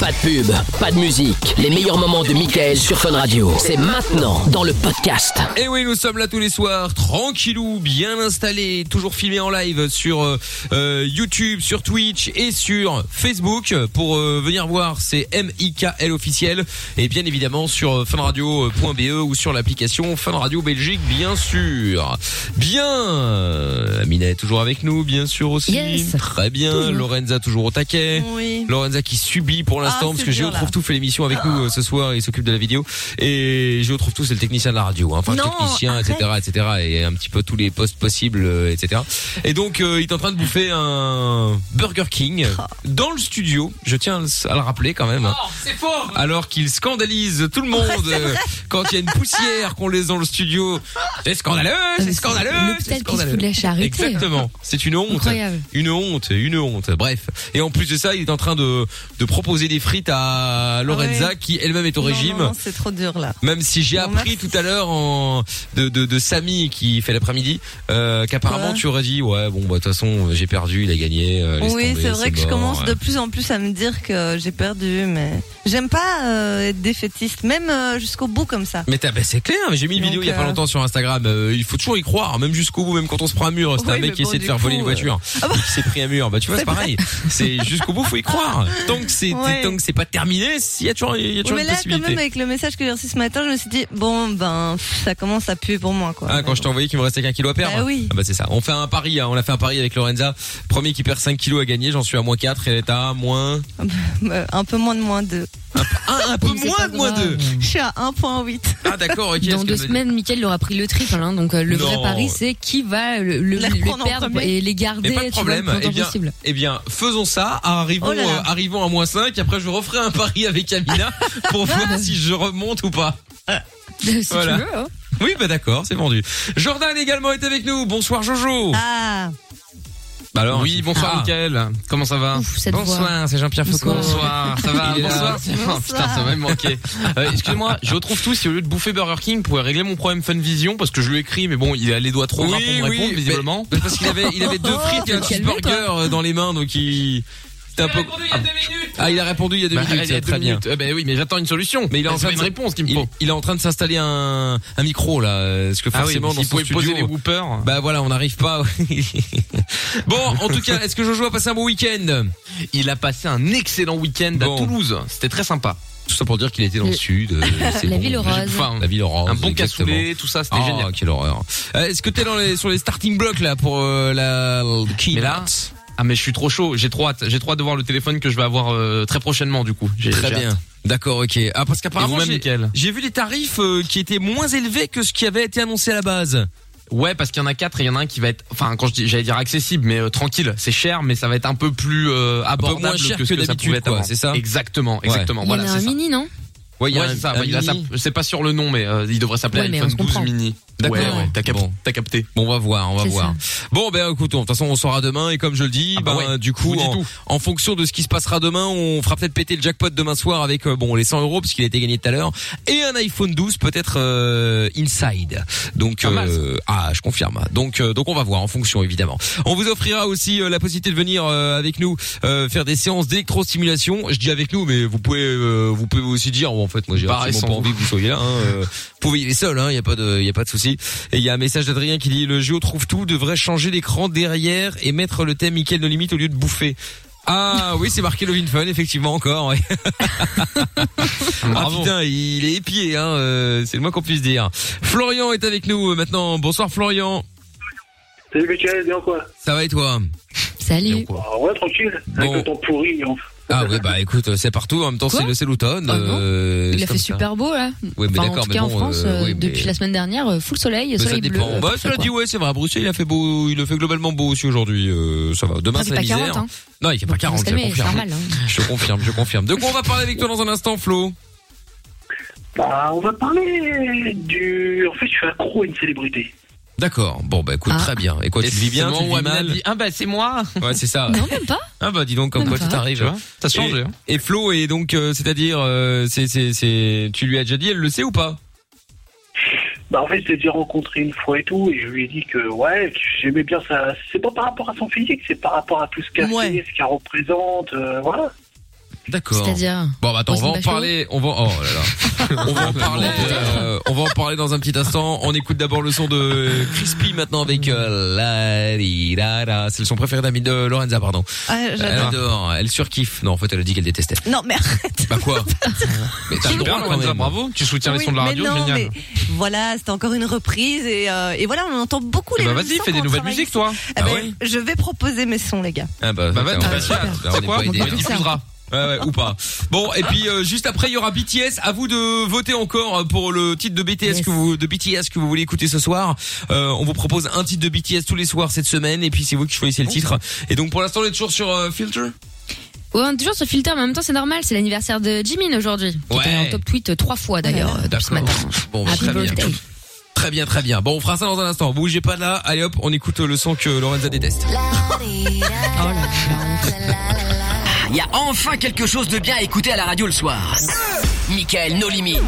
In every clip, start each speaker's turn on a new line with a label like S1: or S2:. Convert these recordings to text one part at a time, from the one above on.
S1: Pas de pub, pas de musique. Les meilleurs moments de Michael sur Fun Radio. C'est maintenant dans le podcast.
S2: Et oui, nous sommes là tous les soirs, tranquillou, bien installés, toujours filmés en live sur euh, euh, YouTube, sur Twitch et sur Facebook. Pour euh, venir voir, c'est MIKL officiel. Et bien évidemment sur euh, funradio.be E ou sur l'application Fun Radio Belgique, bien sûr. Bien, euh, Amina est toujours avec nous, bien sûr aussi.
S3: Yes.
S2: Très bien, Lorenza toujours au taquet.
S3: Oui.
S2: Lorenza qui subit pour
S3: Ah,
S2: l'instant parce
S3: c'est
S2: que
S3: dur,
S2: Géo
S3: là.
S2: trouve tout fait l'émission avec nous euh, ce soir, il s'occupe de la vidéo et Géo trouve tout c'est le technicien de la radio, hein. enfin
S4: Non,
S2: technicien, etc., etc. et un petit peu tous les postes possibles, euh, etc. Et donc euh, il est en train de bouffer un Burger King dans le studio. Je tiens à le- à le rappeler quand même.
S5: C'est faux
S2: Alors qu'il scandalise tout le monde euh, quand il y a une poussière qu'on laisse dans le studio. C'est scandaleux, c'est scandaleux, c'est
S6: L'hôpital qui se
S2: scandaleux.
S6: fout de la charité.
S2: Exactement. C'est une honte.
S6: Incroyable.
S2: Une honte, une honte. Bref. Et en plus de ça, il est en train de, de proposer des frites à Lorenza
S3: Ouais.
S2: qui elle-même est au
S3: Non,
S2: régime.
S3: non, non, c'est trop dur là.
S2: Même si j'ai appris tout à l'heure en de, de, de Samy qui fait l'après-midi euh, qu'apparemment
S3: Quoi
S2: tu aurais dit ouais bon bah de toute façon j'ai perdu il a gagné euh, laisse
S3: Oui,
S2: tomber,
S3: c'est vrai que je
S2: mort,
S3: commence
S2: ouais.
S3: de plus en plus à me dire que j'ai perdu, mais j'aime pas euh, être défaitiste, même euh, jusqu'au bout comme ça.
S2: Mais t'as- bah, c'est clair, mais j'ai mis une
S3: Donc,
S2: vidéo il y a pas
S3: euh,
S2: longtemps sur Instagram. euh, il faut toujours y croire, même jusqu'au bout, même quand on se prend un mur. C'est
S3: Oui,
S2: un
S3: mais
S2: mec qui
S3: bon,
S2: essaie de
S3: du
S2: faire voler
S3: coup, euh, Ah
S2: une voiture et qui s'est pris un mur. Bah tu vois, c'est
S3: C'est vrai.
S2: pareil. C'est jusqu'au bout, faut y croire. Tant que c'est
S3: Ouais.
S2: tant que c'est pas terminé, il y a toujours, il y a
S3: Oui,
S2: toujours
S3: mais
S2: une
S3: là, quand
S2: possibilité.
S3: même, avec le message que j'ai reçu ce matin, je me suis dit, bon, ben, pff, ça commence à puer pour moi, quoi.
S2: Ah, quand je t'ai envoyé qu'il me restait qu'un kilo à perdre.
S3: Bah oui.
S2: Ah bah c'est ça. On fait un pari, hein. on a fait un pari avec Lorenza. Premier qui perd 5 kilos à gagner, j'en suis à moins 4, elle est à moins.
S3: Euh, un peu moins de moins 2.
S2: Un, peu moins de moins 2.
S3: Je suis à 1.8.
S2: Ah d'accord, ok.
S6: Dans
S2: parce que-
S6: deux semaines, Mickaël aura pris le triple. hein, donc euh, le vrai
S2: Non.
S6: pari, c'est qui va le, le-
S3: La
S6: le
S3: prendre en
S6: perdre
S3: premier.
S6: et les garder
S2: Mais pas
S6: tu
S2: de
S6: vois,
S2: problème.
S6: le plus
S2: Eh
S6: longtemps
S2: bien,
S6: possible.
S2: eh bien, faisons ça. Arrivons,
S6: Oh là là.
S2: euh, arrivons à moins 5. Après, je referai un pari avec Amina pour
S6: Ah.
S2: voir si je remonte ou pas.
S6: Si
S2: Voilà.
S6: tu veux. hein.
S2: Oui, bah d'accord, c'est vendu. Jordan également est avec nous. Bonsoir Jojo.
S3: Ah,
S2: Bah alors,
S5: Oui, bonsoir
S2: Ah.
S5: Mickaël. Comment ça va
S6: Ouf, cette
S2: Bonsoir, c'est Jean-Pierre Foucault.
S5: Bonsoir, ça va
S2: Il est là.
S5: Bonsoir, c'est- oh,
S3: Bonsoir.
S5: putain, ça m'a même manqué. Euh, Excusez-moi, je retrouve tout si au lieu de bouffer Burger King, vous pouvez régler mon problème Fun Vision parce que je lui écris, mais bon, il a les doigts trop gras pour me répondre,
S2: mais-
S5: visiblement.
S2: mais Bah, parce qu'il avait, il avait
S6: Oh,
S2: deux frites et un
S6: Calme-toi.
S2: cheeseburger dans les mains, donc il. c'était un peu- Ah, il a répondu il y a deux
S5: Bah,
S2: minutes,
S5: il y a deux
S2: très bien.
S5: minutes. Eh ben oui, mais j'attends une solution. Ben,
S2: Mais il est en
S5: C'est
S2: train
S5: une
S2: de-
S5: réponse qu'il me
S2: Il,
S5: faut.
S2: il est en train de s'installer un, un micro là, euh, parce que
S5: Ah oui,
S2: forcément
S5: s'il
S2: dans
S5: pouvait
S2: son
S5: poser
S2: studio.
S5: les whoopers.
S2: Bah voilà, on n'arrive pas. bon, en tout cas, est-ce que Jojo a passé un bon week-end
S5: Ben, Il a passé un excellent week-end
S2: Bon.
S5: à Toulouse. C'était très sympa.
S2: Tout ça pour dire qu'il était dans le
S6: Le-
S2: sud. euh, c'est
S6: La
S2: bon.
S6: ville
S5: J'ai-
S6: rose.
S5: enfin,
S2: hein. La ville orange.
S5: un bon
S2: exactement.
S5: cassoulet, tout ça, c'était
S2: Ah,
S5: génial.
S2: quelle horreur. Euh, Est-ce que t'es dans les, sur les starting blocks là pour euh, la keynote
S5: Mais là, ah mais je suis trop chaud, j'ai trop hâte, j'ai trop hâte de voir le téléphone que je vais avoir euh, très prochainement du coup. J'ai-
S2: Très
S5: j'ai
S2: bien.
S5: hâte.
S2: D'accord, ok. Ah parce
S5: Et
S2: qu'apparemment
S5: vous-même,
S2: j'ai-
S5: Mickaël
S2: j'ai vu des tarifs euh, qui étaient moins élevés que ce qui avait été annoncé à la base.
S5: Ouais, parce qu'il y en a quatre et il y en a un qui va être, enfin quand je dis, j'allais dire accessible, mais euh, tranquille, c'est cher, mais ça va être un peu plus euh, abordable
S2: moins cher
S5: que
S2: que
S5: ce que, ça
S2: d'habitude,
S5: pouvait être
S2: quoi,
S5: avant.
S2: c'est ça
S5: Exactement, exactement.
S6: Il y
S5: voilà,
S6: en a
S5: c'est
S6: un
S5: ça.
S6: mini, non
S2: Ouais,
S5: Ouais, c'est ça. ouais, il a sa- C'est pas sur le nom, mais euh, il devrait s'appeler
S6: Ouais, mais
S5: iPhone
S6: on
S5: 12
S6: comprend.
S5: mini.
S2: D'accord.
S5: Ouais, Eh ouais, t'as cap-
S2: Bon.
S5: t'as capté.
S2: Bon, on va voir, on va
S6: C'est
S2: voir. Bon, ben écoute, de toute façon, on saura demain et comme je le dis,
S5: Ah bah
S2: ben,
S5: ouais,
S2: du
S5: je vous
S2: coup,
S5: dis
S2: en,
S5: tout.
S2: en fonction de ce qui se passera demain, on fera peut-être péter le jackpot demain soir avec euh, bon les 100 euros parce qu'il a été gagné tout à l'heure et un iPhone 12 peut-être euh, inside. Donc
S5: Pas mal, ça.
S2: euh, ah, je confirme. Donc euh, donc on va voir en fonction évidemment. On vous offrira aussi euh, la possibilité de venir euh, avec nous euh, faire des séances d'électrostimulation. Je dis avec nous, mais vous pouvez euh, vous pouvez aussi dire bon, en fait moi j'ai
S5: Pareil,
S2: absolument pas
S5: sans vous.
S2: envie que vous soyez là. hein, euh, vous pouvez y aller seul, hein, y a pas de y a pas de souci. Et il y a un message d'Adrien qui dit le géo trouve tout devrait changer l'écran derrière et mettre le thème Michael No Limite au lieu de bouffer. Ah oui, c'est marqué Lovin Fun effectivement encore. ouais. ah
S5: Bravo.
S2: putain, il est épié hein, euh, c'est le moins qu'on puisse dire. Florian est avec nous euh, maintenant. Bonsoir Florian.
S7: Salut Michael, bien quoi
S2: Ça va et toi
S6: Salut.
S7: Ah ouais, tranquille,
S2: Bon.
S7: avec le temps pourri. hein.
S2: Ah oui, bah écoute, euh, c'est partout. En même temps,
S6: Quoi
S2: c'est le c'est l'automne.
S6: Ah non.
S2: euh,
S6: Il
S2: c'est
S6: a fait
S2: comme ça.
S6: super beau là.
S2: Oui, mais
S6: Enfin, en
S2: d'accord,
S6: tout
S2: mais
S6: cas en
S2: bon,
S6: France,
S2: euh,
S6: euh,
S2: oui, mais-
S6: depuis la semaine dernière, euh, full soleil,
S2: Mais ça
S6: soleil bleu.
S2: dépend.
S6: euh,
S2: bah,
S6: tout ça,
S2: cela
S6: quoi.
S2: dit, ouais, c'est vrai. À Bruxelles, il a fait beau, il a fait globalement beau aussi aujourd'hui. euh, ça va. Demain,
S6: Enfin,
S2: c'est
S6: c'est
S2: la
S6: pas
S2: misère.
S6: 40, hein.
S2: Non, il fait pas
S6: On
S2: 40.
S6: se
S2: je
S6: calmer, c'est
S2: confirme.
S6: normal. hein.
S2: Je confirme, je confirme. De quoi on va parler avec toi dans un instant, Flo
S7: Bah, on va parler du. En fait, je suis accro à une célébrité.
S2: D'accord. Bon, bah écoute,
S6: Ah.
S2: très bien. Et quoi, tu le vis bien,
S5: C'est
S2: tu
S5: le
S2: le
S5: moment
S2: vis
S5: où Amina
S2: mal
S5: dit, Ah bah c'est moi.
S2: Ouais, c'est ça.
S6: Non, même pas.
S2: Ah bah dis donc, comme quoi
S6: Ça
S2: tout
S6: va.
S5: Tu
S2: arrive.
S5: vois, ça
S2: Et-
S5: change. hein.
S2: Et Flo et donc, euh, c'est-à-dire, euh, c'est, c'est, c'est, tu lui as déjà dit, elle le sait ou pas
S7: Bah, en fait, je l'ai déjà rencontré une fois et tout, et je lui ai dit que, ouais, que j'aimais bien ça. C'est pas par rapport à son physique, c'est par rapport à tout ce qu'elle
S3: Ouais.
S7: fait, ce qu'elle représente, euh, voilà.
S2: D'accord.
S6: C'est-à-dire
S2: Bon, bah, attends, on va
S6: Roselyne
S2: en
S6: Bachelot
S2: parler. On va, oh là là. on va en parler. euh, on va en parler dans un petit instant. On écoute d'abord le son de Crispy maintenant avec euh, la di da da. C'est le son préféré d'ami de Lorenza, pardon.
S3: Ah,
S2: Elle
S3: j'adore.
S2: adore. Elle surkiffe. Non, en fait, elle a dit qu'elle détestait.
S3: Non, mais arrête.
S2: Bah quoi Mais t'as le
S5: Super,
S2: droit quand
S5: Lorenza,
S2: même.
S5: bravo. Tu
S6: Ah
S5: soutiens les
S3: Oui,
S5: sons de la
S3: mais
S5: radio,
S3: non,
S5: génial.
S3: mais voilà, c'était encore une reprise et, euh, et voilà, on entend beaucoup
S5: Eh
S3: les
S2: ben,
S5: bah,
S3: mêmes
S5: vas-y,
S3: sons
S5: fais des
S3: quand on
S5: nouvelles
S3: travaille
S5: musiques,
S3: ici.
S5: toi.
S3: Eh
S2: Ah
S3: ben,
S2: ouais
S3: Je vais proposer mes sons, les gars.
S2: Ah bah,
S5: Bah, va,
S2: on
S5: t'as
S2: va-
S5: réussi à-
S2: on
S5: c'est
S2: est
S5: quoi
S2: pas
S5: On
S2: aidés, hein.
S5: diffusera.
S2: Ouais, ouais, ou pas. Bon, et puis euh, juste après, il y aura BTS. À vous de voter encore euh, pour le titre de BTS
S6: Yes.
S2: que vous de BTS que vous voulez écouter ce soir. Euh, on vous propose un titre de BTS tous les soirs cette semaine, et puis c'est vous qui choisissez le titre. Et donc pour l'instant, on est toujours sur euh, Filter.
S6: Ouais, on est toujours sur Filter, mais en même temps, c'est normal. C'est l'anniversaire de Jimin aujourd'hui. Qui
S2: Ouais.
S6: était en top tweet euh, trois fois d'ailleurs euh, depuis ce matin.
S2: Bon, bah,
S6: Happy
S2: très bien.
S6: birthday.
S2: Très bien, très bien. Bon, on fera ça dans un instant. Bougez pas de là. Allez hop, on écoute euh, le son que Lorenza déteste.
S1: Il y a enfin quelque chose de bien à écouter à la radio le soir. Michael, nos limites.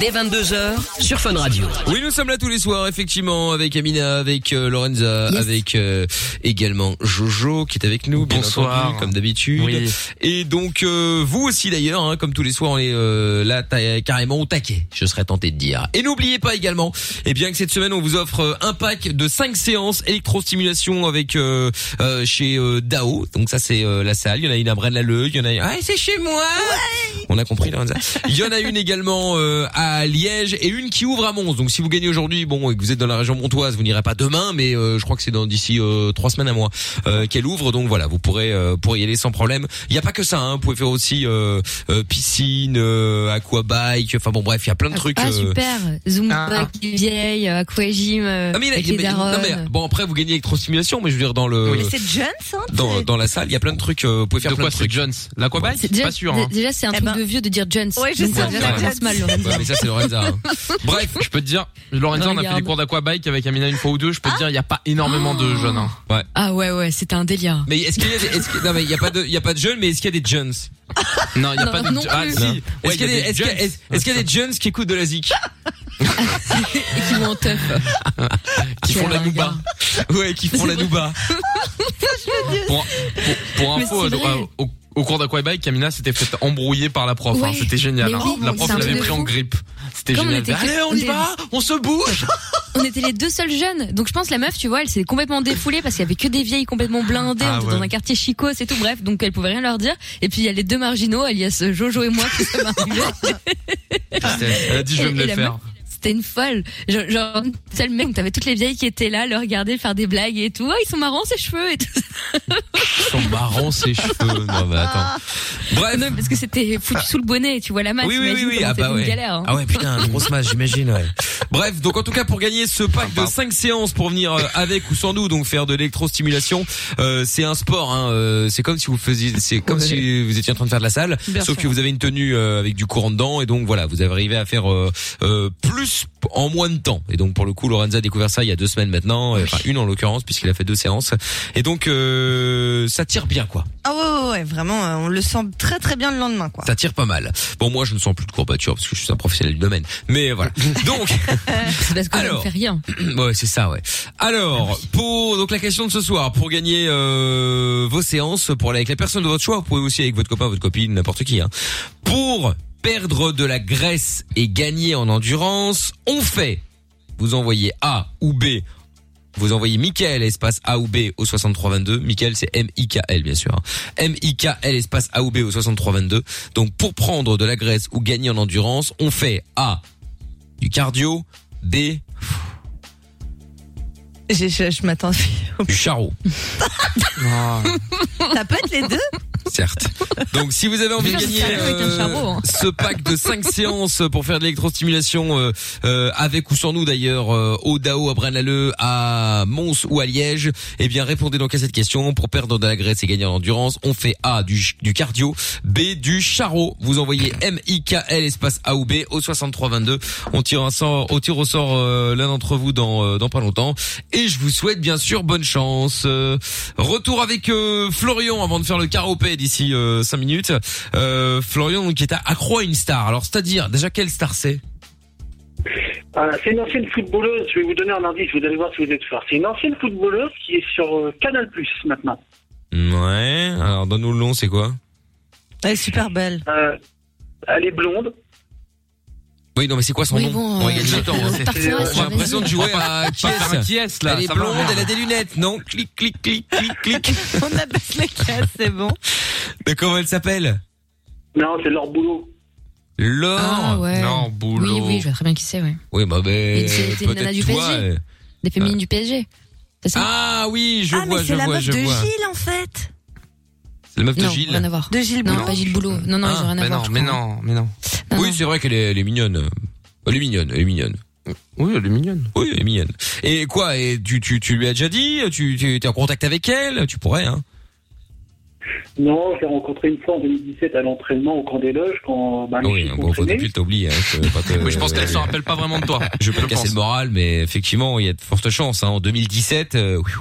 S1: Dès 22h sur Fun Radio.
S2: Oui, nous sommes là tous les soirs, effectivement, avec Amina, avec euh, Lorenza,
S6: Yes.
S2: avec euh, également Jojo qui est avec nous. bien
S5: Bonsoir.
S2: entendu, comme d'habitude.
S5: Oui.
S2: Et donc euh, vous aussi d'ailleurs, hein, comme tous les soirs, on est euh, là ta- carrément au taquet. Je serais tenté de dire. Et n'oubliez pas également, eh bien que cette semaine on vous offre euh, un pack de 5 séances électrostimulation avec euh, euh, chez euh, Dao. Donc ça c'est euh, la salle. Il y en a une à Braine-l'Alleud, il y en a une. Ah c'est chez moi. On a compris Lorenza. Il y en a une également euh, à Liège et une qui ouvre à Mons. Donc si vous gagnez aujourd'hui, bon, et que vous êtes dans la région montoise, vous n'irez pas demain, mais euh, je crois que c'est dans d'ici euh, trois semaines à mois euh, qu'elle ouvre. Donc voilà, vous pourrez euh, pourrez y aller sans problème. Il n'y a pas que ça, hein, vous pouvez faire aussi euh, euh, piscine, euh, aquabike. Enfin bon, bref, il y a plein de trucs.
S6: Ah
S2: euh,
S6: super, Zumba
S5: Ah.
S6: qui est vieille, euh, Aquagym, euh,
S2: Ah, mais il y a-
S6: avec les
S2: mais- non,
S6: darons.
S2: mais- bon après vous gagnez électrostimulation, mais je veux dire dans le
S3: Mais c'est Jones, hein
S2: Euh, dans,
S3: c'est-
S2: dans la salle, il y a plein de trucs. euh, vous pouvez faire
S5: De
S2: plein
S5: quoi
S2: de
S5: c'est
S2: trucs.
S5: Jones L'aquabike
S6: C'est déjà,
S5: Pas sûr. hein.
S6: dé- déjà, c'est un
S3: Eh
S6: truc
S3: ben-
S6: de vieux de dire Jones.
S3: Ouais, je
S6: Donc,
S3: sais,
S6: ça,
S3: on
S6: déjà,
S2: dirait
S6: ça commence
S3: Jones.
S6: mal, Lorenzo.
S2: Ouais, mais ça c'est Lorenza. hein. Bref,
S5: Je peux te dire, Lorenza, on a fait
S6: Regarde.
S5: des cours d'aquabike avec Amina une fois ou deux. Je peux te dire, il n'y a pas énormément de jeunes. hein.
S6: Ah ouais, ouais, c'était un délire.
S2: Mais est-ce qu'il y a des, est-ce que- non mais il y a pas de il y a pas de jeunes mais est-ce qu'il y a des jeunes
S5: Non, il n'y a
S6: Non,
S5: pas
S6: non
S5: de. Ah,
S6: plus.
S5: si.
S2: Non. Est-ce
S5: Ouais, il y a
S2: qu'il y a des
S5: des
S2: est-ce qu'il y a-
S5: jeunes.
S2: est-ce- est-ce qu'il y a des jeunes qui écoutent de la zik
S6: Et qui vont en teuf.
S2: qui font
S6: Quel
S2: la nouba
S6: ringard.
S2: Ouais, qui font la nouba.
S5: Pour, pour, pour
S6: Mais
S5: info,
S6: c'est
S5: euh,
S6: vrai.
S5: au, au cours d'aquabike, Camina s'était fait embrouiller par la prof. hein.
S6: Ouais.
S5: C'était génial.
S6: Mais
S5: hein.
S6: oui,
S5: la
S6: c'est
S5: prof
S6: un
S5: l'avait
S6: truc de
S5: pris en
S6: fou.
S5: grippe. C'était
S6: Comme on
S5: génial.
S6: était que-
S5: Allez, on
S6: on
S5: y
S6: est-
S5: va, on se bouge.
S6: On était les deux seuls jeunes. Donc je pense la meuf, tu vois, elle s'est complètement défoulée parce qu'il y avait que des vieilles complètement blindées.
S5: Ah
S6: on était
S5: ouais.
S6: dans un quartier chicos et tout. Bref, donc elle pouvait rien leur dire. Et puis il y a les deux marginaux, alias Jojo et moi, qui sommes arrivés.
S5: Elle a dit, je vais
S6: Et-
S5: me
S6: et
S5: le
S6: la
S5: faire.
S6: C'était une folle. Genre, genre seul mec, t'avais toutes les vieilles qui étaient là, le regarder, faire des blagues et tout. Ah, ils sont marrants ces cheveux et tout.
S2: Ils sont marrants ces cheveux. Non mais attends. Bref.
S6: Non, parce que c'était foutu sous le bonnet, tu vois la masse.
S2: Ah. Oui oui oui
S6: imagine
S2: oui,
S6: comment
S2: ah
S6: c'était
S2: bah
S6: une
S2: ouais.
S6: galère. hein.
S2: Ah ouais, putain, une grosse match, j'imagine, ouais. Bref, donc en tout cas pour gagner ce pack de 5 séances pour venir euh, avec ou sans nous donc faire de l'électrostimulation, euh, c'est un sport hein, euh, c'est comme si vous faisiez c'est comme si vous étiez en train de faire de la salle,
S3: Bien
S2: sauf
S3: sûr.
S2: que vous avez une tenue euh, avec du courant dedans et donc voilà, vous arrivez à faire euh, euh, plus en moins de temps. Et donc pour le coup, Lorenza a découvert ça il y a deux semaines maintenant, euh, enfin une en l'occurrence puisqu'il a fait deux séances. Et donc euh, ça tire bien quoi.
S3: Ah ouais, ouais, ouais, vraiment, euh, on le sent très très bien le lendemain, quoi.
S2: Ça tire pas mal. Bon, moi, je ne sens plus de courbature parce que je suis un professionnel du domaine. Mais voilà. Donc,
S6: C'est parce qu'on
S2: Alors.
S6: ne fait rien.
S2: ouais, c'est ça, ouais. Alors, pour donc la question de ce soir, pour gagner euh, vos séances, pour aller avec la personne de votre choix, vous pouvez aussi avec votre copain, votre copine, n'importe qui. Hein. Pour perdre de la graisse et gagner en endurance, on fait. Vous envoyez A ou B. Vous envoyez Michael espace A ou B au 6322. Michael c'est M I K L bien sûr. hein. M I K L espace A ou B au 6322. Donc pour prendre de la graisse ou gagner en endurance, on fait A du cardio, B
S3: J'ai- Je, je m'attends.
S2: du charreau,
S3: Ça peut être les deux
S2: certes. Donc si vous avez envie de
S6: Faire du
S2: gagner
S6: charreau avec un
S2: euh,
S6: charreau, hein.
S2: ce pack de 5 séances pour faire de l'électrostimulation euh, euh, avec ou sans nous d'ailleurs euh, au Dao à Braine-l'Alleud, à Mons ou à Liège, eh bien répondez donc à cette question pour perdre de la graisse et gagner en endurance, on fait A du, ch- du cardio, B du charreau. Vous envoyez M I K L espace A ou B au 6322. On tire un sort au tir au sort euh, l'un d'entre vous dans euh, dans pas longtemps et je vous souhaite bien sûr bonne chance. Euh, retour avec euh, Florian avant de faire le caropé d'ici 5 minutes. Euh, Florian donc, qui est à- accro à une star. Alors c'est-à-dire déjà quelle star c'est
S7: Euh, c'est une ancienne footballeuse, je vais vous donner un indice, vous allez voir si vous êtes fort. C'est une ancienne footballeuse qui est sur euh, Canal Plus maintenant.
S2: Ouais. Alors donne-nous le nom, c'est quoi
S3: Elle est super belle.
S7: Euh, elle est blonde.
S2: Oui, non, mais c'est quoi son
S7: Oui,
S2: nom
S7: bon,
S2: On va gagner
S7: euh,
S2: du temps. hein.
S7: parfois,
S2: J'ai
S7: ça va
S2: l'impression de
S7: vite.
S2: jouer à qui
S5: Pas faire un
S2: est-ce
S5: qui est-ce, là,
S2: Elle est
S5: ça va,
S2: blonde,
S5: merde.
S2: elle a des lunettes, non Clic, clic, clic, clic, clic.
S3: On abaisse les cases, c'est bon.
S2: Mais comment elle s'appelle
S7: Non, hein, c'est leur boulot.
S2: Laure
S6: Ah ouais.
S2: Non, boulot.
S6: Oui, oui, je vois très bien qui c'est, ouais.
S2: Oui, bah, ben,
S6: Et c'est- c'est une nana du
S2: peut-être toi.
S6: PSG.
S2: euh.
S6: Des féminines du PSG. C'est ça
S2: Ah oui, je
S3: ah,
S2: vois,
S3: mais
S2: je
S3: c'est la
S2: vois,
S3: meuf
S2: je
S3: de
S2: vois.
S3: Gilles, en fait.
S2: C'est la meuf de
S6: Non,
S2: Gilles.
S6: rien à voir.
S3: De Gilles
S6: Non,
S3: Blanc.
S6: pas Gilles Boulot. Non, non, ils ont
S2: Ah,
S6: rien à
S2: mais
S6: voir.
S2: non,
S6: je
S2: mais
S6: crois.
S2: non, mais non.
S6: Non,
S2: Oui,
S6: non.
S2: c'est vrai qu'elle est, elle est mignonne. Elle est mignonne, elle est mignonne.
S5: Oui, elle est mignonne.
S2: Oui, elle est mignonne. Et quoi Et tu, tu, tu lui as déjà dit Tu, tu es en contact avec elle Tu pourrais, hein
S7: Non, je l'ai rencontrée une fois en 2017 à l'entraînement au camp des loges quand bah, mes
S2: Oui,
S7: filles
S2: bon, faut
S7: s'entraînaient.
S2: depuis t'oublier. Hein, je vais pas te-
S5: Oui, je pense qu'elle se rappelle pas vraiment de toi.
S2: Je peux te
S5: Euh, Je
S2: casser
S5: pense.
S2: le moral, mais effectivement, il y a de fortes chances. Hein. En 2017, euh, oui,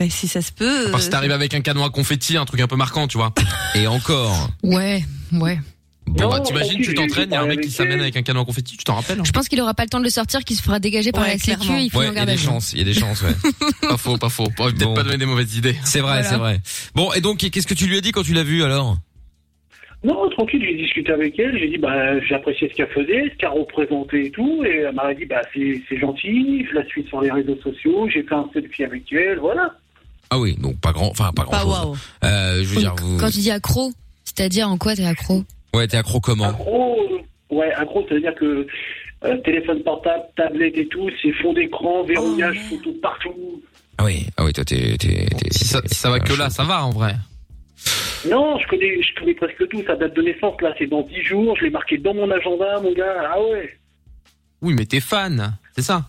S3: Mais si ça se peut.
S2: Ah,
S5: Parce
S3: euh,
S5: que t'arrives avec un canon à confetti, un truc un peu marquant, tu vois.
S2: et encore.
S6: Ouais, ouais.
S2: Bon,
S7: Non,
S5: Bah, t'imagines, tu
S7: tranquille,
S5: t'entraînes, il y a un mec qui
S7: avec
S5: s'amène
S7: elle.
S5: avec un canon à confetti, tu t'en rappelles hein
S6: Je pense qu'il aura pas le temps de le sortir, qu'il se fera dégager par
S3: Ouais,
S6: la sécu,
S3: clairement.
S6: il finit
S2: ouais,
S6: en
S2: il y a
S6: garde à
S2: des
S6: vue.
S2: chances, il y a des chances, ouais.
S5: Pas faux, pas faux. Bon, Peut-être
S2: Bon.
S5: pas donner des mauvaises idées.
S2: C'est vrai,
S6: Voilà.
S2: c'est vrai. Bon, et donc, qu'est-ce que tu lui as dit quand tu l'as vu alors
S7: Non, tranquille, j'ai discuté avec elle, j'ai dit bah j'ai apprécié ce qu'elle faisait, ce qu'elle représentait et tout, et elle m'a dit bah c'est c'est gentil, je la suis sur les réseaux sociaux, j'ai fait un selfie avec elle, voilà.
S2: Ah oui, donc pas grand, enfin pas grand
S3: Pas
S2: chose.
S3: waouh.
S2: Euh, je veux dire,
S6: Donc,
S2: vous,
S6: Quand tu dis accro, c'est-à-dire en quoi t'es accro
S2: ouais, t'es accro
S7: Un
S2: comment
S7: gros, euh, ouais, un gros, c'est-à-dire que euh, téléphone portable, tablette et tout, c'est fond d'écran, verrouillage,
S3: merde.
S7: photo partout.
S2: Ah oui, ah oui, toi t'es, t'es, t'es-
S5: Si ça,
S2: t'es-
S5: si ça va que là, ça va en vrai.
S7: Non, je connais, je connais presque tout, sa date de naissance là, c'est dans 10 jours, je l'ai marqué dans mon agenda, mon gars, ah ouais.
S5: Oui, mais t'es fan, c'est ça.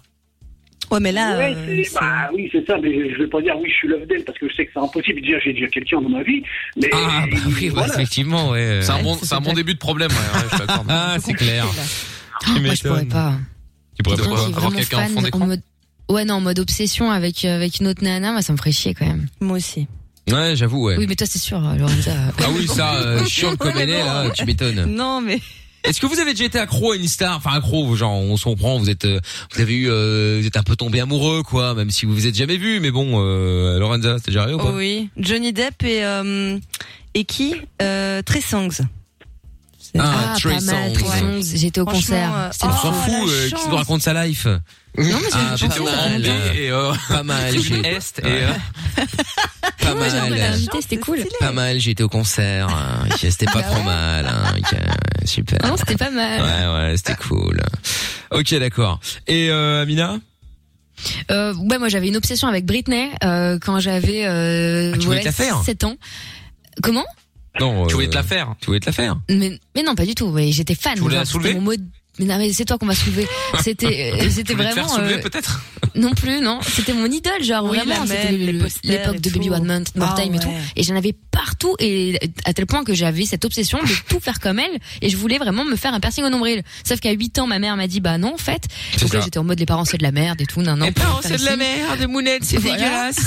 S3: Ouais, mais là.
S7: Ouais,
S3: euh,
S7: c'est-
S3: c'est-
S7: bah
S2: Ah,
S7: oui, c'est ça, mais je vais pas dire oui, je suis love d'elle parce que je sais que c'est impossible. Déjà, j'ai déjà quelqu'un dans ma vie, mais
S2: Ah bah oui, ouais,
S7: voilà.
S2: effectivement, ouais.
S5: C'est un
S6: Ouais,
S5: bon,
S6: c'est
S5: c'est un bon
S6: peut-être.
S5: début de problème, ouais, ouais, je suis d'accord.
S2: Ah, c'est clair.
S6: Oh, Moi, je pourrais pas.
S2: Tu pourrais
S5: De
S2: pas
S5: quoi
S6: Moi, je suis
S5: Avoir
S6: vraiment
S5: quelqu'un en
S6: fan
S5: fond d'écran
S6: en mode. Ouais, non, en mode obsession avec, euh, avec une autre nana, moi, ça me ferait chier quand même.
S3: Moi aussi.
S2: Ouais, j'avoue, ouais.
S6: Oui, mais toi, c'est sûr, euh, Lorenza.
S2: Ah oui, ça, euh, chiant comme elle est, là, tu m'étonnes.
S3: Non, mais.
S2: Est-ce que vous avez déjà été accro à une star Enfin accro, genre on s'en prend, vous êtes euh, vous avez eu euh, vous êtes un peu tombé amoureux quoi, même si vous vous êtes jamais vu mais bon euh, Lorenza, c'était déjà arrivé ou pas
S3: oui. Johnny Depp et. euh, et qui euh, Trey Songs. C'est-
S2: Ah,
S6: Ah,
S2: Trey
S6: pas mal,
S2: Songz.
S6: Trey Songz, J'étais au
S3: Franchement, euh,
S6: concert. C'était
S2: On
S3: oh,
S2: s'en fout,
S3: la
S2: euh, qui
S3: chance.
S2: nous raconte sa life
S6: Non, mais
S2: Ah,
S6: c'est
S2: j'étais
S6: pas
S2: au
S6: mal.
S2: Rwanda.
S5: Allez, et euh,
S2: Pas mal, j'ai
S5: tribune Est et euh,
S2: pas
S6: Moi, j'ai envie
S2: mal.
S6: d'inviter, c'était cool.
S2: Pas mal, j'ai été au concert, hein, que c'était pas trop mal, hein, que, euh, super.
S6: Ah Non, c'était pas mal.
S2: Ouais ouais, c'était cool. OK, d'accord. Et euh, Amina
S6: Euh, ouais, moi j'avais une obsession avec Britney euh, quand j'avais euh,
S2: Ah, tu voulais
S6: ouais,
S2: te la faire
S6: 7 ans. Comment
S2: Non,
S5: tu voulais
S2: euh,
S5: te la faire.
S2: Tu voulais te la faire
S6: mais, mais non, pas du tout. ouais, J'étais fan.
S5: Tu voulais la
S6: genre, c'était
S5: soulever
S6: mon mode- Mais non, mais c'est toi qu'on m'a soulevé. C'était, euh, c'était
S5: Tu voulais te faire
S6: vraiment
S5: soulever
S6: euh,
S5: peut-être
S6: non plus, non. C'était mon idole, genre
S3: Oui,
S6: vraiment.
S3: la
S6: C'était
S3: mèche,
S6: le-
S3: les posters
S6: l'époque
S3: et
S6: de Baby
S3: tout.
S6: One Month, More
S3: Ah,
S6: Time et tout.
S3: ouais.
S6: Et j'en avais partout et à tel point que j'avais cette obsession de tout faire comme elle. Et je voulais vraiment me faire un piercing au nombril. Sauf qu'à 8 ans, ma mère m'a dit bah non, en fait.
S2: C'est
S6: Donc là,
S2: ça.
S6: j'étais en mode les parents c'est de la merde et tout. Non, non. pas faire ici.
S2: merde, Mounette, c'est
S6: Voilà.
S2: Ah,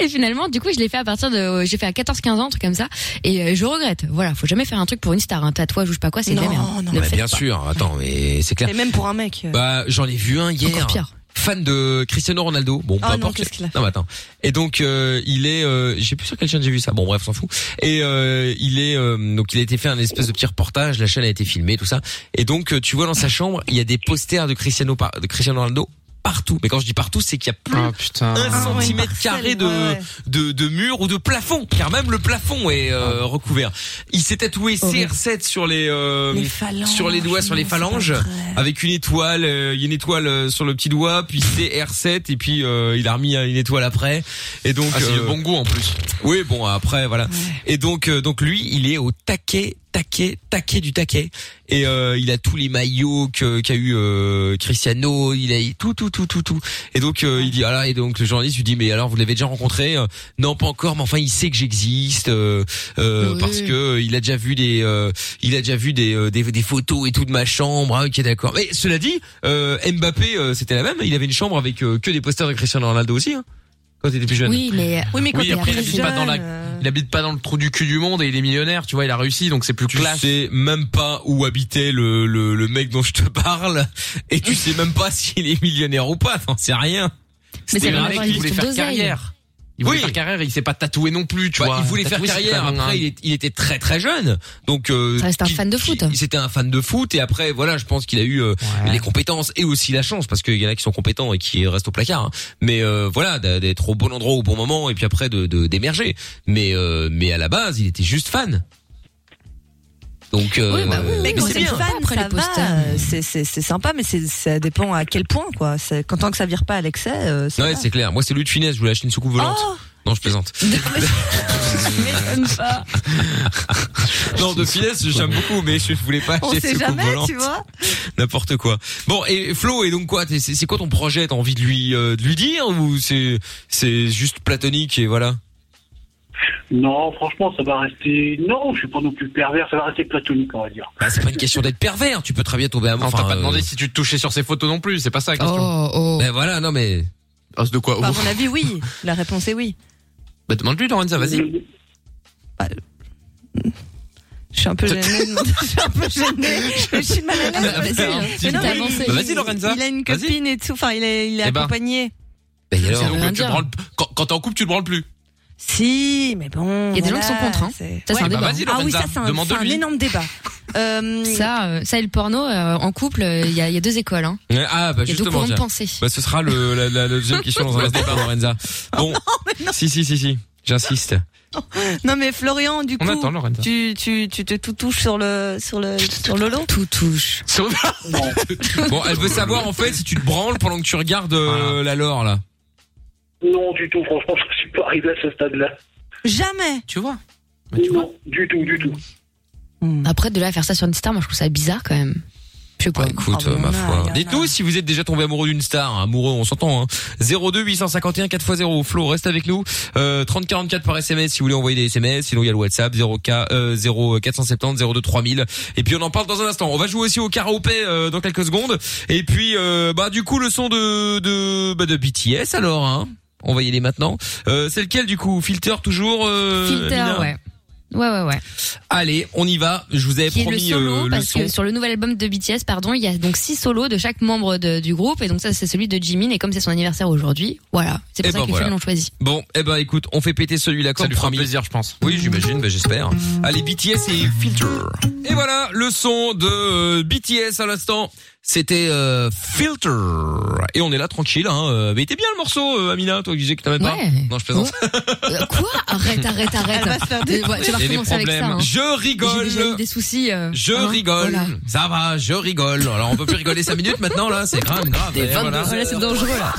S6: Et finalement, du coup, je l'ai fait à partir de, j'ai fait à 14, 15 ans, un truc comme ça. Et euh, je regrette. Voilà, faut jamais faire un truc pour une star, un tatouage ou je sais pas quoi, c'est hein. de la
S3: Non,
S6: merde.
S3: non.
S6: Ne
S2: Bah,
S6: faites
S2: bien
S6: pas.
S2: sûr, attends, mais c'est clair.
S3: Et même pour un mec. euh,
S2: Bah, j'en ai vu un hier.
S6: Encore pire.
S2: Fan de Cristiano Ronaldo. Bon, peu
S3: Ah non,
S2: importe.
S3: qu'est-ce qu'il a fait
S2: Non, mais attends. Et donc, euh, il est, euh, j'ai plus sur quelle chaîne j'ai vu ça. Bon, bref, on s'en fout. Et euh, il est, euh, donc, il a été fait un espèce de petit reportage. La chaîne a été filmée, tout ça. Et donc, euh, tu vois dans sa chambre, il y a des posters de Cristiano, par- de Cristiano Ronaldo partout. Mais quand je dis partout, c'est qu'il y a plus
S5: Ah putain.
S2: un
S3: Ah ouais,
S2: centimètre
S3: parcelle,
S2: carré de,
S3: ouais, ouais.
S2: de de mur ou de plafond, car même le plafond est euh, recouvert. Il s'est tatoué
S6: Horrible.
S2: CR7 sur les, euh,
S3: Les phalanges,
S2: sur les doigts, sur les
S3: non, c'est pas
S2: phalanges,
S3: vrai.
S2: avec une étoile, euh, il y a une étoile euh, sur le petit doigt, puis CR7 et puis euh, il a remis euh, une étoile après. Et donc
S5: Ah, c'est
S2: euh,
S5: le bon goût en plus.
S2: oui, bon après voilà. Et donc euh, donc lui, il est au taquet, taquet, taquet du taquet et euh, il a tous les maillots que- qu'a eu euh, Cristiano, il a tout tout tout tout tout. Et donc euh, il dit ah là et donc le journaliste lui dit mais alors vous l'avez déjà rencontré Euh, Non, pas encore, mais enfin il sait que j'existe euh, euh,
S6: Oui.
S2: parce que euh, il a déjà vu des euh, il a déjà vu des, euh, des des photos et tout de ma chambre. Ah, OK, d'accord. Mais cela dit, euh, Mbappé euh, c'était la même, il avait une chambre avec euh, que des posters de Cristiano Ronaldo aussi hein, quand il était plus jeune.
S6: Oui, mais
S3: Oui, mais quand
S5: Oui,
S3: t'es
S5: après, il
S3: plus
S5: habite pas dans la-
S3: jeune, euh,
S5: Il habite pas dans le trou du cul du monde et il est millionnaire, tu vois, il a réussi donc c'est plus
S2: tu
S5: classe.
S2: sais même pas où habitait le, le, le mec dont je te parle et tu sais même pas s'il est millionnaire ou pas, t'en sais rien.
S6: mais ça
S5: C'est
S6: n'a rien
S5: un
S6: à
S5: mec
S6: voir
S5: qui
S6: avec
S5: voulait
S6: l'histoire
S5: faire
S6: d'oseille.
S5: carrière. Il voulait
S2: Oui.
S5: faire carrière, il s'est pas tatoué non plus, tu
S2: Bah,
S5: vois.
S2: il voulait faire
S5: Tatouer, c'est
S2: carrière.
S5: quand même un-
S2: Après, il, est- il était très très jeune, donc euh,
S6: Ça reste Ah, un
S2: qui-
S6: fan de
S2: qui-
S6: foot.
S2: il- C'était un fan de foot et après, voilà, je pense qu'il a eu euh, les compétences et aussi la chance parce qu'il y en a qui sont compétents et qui restent au placard. hein. Mais euh, voilà, d'a- d'être au bon endroit au bon moment et puis après de de- d'émerger. mais euh, mais à la base, il était juste fan. Donc euh,
S6: Oui, bah oui,
S2: euh,
S3: Mais
S2: mais
S3: quand
S2: c'est
S3: t'es
S2: bien.
S3: fan,
S6: Après, les
S3: ça
S6: posters.
S3: va, euh, c'est- c'est c'est sympa, mais c'est- ça dépend à quel point, quoi. C'est- Quand tant que ça vire pas à l'excès, euh, ça
S2: Ouais,
S3: va.
S2: c'est clair. Moi, c'est lui de finesse. Je voulais acheter une soucoupe volante.
S3: Oh
S2: Non, je plaisante. Non, de finesse, j'aime beaucoup, mais je voulais pas
S3: on
S2: acheter une
S3: sait
S2: soucoupe
S3: jamais,
S2: volante.
S3: tu vois.
S2: N'importe quoi. Bon, et Flo, et donc quoi t'es- C'est c'est quoi ton projet T'as envie de lui euh, de lui dire ou c'est c'est juste platonique et voilà
S7: Non, franchement, ça va rester. Non, je suis pas non plus pervers, ça va rester platonique, on va dire.
S2: bah, C'est pas une question d'être pervers. Tu peux très bien tomber amoureux.
S5: Enfin, t'as pas
S2: euh,
S5: demandé si tu te touchais sur ses photos non plus, c'est pas ça la question.
S6: Oh, oh.
S2: Ben voilà, non mais
S5: Ah, c'est de quoi
S3: Enfin, à
S5: Oh.
S3: mon avis, oui. La réponse est oui.
S5: Bah, demande-lui, Lorenza, vas-y.
S3: Je suis un peu gênée. de demander- je suis un peu gênée. Mais je suis mal à
S6: Ah,
S3: l'aise.
S5: fait un
S3: parce que-
S5: petit
S3: mais non,
S6: peu.
S3: mais il-
S6: Bah,
S5: vas-y, Lorenza.
S3: Il a une
S5: Vas-y.
S3: copine et tout. Enfin, il est, il est
S5: Eh ben.
S3: accompagné.
S2: ben et alors
S6: Ça veut
S5: Donc,
S6: rien
S5: tu te
S6: dire.
S5: branles- Quand, quand t'es en couple, tu te branles plus.
S3: Si, mais bon.
S6: Il y a des
S3: voilà,
S6: gens qui sont contre, hein.
S3: c'est-
S6: Ça, c'est
S3: Ouais.
S6: un
S5: bah,
S6: débat.
S5: vas-y,
S3: Ah oui,
S5: Lorenza,
S3: ça, c'est un, c'est un
S5: demande-lui.
S3: énorme débat. Euh,
S6: Ça, euh, ça et le porno, euh, en couple, euh, il y, a, il y a deux écoles. Hein.
S2: Ouais, Ah bah
S6: Il y a deux
S2: justement.
S6: courants de
S2: tiens.
S6: pensée.
S2: Bah ce sera le la, la- la deuxième question dans un instant par Lorenza. Bon, si si si si, j'insiste.
S3: Non, mais Florian, du
S5: On
S3: coup,
S5: attend, Lorenza.
S3: tu, tu, tu te tout touches sur le, sur le, sur le lot.
S6: Tout touche.
S2: Bon, elle veut savoir en fait si tu te branles pendant que tu regardes euh, la lore là.
S7: Non, du tout, franchement, je suis pas arrivé à ce stade-là.
S3: Jamais.
S5: Tu vois
S7: Non, du tout, du tout.
S6: Après, de là à faire ça sur une star, moi je trouve ça bizarre quand même. Je sais pas.
S2: Bah écoute,
S3: Ah,
S2: euh, ma
S3: bah, non,
S2: foi.
S3: non,
S2: Dites-nous
S3: non.
S2: si vous êtes déjà tombé amoureux d'une star, hein, amoureux, on s'entend. Hein. 02 851 4x0. Flo, reste avec nous. Euh, 30 44 par SMS si vous voulez envoyer des SMS. Sinon il y a le WhatsApp 0K euh, 0 470 02 3000. Et puis on en parle dans un instant. On va jouer aussi au karaopé euh, dans quelques secondes. Et puis euh, bah du coup le son de de bah, de BTS alors. Hein. On va y aller maintenant. Euh, c'est lequel du coup Filter toujours. euh,
S6: Filter,
S2: Mina
S6: ouais. Ouais, ouais, ouais.
S2: Allez, on y va. Je vous avais
S6: qui est le
S2: promis
S6: solo
S2: euh, le
S6: parce
S2: son.
S6: que sur le nouvel album de BTS pardon il y a donc six solos de chaque membre de- du groupe et donc ça c'est celui de Jimin et comme c'est son anniversaire aujourd'hui voilà c'est pour
S2: Eh
S6: ça
S2: ben,
S6: que les
S2: voilà.
S6: filles l'ont choisi
S2: Bon, eh ben écoute, on fait péter celui-là
S5: Ça
S2: comme
S5: lui fera
S2: promis.
S5: plaisir, je pense.
S2: Oui, j'imagine, bah, j'espère. Allez, BTS et Filter. Et voilà, le son de euh, BTS à l'instant. C'était euh, Filter. Et on est là tranquille. Hein. euh, Mais était bien le morceau, euh, Amina, toi qui disais que t'aimais pas.
S6: Ouais.
S2: Non, je plaisante.
S6: Euh, quoi arrête arrête arrête
S3: Elle va se faire des-
S6: Euh, ouais, tu vas
S5: Il y a des
S6: recommencer avec ça hein.
S5: problèmes.
S2: Je
S6: j'ai déjà eu
S2: rigole.
S6: des soucis euh,
S2: Je
S6: hein,
S2: rigole.
S6: voilà.
S2: Ça va, je rigole. Alors on peut plus rigoler 5 minutes maintenant là, c'est grave, grave. Et voilà.
S6: Voilà, c'est dangereux là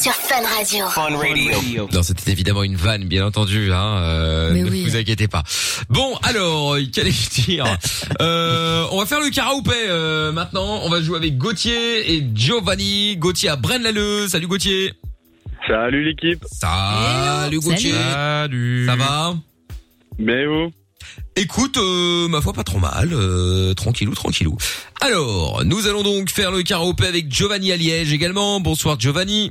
S4: Sur Fun Radio.
S2: Non, c'était évidemment une vanne, bien entendu. Hein, euh,
S6: Mais
S2: ne
S6: oui.
S2: vous inquiétez pas. Bon, alors, euh, qu'allais-je dire euh, On va faire le karaoké euh, maintenant. On va jouer avec Gauthier et Giovanni. Gauthier à Braine-l'Alleud. Salut Gauthier.
S8: Salut l'équipe.
S2: Salut Gauthier.
S5: Salut.
S2: Ça va
S8: Mais où
S2: Écoute, euh, ma foi, pas trop mal. Euh, tranquillou, tranquillou. Alors, nous allons donc faire le karaoké avec Giovanni à Liège également. Bonsoir Giovanni.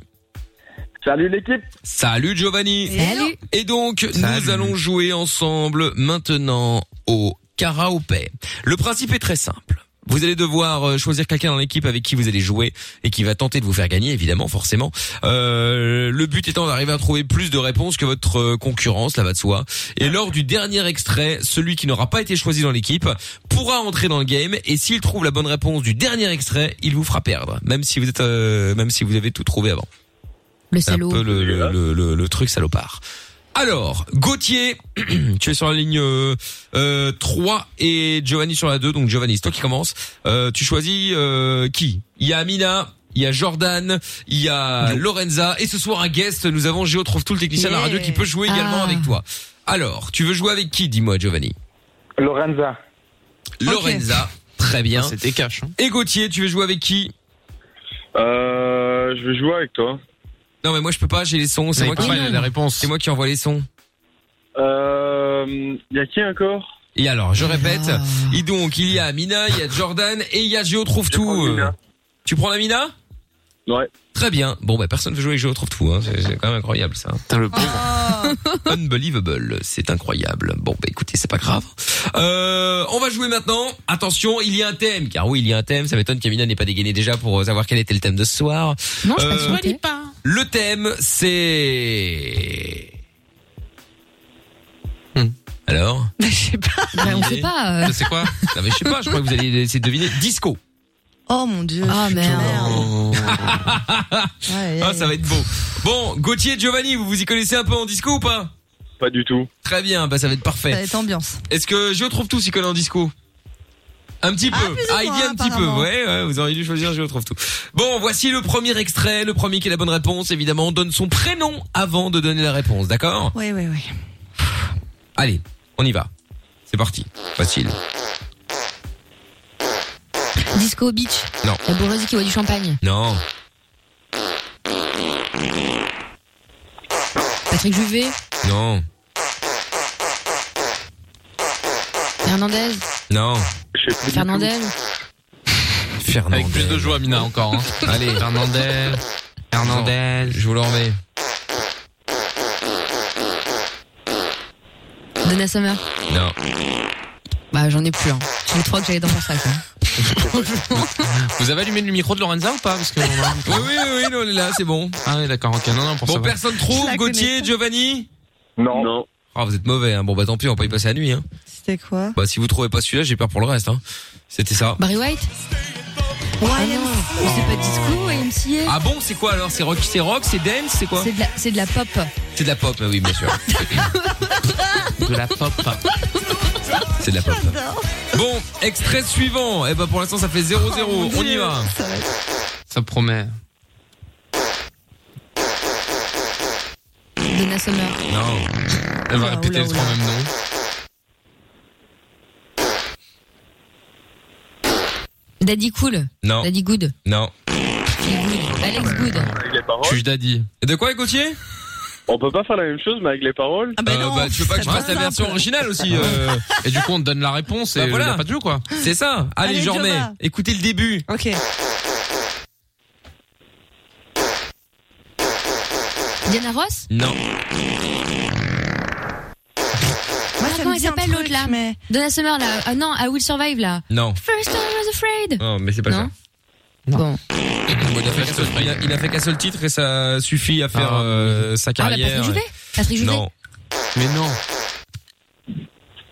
S8: Salut l'équipe.
S2: Salut Giovanni.
S6: salut
S2: Et donc, nous allons jouer ensemble maintenant au karaopé. Le principe est très simple. Vous allez devoir euh, choisir quelqu'un dans l'équipe avec qui vous allez jouer et qui va tenter de vous faire gagner, évidemment, forcément. Euh, le but étant d'arriver à trouver plus de réponses que votre euh, concurrence, là va de soi. Et lors du dernier extrait, celui qui n'aura pas été choisi dans l'équipe pourra entrer dans le game et s'il trouve la bonne réponse du dernier extrait, il vous fera perdre, même si vous êtes, euh, même si vous avez tout trouvé avant.
S6: le
S2: C'est un peu
S6: salaud
S2: le, le, le- le- le truc salopard. Alors, Gauthier, tu es sur la ligne euh, euh, 3 et Giovanni sur la 2. Donc, Giovanni, c'est toi qui commence. tu choisis euh, qui Il y a Amina, il y a Jordan, il y a Lorenza. Et ce soir, un guest, nous avons Géo Trouve tout le technicien de la radio
S3: Yeah.
S2: qui peut jouer également
S6: Ah.
S2: avec toi. Alors, tu veux jouer avec qui, dis-moi, Giovanni
S8: Lorenza.
S2: Lorenza, très bien.
S5: C'était cash. hein.
S2: Et Gauthier, tu veux jouer avec qui
S8: Euh, je vais jouer avec toi.
S2: Non, mais moi, je peux pas, j'ai les sons. C'est
S5: Mais
S2: moi, qui...
S5: pas la réponse.
S2: c'est moi qui envoie les sons.
S8: Euh, y a qui encore
S2: Et alors, je répète,
S6: Ah.
S2: et donc il y a Amina, il y a Jordan et il y a Géo trouve
S8: Je prends
S2: tout.
S8: Amina.
S2: Euh, Tu prends la Mina
S8: Ouais.
S2: Très bien. Bon, bah personne veut jouer avec Géo trouve tout. Hein. C'est c'est quand même incroyable ça.
S5: Putain, le pauvre.
S3: Oh.
S2: Unbelievable, c'est incroyable. Bon, bah écoutez, c'est pas grave. Euh, on va jouer maintenant. Attention, il y a un thème. Car oui, il y a un thème. Ça m'étonne qu'Amina n'ait pas dégainé déjà pour savoir quel était le thème de ce soir.
S6: non je suis
S2: Euh,
S6: pas sûre, t'es-
S5: pas.
S2: Le thème, c'est... Hmm. Alors
S6: Je sais pas. on sait pas. euh.
S2: C'est quoi Non mais je sais pas, je crois que vous allez essayer de deviner. Disco.
S3: Oh mon dieu.
S6: Ah, merde.
S3: Ouais,
S2: Ah,
S3: ouais,
S2: ça va être beau. Bon, Gauthier, Giovanni, vous vous y connaissez un peu en disco ou pas
S8: Pas du tout.
S2: Très bien, bah ça va être
S3: ça
S2: parfait.
S3: va être ambiance.
S2: Est-ce que je trouve tout s'y connaît en disco un petit peu.
S3: Ah, plus ou
S2: il dit
S3: moins,
S2: un petit peu.
S3: apparemment.
S2: Ouais, ouais, vous auriez dû choisir, je trouve tout. Bon, voici le premier extrait. Le premier qui a la bonne réponse, évidemment, on donne son prénom avant de donner la réponse, d'accord
S3: Oui, oui, oui.
S2: Allez, on y va. C'est parti. Facile.
S6: Disco Beach.
S2: Non.
S6: La bourgeoisie qui boit du champagne.
S2: Non.
S6: Patrick Juvet.
S2: Non.
S6: Fernandez.
S2: Non.
S8: Je sais plus.
S6: Fernandez.
S2: Fernandez.
S5: Avec plus de joie, Mina, encore. hein.
S2: Allez.
S5: Fernandel. Fernandel.
S2: Je vous le remets.
S6: Donna Summer.
S2: Non.
S6: Bah, j'en ai plus, hein. J'ai les trois que j'avais dans mon sac, hein.
S5: Vous avez allumé le micro de Lorenza ou pas Parce que on a-
S2: Oui, oui, oui, non, on est là, c'est bon.
S5: Ah oui, d'accord, ok. Non, non, pour
S2: Bon,
S5: savoir.
S2: personne trouve.
S3: Je la connais
S2: Gauthier,
S3: pas.
S2: Giovanni.
S8: Non. Non.
S2: Ah, vous êtes mauvais. Hein. Bon, bah tant pis, on va pas y passer la nuit. Hein.
S3: C'était quoi
S2: Bah si vous trouvez pas celui-là, j'ai peur pour le reste. Hein. C'était ça.
S6: Barry White.
S3: Ouais,
S6: Mais c'est pas disco, YMCA.
S2: Ah bon, c'est quoi alors C'est rock, c'est rock, c'est dance, c'est quoi
S6: C'est de la, c'est de la pop.
S2: C'est de la pop, oui, bien sûr.
S5: de la pop.
S2: C'est de la pop. Bon, extrait suivant. Eh ben pour l'instant, ça fait 0-0. On y va.
S5: Ça promet.
S6: Donna Summer.
S2: Non.
S5: Elle va
S3: Oula,
S5: répéter les
S3: oula,
S5: trois
S3: oula.
S5: mêmes noms.
S6: Daddy Cool.
S2: Non.
S6: Daddy Good.
S2: Non.
S6: Feel Good. Alex Good.
S8: Avec les paroles.
S5: Chuche Daddy.
S2: De quoi, Gauthier
S8: On peut pas faire la même chose, mais avec les paroles.
S3: Ah bah
S2: Euh,
S3: non,
S2: bah, tu veux pas que je
S3: ça
S2: fasse la
S3: va.
S2: version originale aussi euh,
S5: Et du coup, on te donne la réponse et
S2: Bah,
S5: il
S2: voilà.
S5: n'y a pas de jeu, quoi.
S2: C'est ça. Allez,
S3: Allez,
S2: j'en remets.
S3: Giova.
S2: Écoutez le début.
S3: Ok.
S6: Diana Ross.
S2: Non.
S3: Moi,
S6: Ah,
S3: ça
S6: comment
S3: me
S6: il
S3: dit un
S6: s'appelle
S3: truc,
S6: l'autre, là
S3: mais-
S6: Donna Summer, là. Ah non, I Will Survive, là.
S2: Non.
S6: First I was afraid.
S2: Non, mais c'est pas
S6: non. Bon.
S2: ça. Bon, il, a fait qu'un seul- il a- il a fait qu'un seul titre et ça suffit à faire
S5: Ah.
S2: euh, sa
S6: Ah, bah, Patrick
S2: carrière.
S6: Juvet. Patrick Juvet.
S2: non.
S5: Mais non.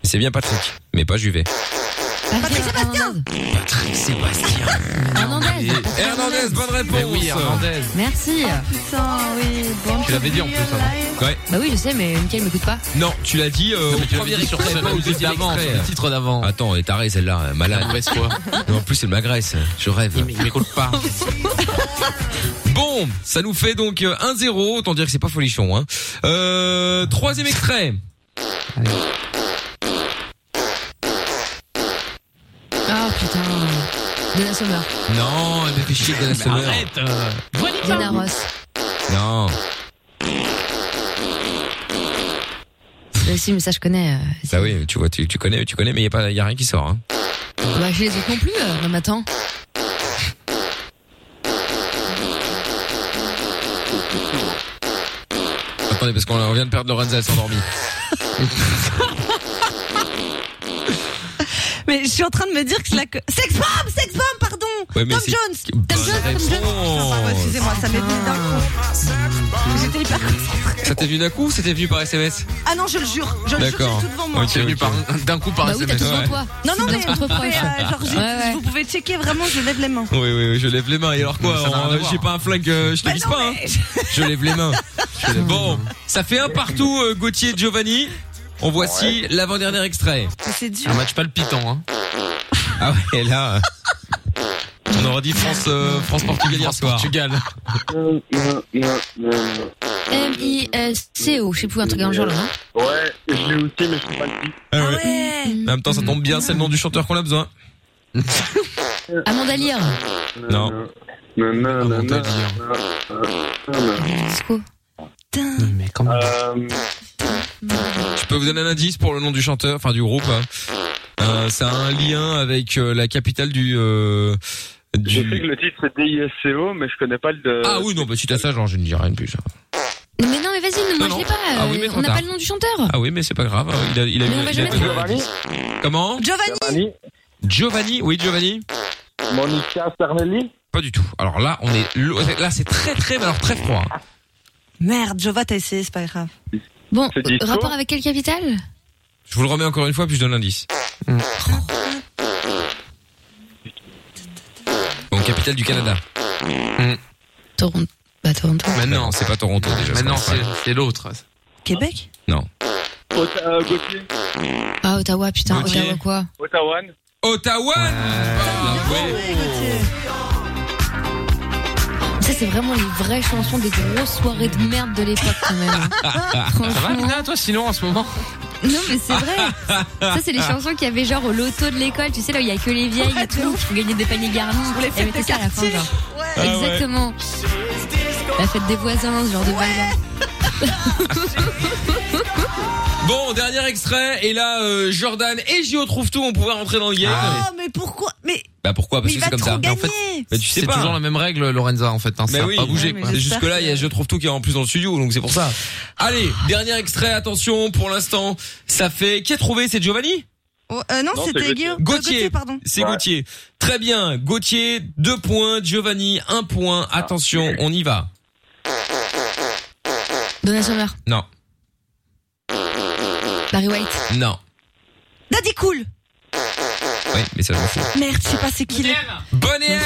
S2: C'est bien Patrick, mais pas Juvet.
S6: Patrick Sébastien.
S2: Patrick Sébastien.
S6: Hernandez.
S5: Et-
S6: Patrick
S2: Hernandez, bonne réponse.
S5: Mais oui, Hernandez.
S6: Merci.
S3: Putain, oui. Bon,
S5: Tu l'avais dit en plus hein. avant.
S2: Ouais.
S6: Bah oui, je sais, mais Mickaël m'écoute pas.
S2: Non, tu l'as dit euh,
S5: Non,
S2: au
S5: mais tu
S2: premier
S5: l'avais dit sur
S2: extrait,
S5: scène,
S2: pas au
S5: le titre
S2: deuxième
S5: d'avant,
S2: extrait. Ah,
S5: sur le titre d'avant.
S2: Attends, elle est tarée celle-là, euh, malade.
S5: Mauvaise foi.
S2: Non, en plus, elle m'agresse. Je rêve.
S5: Il m'écoute pas.
S2: Bon, ça nous fait donc euh, 1-0. Autant dire que c'est pas folichon. Hein. Euh, troisième extrait.
S6: Ah putain. Donna Summer.
S2: Non, elle m'a fait chier de la semaine.
S5: Arrête. euh.
S6: Diana Ross.
S2: Non.
S6: Euh, si, mais ça, je connais. euh, c'est-
S2: Bah oui, mais tu vois, tu, tu connais, tu connais, mais y a pas, y a rien qui sort. Hein.
S6: Bah, chez les autres non plus. euh, Non, mais attends.
S2: Attendez, parce qu'on on vient de perdre Lorenza, elle s'est endormie.
S3: Mais je suis en train de me dire que c'est la que. Sex bomb, sex bomb, pardon.
S2: Ouais, mais
S3: Tom
S2: c'est-
S3: Jones. Tom
S2: Bonne
S3: Jones, Tom
S2: réponse.
S3: Jones. Putain, pardon, Excusez-moi, ça m'est venu d'un coup. J'étais hyper concentrée.
S2: Ça t'est venu d'un coup ou c'était venu par SMS
S3: Ah non, je le jure. Je le jure,
S2: D'accord.
S3: c'est tout devant moi.
S2: Ok,
S5: T'es venu
S2: ok.
S5: par- d'un coup par
S6: Bah oui, t'as tout
S5: SMS.
S6: devant toi.
S3: Non, non,
S6: C'est
S3: mais,
S6: parce qu'on te reproche.
S3: mais, euh, genre, j'ai-
S6: Ouais, ouais.
S3: vous pouvez checker, vraiment, je lève les mains.
S2: Oui, oui, oui, je lève les mains. Et alors quoi
S5: Ça n'a rien
S2: on-
S5: à voir.
S2: J'ai pas un flingue, euh, je te
S3: Bah
S2: vise
S3: non,
S2: pas. hein.
S3: mais-
S2: Je lève les mains. bon, ça fait un partout, euh, Gauthier et Giovanni. On voici l'avant-dernier extrait.
S3: Mais C'est dur.
S5: Un match palpitant, hein.
S2: Ah ouais, là. On aurait dit France, euh, France Portugal hier soir.
S5: Portugal.
S8: Non, non, non, non.
S6: M-I-S-C-O. Je sais plus, un truc dans le genre, là. hein.
S8: Ouais, je l'ai aussi, mais je sais pas le dire.
S2: Ah ouais.
S3: Ouais.
S2: En même temps, ça tombe bien, c'est le nom du chanteur qu'on a besoin.
S6: Amanda Lear.
S2: Non.
S8: Non,
S2: Ah,
S8: non, non,
S5: Comment te
S8: non.
S2: hein.
S5: dire
S6: Disco.
S3: Putain.
S5: Mais comment
S8: Euh,
S2: Je peux vous donner un indice pour le nom du chanteur, enfin du groupe. hein. Euh, ça a un lien avec euh, la capitale du... euh,
S8: je sais que
S2: du...
S8: le titre c'est DISCO, mais je connais pas le. De...
S2: Ah oui, non, bah si t'as ça, genre, je ne dis rien de
S5: hein.
S2: plus.
S6: Mais non, mais vas-y, moi
S2: Non,
S6: je l'ai
S2: non.
S6: pas.
S2: Ah oui,
S6: euh,
S2: mais trop
S6: on n'a
S2: tard.
S6: pas le nom du chanteur.
S2: Ah oui, mais c'est pas grave. hein. Il a, il a
S6: Mais
S2: eu-
S6: on va
S2: il
S6: jamais
S2: a-
S8: Giovanni,
S2: Comment
S3: Giovanni.
S8: Giovanni,
S2: Giovanni Oui, Giovanni
S8: Monica Cernelli.
S2: Pas du tout. Alors là, on est lo- là, c'est très très mais alors très froid. hein.
S3: Merde, Jova, t'as essayé, c'est pas grave.
S6: Bon,
S2: C'est dit
S6: euh,
S2: chaud.
S6: rapport avec quelle capitale
S2: Je vous le remets encore une fois puis je donne l'indice. Donc capitale du Canada.
S6: Toronto. Bah, Toronto.
S2: Mais non, c'est pas Toronto déjà.
S5: Mais non,
S2: c'est l'autre.
S6: Québec
S2: Non.
S8: euh,
S6: Ah, Ottawa, putain.
S2: Gauthier.
S6: Ottawa quoi
S2: Ottawa. Ottawa. Oh.
S6: Ça, c'est vraiment les vraies chansons des grosses soirées de merde de l'époque, quand même. hein.
S5: Ça va, Nina, toi, sinon, en ce moment
S6: Non, mais c'est vrai. Ça, c'est les chansons qu'il y avait genre au loto de l'école. Tu sais, là, il y a que les vieilles et tout. Tu peux gagner des paniers garnis. Elle mettait ça à la fin, genre.
S9: Ah ouais.
S6: Exactement. La fête des voisins, ce genre de bail-là.
S2: Bon, dernier extrait et là euh, Jordan et Gio trouvent tout, on pouvait rentrer dans le game.
S5: Ah.
S3: Oh, mais pourquoi Mais
S2: Bah pourquoi Parce
S3: Mais
S2: que
S3: il va
S2: c'est comme
S3: trop
S2: ça.
S3: gagner.
S2: En fait, bah, tu sais
S5: C'est
S2: pas.
S5: toujours la même règle, Lorenza, en fait. hein,
S2: Mais
S5: ça
S2: oui.
S5: a pas bougé, quoi.
S2: Jusque là, il y a je trouve tout qui est en plus dans le studio, donc c'est pour ça. Allez, dernier extrait, attention, pour l'instant, ça fait qui a trouvé C'est Giovanni
S3: Oh, euh, non, c'était Guillaume. euh,
S2: Gauthier.
S3: pardon.
S2: C'est Gauthier. Très bien, Gauthier, deux points, Giovanni, un point. Attention, on y va.
S6: Donna Summer,
S2: Non.
S6: Barry White.
S2: Non.
S3: Daddy Cool.
S2: Oui, mais ça je m'en fous.
S3: Merde, je sais pas c'est qui.
S2: Bonne et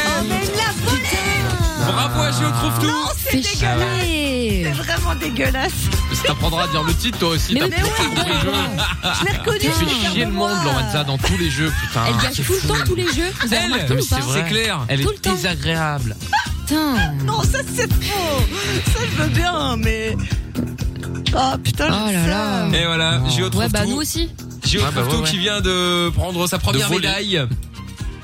S2: Bravo à Gio trouve tout.
S3: Non, c'est dégueulasse. C'est vraiment dégueulasse.
S5: Ça t'apprendra à dire le titre, toi aussi.
S3: Mais
S5: t'as
S3: oui,
S5: appris
S3: mais
S5: dans tous les jeux.
S3: Je l'ai reconnu.
S5: Tu
S3: je l'ai
S5: fais chier le monde, Lorenza, dans tous les jeux, putain.
S6: Elle gâche tout le temps tous les jeux. Vous avez remarqué
S5: Mais
S6: ou pas
S5: c'est vrai. Elle
S6: Tout le
S5: est
S6: temps.
S5: désagréable.
S6: Putain.
S3: Non, ça c'est faux. Ça je veux bien, mais. Oh putain,
S6: Oh là là.
S2: Et voilà, Gio trouve
S6: Ouais, bah,
S2: tout.
S6: nous aussi.
S2: Gio
S5: Ouais, bah,
S2: Trouve-Tout
S5: ouais, ouais.
S2: qui vient de prendre sa première
S5: voler.
S2: médaille.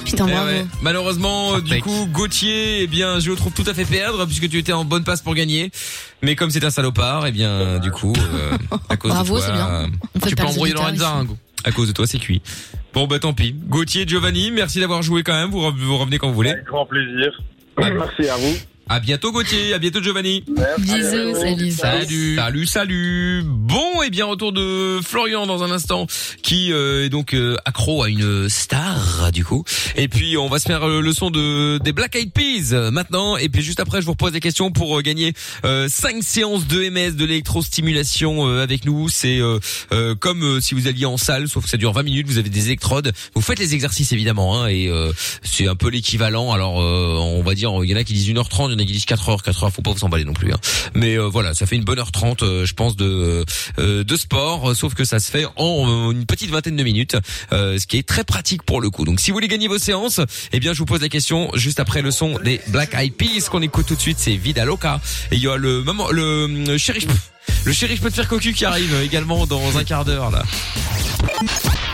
S6: Putain,
S2: Eh
S6: bravo.
S2: ouais. Malheureusement, euh, du coup, Gauthier, eh bien, Gio trouve tout à fait perdre puisque tu étais en bonne passe pour gagner. Mais comme c'est un salopard, eh bien, du coup, euh, à cause
S6: Bravo,
S2: de toi,
S6: c'est bien.
S2: euh,
S6: On fait
S2: tu peux
S6: perdre les
S2: embrouiller
S6: auditeurs
S2: Lorenza.
S6: ici.
S2: hein, Go. à cause de toi, c'est cuit. Bon, bah tant pis. Gauthier, Giovanni, merci d'avoir joué quand même. Vous, re- vous revenez quand vous voulez.
S8: Grand plaisir. Merci à vous.
S2: À bientôt Gauthier, à bientôt Giovanni.
S6: Bisous, salut.
S2: Salut. Salut, salut. Bon, et bien retour de Florian dans un instant, qui euh, est donc euh, accro à une star du coup. Et puis on va se faire euh, le son de des Black Eyed Peas euh, maintenant. Et puis juste après, je vous repose des questions pour euh, gagner euh, cinq séances de MS de l'électrostimulation euh, avec nous. C'est euh, euh, comme euh, si vous alliez en salle, sauf que ça dure 20 minutes. Vous avez des électrodes, vous faites les exercices évidemment, hein, et euh, c'est un peu l'équivalent. Alors euh, on va dire, il y en a qui disent 1h30, il y en a qui disent 4h, 4h, faut pas vous s'emballer non plus. hein. Mais euh, voilà, ça fait une bonne heure 30 euh, je pense de euh, de sport, euh, sauf que ça se fait en euh, une petite vingtaine de minutes, euh, ce qui est très pratique pour le coup. Donc si vous voulez gagner vos séances, eh bien je vous pose la question juste après le son des Black Eyed Peas qu'on écoute tout de suite, c'est Vida Loca et il y a le maman le euh, shérif le shérif peut te faire cocu qui arrive euh, également dans un quart d'heure là.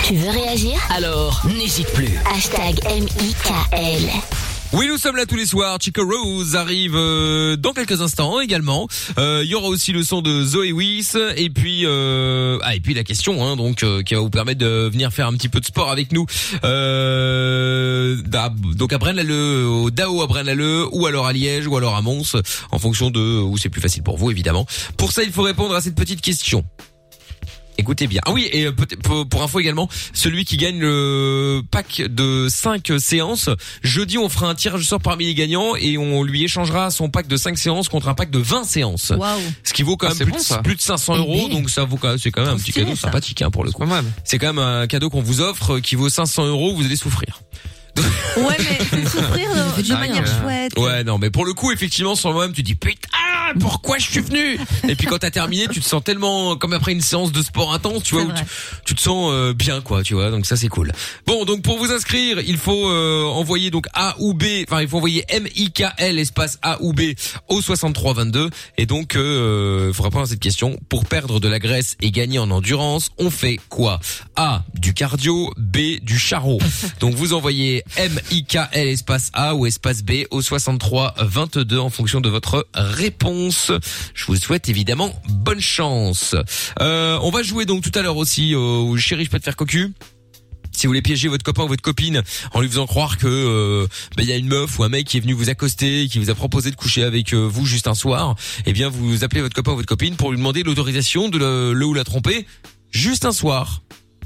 S4: Tu veux réagir
S1: Alors, n'hésite plus.
S4: Hashtag M-I-K-L.
S2: Oui, nous sommes là tous les soirs. Chico Rose arrive euh, dans quelques instants également. Euh, Il y aura aussi le son de Zoé Wiss et puis euh, ah et puis la question hein, donc euh, qui va vous permettre de venir faire un petit peu de sport avec nous. Euh, d'à- donc à Braine-l'Alleud, euh, au Dao à Braine-l'Alleud ou alors à Liège ou alors à Mons en fonction de où c'est plus facile pour vous évidemment. Pour ça, il faut répondre à cette petite question. Écoutez bien. Ah oui, et euh, peut-être pour, pour info également, celui qui gagne le pack de 5 séances, jeudi on fera un tirage au sort parmi les gagnants et on lui échangera son pack de 5 séances contre un pack de 20 séances.
S5: Waouh.
S2: Ce qui vaut quand
S5: Ah,
S2: même
S5: c'est
S2: plus,
S5: bon,
S2: de-
S5: ça.
S2: plus de 500 euros,
S5: Eh bien.
S2: donc ça vaut quand même, c'est quand même un petit
S5: stylé,
S2: cadeau
S5: ça.
S2: sympathique hein, pour le coup. C'est quand même un cadeau qu'on vous offre euh, qui vaut 500 euros, vous allez souffrir.
S3: Ouais, mais c'est souffrir de, de manière chouette.
S2: Ouais, non, mais pour le coup, effectivement, sur moi-même, tu dis putain, pourquoi je suis venu Et puis quand t'as terminé, tu te sens tellement comme après une séance de sport intense, tu vois, où tu, tu te sens euh, bien, quoi, tu vois. Donc ça, c'est cool. Bon, donc pour vous inscrire, il faut euh, envoyer donc A ou B. Enfin, il faut envoyer M I K L espace A ou B au 6322. Et donc, euh, faut répondre à cette question. Pour perdre de la graisse et gagner en endurance, on fait quoi A du cardio, B du charreau. Donc vous envoyez M I K L espace A ou espace B au 63 22 en fonction de votre réponse. Je vous souhaite évidemment bonne chance. Euh, on va jouer donc tout à l'heure aussi au chéri je peux te faire cocu. Si vous voulez piéger votre copain ou votre copine en lui faisant croire que euh, bah, il y a une meuf ou un mec qui est venu vous accoster, et qui vous a proposé de coucher avec euh, vous juste un soir, eh bien vous appelez votre copain ou votre copine pour lui demander l'autorisation de le, le ou la tromper juste un soir.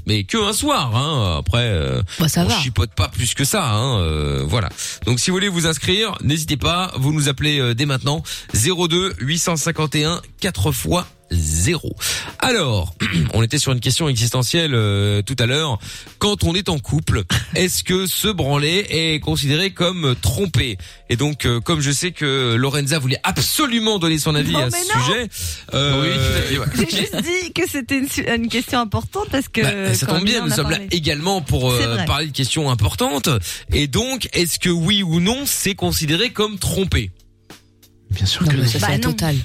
S2: mais que un soir. Hein. Après, euh,
S6: ça
S3: Bah,
S2: on
S6: va.
S2: chipote pas plus que ça. Hein. euh, voilà. Donc si vous voulez vous inscrire, n'hésitez pas. Vous nous appelez euh, dès maintenant 02 851 4 x 0. Alors, on était sur une question existentielle euh, tout à l'heure. Quand on est en couple, est-ce que se branler est considéré comme trompé Et donc, euh, comme je sais que Lorenza voulait absolument donner son avis
S3: Non,
S2: à
S3: Oh, mais
S2: ce
S3: non.
S2: sujet, euh, et voilà.
S3: J'ai juste dit que c'était une, su- une question importante parce que.
S2: Bah, ça
S3: quand
S2: tombe bien,
S3: on en
S2: nous
S3: a
S2: sommes là
S3: parlé.
S2: également pour euh,
S3: C'est vrai.
S2: parler de questions importantes. Et donc, est-ce que oui ou non, c'est considéré comme trompé
S5: Bien sûr
S6: Non, mais ça, c'est
S3: Bah,
S6: la
S3: non.
S6: totale.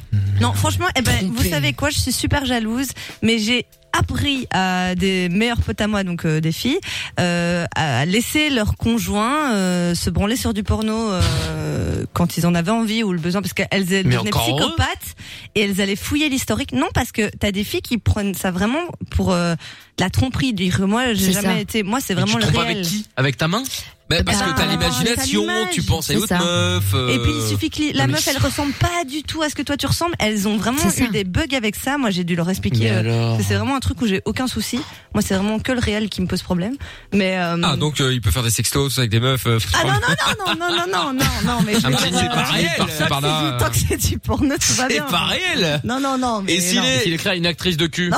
S3: Non, franchement, eh ben,
S6: Trompé.
S3: vous savez quoi, je suis super jalouse, mais j'ai appris à des meilleurs potes à moi, donc euh, des filles, euh, à laisser leur conjoint euh, se branler sur du porno euh, quand ils en avaient envie ou le besoin, parce qu'elles devenaient
S5: encore heureux.
S3: psychopathes et elles allaient fouiller l'historique. Non, parce que t'as des filles qui prennent ça vraiment pour euh, de la tromperie. Dire moi, j'ai
S6: C'est
S3: jamais
S6: ça.
S3: été. Moi, c'est
S5: Mais tu
S3: vraiment
S5: te
S3: le
S5: trompes
S3: réel.
S5: avec qui Avec ta main
S2: Bah, Parce
S6: Bah,
S2: que t'as
S6: t'as
S2: l'imagination,
S3: l'image,
S2: tu penses à une
S6: c'est
S2: autre
S6: ça.
S2: meuf. euh,
S3: Et puis il suffit que li- la
S5: mais
S3: meuf elle ressemble pas du tout à ce que toi tu ressembles. Elles ont vraiment
S6: C'est ça.
S3: eu des bugs avec ça. Moi j'ai dû leur expliquer.
S5: Mais
S3: euh,
S5: alors
S3: que C'est vraiment un truc où j'ai aucun souci. Moi c'est vraiment que le réel qui me pose problème. Mais euh,
S2: Ah, donc euh, il peut faire des sextos avec des meufs. euh,
S3: ah non non non non non non non non non mais je
S2: Ah,
S3: veux
S2: mais
S3: dire,
S2: c'est
S3: euh,
S2: pas réel,
S3: tant que
S2: c'est par là,
S3: du-
S2: euh.
S3: Tant que c'est du porno tout va
S2: c'est
S3: bien.
S2: pas réel
S3: Non non non. Mais
S2: Et s'il
S3: non.
S2: est-
S5: Il écrit à une actrice de cul.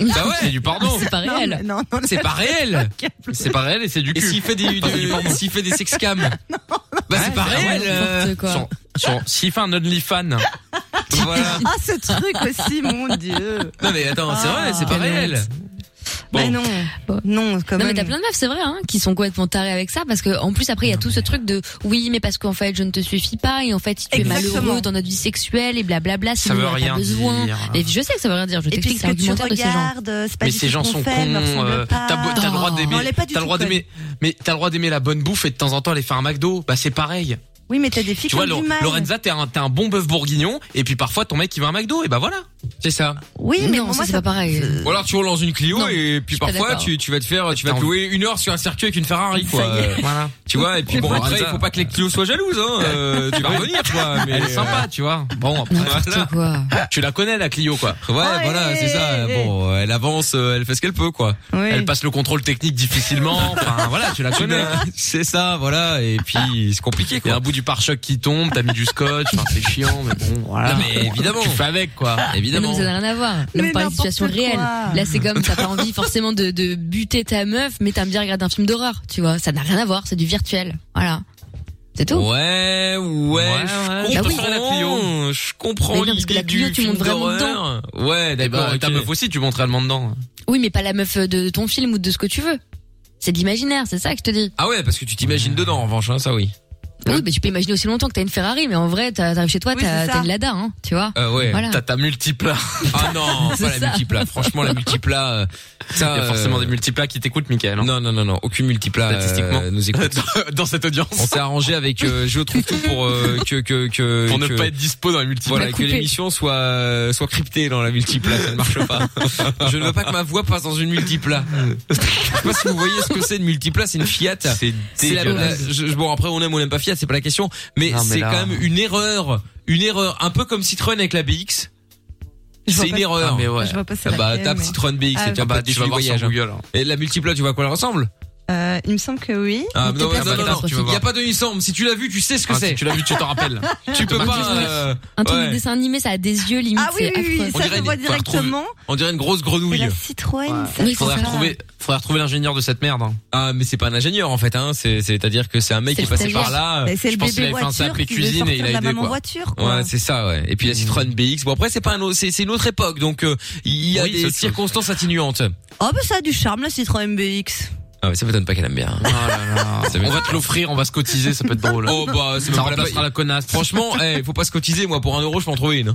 S2: Bah ouais,
S5: C'est du pardon.
S6: C'est pas
S3: Non, mais-
S6: réel.
S3: Non non.
S2: c'est pas réel
S5: C'est pas réel et c'est du
S2: Et
S5: cul.
S2: s'il fait des, euh,
S5: Pas du porno.
S2: s'il fait des sexcams Bah c'est pas
S5: Ah ouais,
S2: réel euh,
S6: N'importe quoi.
S5: Sur- sur- S'il fait un OnlyFan.
S3: Bah,
S2: Voilà.
S3: Ah ce truc aussi mon dieu.
S2: Non mais attends, c'est vrai, c'est pas
S6: Ah.
S2: réel Bon.
S3: Mais non non quand
S6: Non
S3: même.
S6: mais t'as plein de meufs, c'est vrai, hein, qui sont complètement tarées avec ça, parce que en plus après il y a tout ce truc de oui mais parce qu'en fait je ne te suffis pas et en fait si tu es
S3: Exactement.
S6: malheureux dans notre vie sexuelle et blablabla, si
S5: Ça
S6: on
S5: veut
S6: en a
S5: rien
S6: pas besoin.
S5: dire.
S6: Et je sais que ça veut rien dire. Je
S3: Et puis
S6: t'explique
S3: ce
S6: c'est
S3: que tu
S6: argumentaire de ces gens.
S3: regardes, euh, c'est pas
S5: Mais
S3: du
S5: ces
S3: tout
S5: gens
S3: ce qu'on
S5: sont
S3: fait, me
S5: cons.
S3: ressemble
S5: euh,
S3: pas.
S5: T'as beau- t'as le droit
S6: Oh.
S5: d'aimer.
S3: Non, on l'est pas du
S5: T'as
S3: tout
S5: le droit
S3: connes.
S5: d'aimer. Mais t'as le droit d'aimer la bonne bouffe et de temps en temps aller faire un McDo. Bah c'est pareil.
S3: Oui mais t'as des filles
S5: Tu vois,
S3: comme
S5: Lo-
S3: du mal.
S5: Lorenza, t'es un, t'es un bon bœuf bourguignon, et puis parfois ton mec il va à un McDo, et bah voilà. C'est ça.
S3: Oui mais
S6: non,
S3: pour
S6: ça
S3: moi
S6: c'est pas pareil.
S2: ben Ou alors tu roules dans une Clio
S6: Non,
S2: et puis
S6: suis pas
S2: parfois
S6: d'accord.
S2: tu, tu vas te faire tu vas te
S5: Attends.
S2: louer une heure sur un circuit avec une Ferrari quoi. Euh,
S5: Voilà.
S2: Tu vois et puis bon
S5: Bon,
S2: après il
S5: Lorenza.
S2: faut pas que les Clio soient jalouses hein. euh, tu vas revenir toi mais
S5: Bah
S2: euh,
S5: Elle est sympa, tu vois. Bon, après,
S6: N'importe quoi.
S5: tu la connais la Clio, quoi.
S2: Ouais,
S3: Ouais.
S2: voilà, c'est ça. Bon, euh, elle avance, euh, elle fait ce qu'elle peut, quoi.
S3: Oui.
S5: Elle passe le contrôle technique difficilement. Enfin, voilà, tu la
S2: Tu
S5: connais.
S2: mets- C'est ça, voilà. Et puis, c'est compliqué,
S5: Il y a un
S2: quoi.
S5: bout du pare-choc qui tombe, t'as mis du scotch, enfin, c'est chiant, mais Ah, bon, voilà.
S2: Non, mais évidemment.
S5: Tu fais avec, quoi.
S6: Non,
S2: Évidemment.
S6: mais ça n'a rien à voir. Là,
S3: Mais
S6: on parle de
S3: n'importe
S6: situation
S3: quoi.
S6: réelle. Là, c'est comme t'as pas envie forcément de, de buter ta meuf, mais t'aimes bien regarder un film d'horreur. Tu vois, ça n'a rien à voir. C'est du virtuel. Voilà. C'est tout.
S2: Ouais, ouais,
S5: ouais,
S2: je
S6: je te
S2: comprends.
S5: ferai la Clio.
S2: Je comprends
S6: Mais non, parce
S2: l'idée
S6: que la Clio,
S2: du
S6: tu
S2: film
S6: montes vraiment
S2: d'horreur. Ouais,
S5: Et
S2: d'accord.
S5: bah,
S2: ok.
S5: ta meuf aussi, tu montres allemand dedans.
S6: Oui, mais pas la meuf de ton film ou de ce que tu veux. C'est de l'imaginaire, c'est ça que je te dis.
S2: Ah ouais, parce que tu t'imagines dedans, en revanche, hein, ça oui.
S6: Oui, mais tu peux imaginer aussi longtemps que t'as une Ferrari, mais en vrai, t'as- t'arrives chez toi,
S3: Oui,
S6: t'as
S3: c'est ça.
S6: t'as une Lada, hein, tu vois.
S2: Euh, ouais.
S6: Voilà.
S5: T'as ta multipla.
S2: Ah non,
S6: C'est
S2: pas la
S6: ça.
S2: multiplat. Franchement, la multiplat, euh, ça.
S5: Il y a forcément
S2: euh,
S5: des multiplas qui t'écoutent, Michael.
S2: Non, non, non, non. Aucune multiplat. euh,
S5: Statistiquement.
S2: nous écoute.
S5: Dans cette
S2: On
S5: audience.
S2: s'est arrangé avec euh, Je trouve tout pour euh, que que que
S5: Pour ne
S2: que-
S5: pas être dispo dans les multiplas.
S2: Voilà,
S6: Bah,
S2: que
S6: coupé.
S2: l'émission soit euh, soit cryptée dans la multipla, ça ne marche pas. Je ne veux pas que ma voix passe dans une multipla. Je sais pas si vous voyez ce que c'est une multipla, c'est une Fiat. C'est la-
S5: dégueulasse.
S2: la- je- bon après on aime ou on n'aime pas Fiat, c'est pas la question, mais,
S5: Non, mais
S2: c'est
S5: là-
S2: quand même une erreur, une erreur, un peu comme Citroën avec la BX.
S3: Je vois
S2: C'est une
S3: pas-
S2: erreur.
S5: Ah, mais ouais.
S3: Je vois pas c'est
S2: Ah bah
S3: laquelle,
S2: tape
S3: mais-
S2: Citroën BX,
S3: Ah,
S2: et tiens,
S5: bah,
S2: bah,
S5: tu vas voir sur
S2: voyage. hein.
S5: Google. hein.
S2: Et la multipla, tu vois à quoi elle ressemble
S3: Euh, il me semble que oui.
S2: Ah
S6: Une
S2: non,
S6: multipla,
S2: non, non,
S6: c'est
S2: non,
S6: catastrophique.
S2: il y a pas de ensemble. Si tu l'as vu, tu sais ce que
S5: Ah, si
S2: c'est.
S5: tu l'as vu, tu t'en rappelles.
S2: Tu peux pas.
S6: Juste-
S2: euh,
S6: Un truc
S2: ouais.
S6: de dessin animé, ça a des yeux limite,
S3: Ah oui,
S6: c'est
S3: oui,
S6: affreux.
S3: oui,
S2: On
S3: ça
S2: dirait
S3: se voit
S2: une- enfin,
S3: directement.
S2: On dirait une grosse
S3: Et
S2: grenouille.
S3: la Citroën,
S5: Ouais.
S3: ça
S6: Oui,
S3: se
S5: Faudrait
S6: c'est ça.
S5: retrouver, faudrait retrouver l'ingénieur de cette merde. hein.
S2: Ah, mais c'est pas un ingénieur en fait, hein. C'est, c'est-à-dire que c'est un mec qui
S6: C'est
S2: est
S6: le
S2: passé
S6: stagiaire.
S2: par là.
S3: Mais Bah, c'est
S5: je
S3: le
S5: pense qu'il
S3: bébé
S5: avait fait un
S3: voiture
S5: sacré
S3: qui veut
S5: cuisine et
S3: sortir
S5: il
S3: de
S5: a
S3: la
S5: aidé,
S3: maman
S5: quoi.
S3: voiture, quoi. Mm.
S2: Ouais, c'est ça, ouais. Et puis la Citroën BX. Bon après, c'est pas un, autre- c'est, c'est une autre époque, donc euh, il y a
S5: Oui, c'est
S2: des
S5: autre chose.
S2: circonstances atténuantes.
S3: oh, bah ça a du charme, la Citroën BX.
S2: Ah, mais ça m'étonne pas qu'elle aime bien. hein. Ça
S5: On
S2: m'étonne.
S5: va te l'offrir, on va se cotiser, ça peut être drôle.
S2: Oh bah, c'est
S5: ça
S2: même pas la
S5: remplacera la connasse.
S2: Franchement, eh, faut pas se cotiser, moi, pour un euro, je peux en trouver une. hein.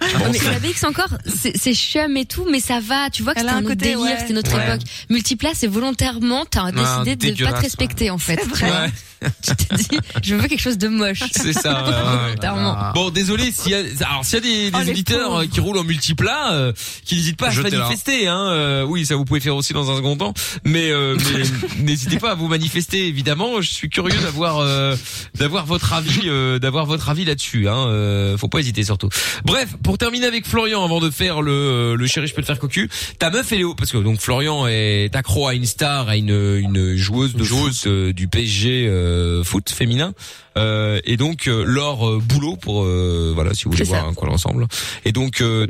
S6: Non, mais la BX encore, c'est c'est chum et tout, mais ça va. Tu vois que
S3: Elle
S6: c'était
S3: a
S6: un
S3: un
S6: autre
S3: côté,
S6: délire,
S3: ouais.
S6: c'était notre
S5: Ouais.
S6: époque. Multipla, c'est volontairement, t'as décidé de pas
S5: dégueulasse,
S6: te respecter en fait.
S3: C'est
S6: tu
S3: vrai. Ah,
S6: vois. tu t'es dit, je veux quelque chose de moche.
S2: C'est ça. ouais, ouais.
S6: Clairement.
S2: Bon, désolé, s'il y a, alors s'il y a des, des
S6: Oh, les
S2: auditeurs
S6: pauvres.
S2: euh, qui roulent en multiplat, euh, qui n'hésitent pas à se
S5: Jetez-la.
S2: manifester. Hein, euh, oui, ça vous pouvez faire aussi dans un second temps, mais, euh, mais n'hésitez pas à vous manifester. Évidemment, je suis curieux d'avoir euh, d'avoir votre avis, euh, d'avoir votre avis là-dessus. Hein, euh, faut pas hésiter surtout. Bref, pour terminer avec Florian, avant de faire le euh, le chéri, je peux te faire cocu. Ta meuf elle est où Parce que donc Florian est accro à une star, à une une joueuse de joueuse du PSG euh, foot féminin. Euh, et donc euh, Laure euh, Boulot pour euh, voilà si vous voulez
S6: C'est ça.
S2: voir un quoi l'ensemble. Et donc euh,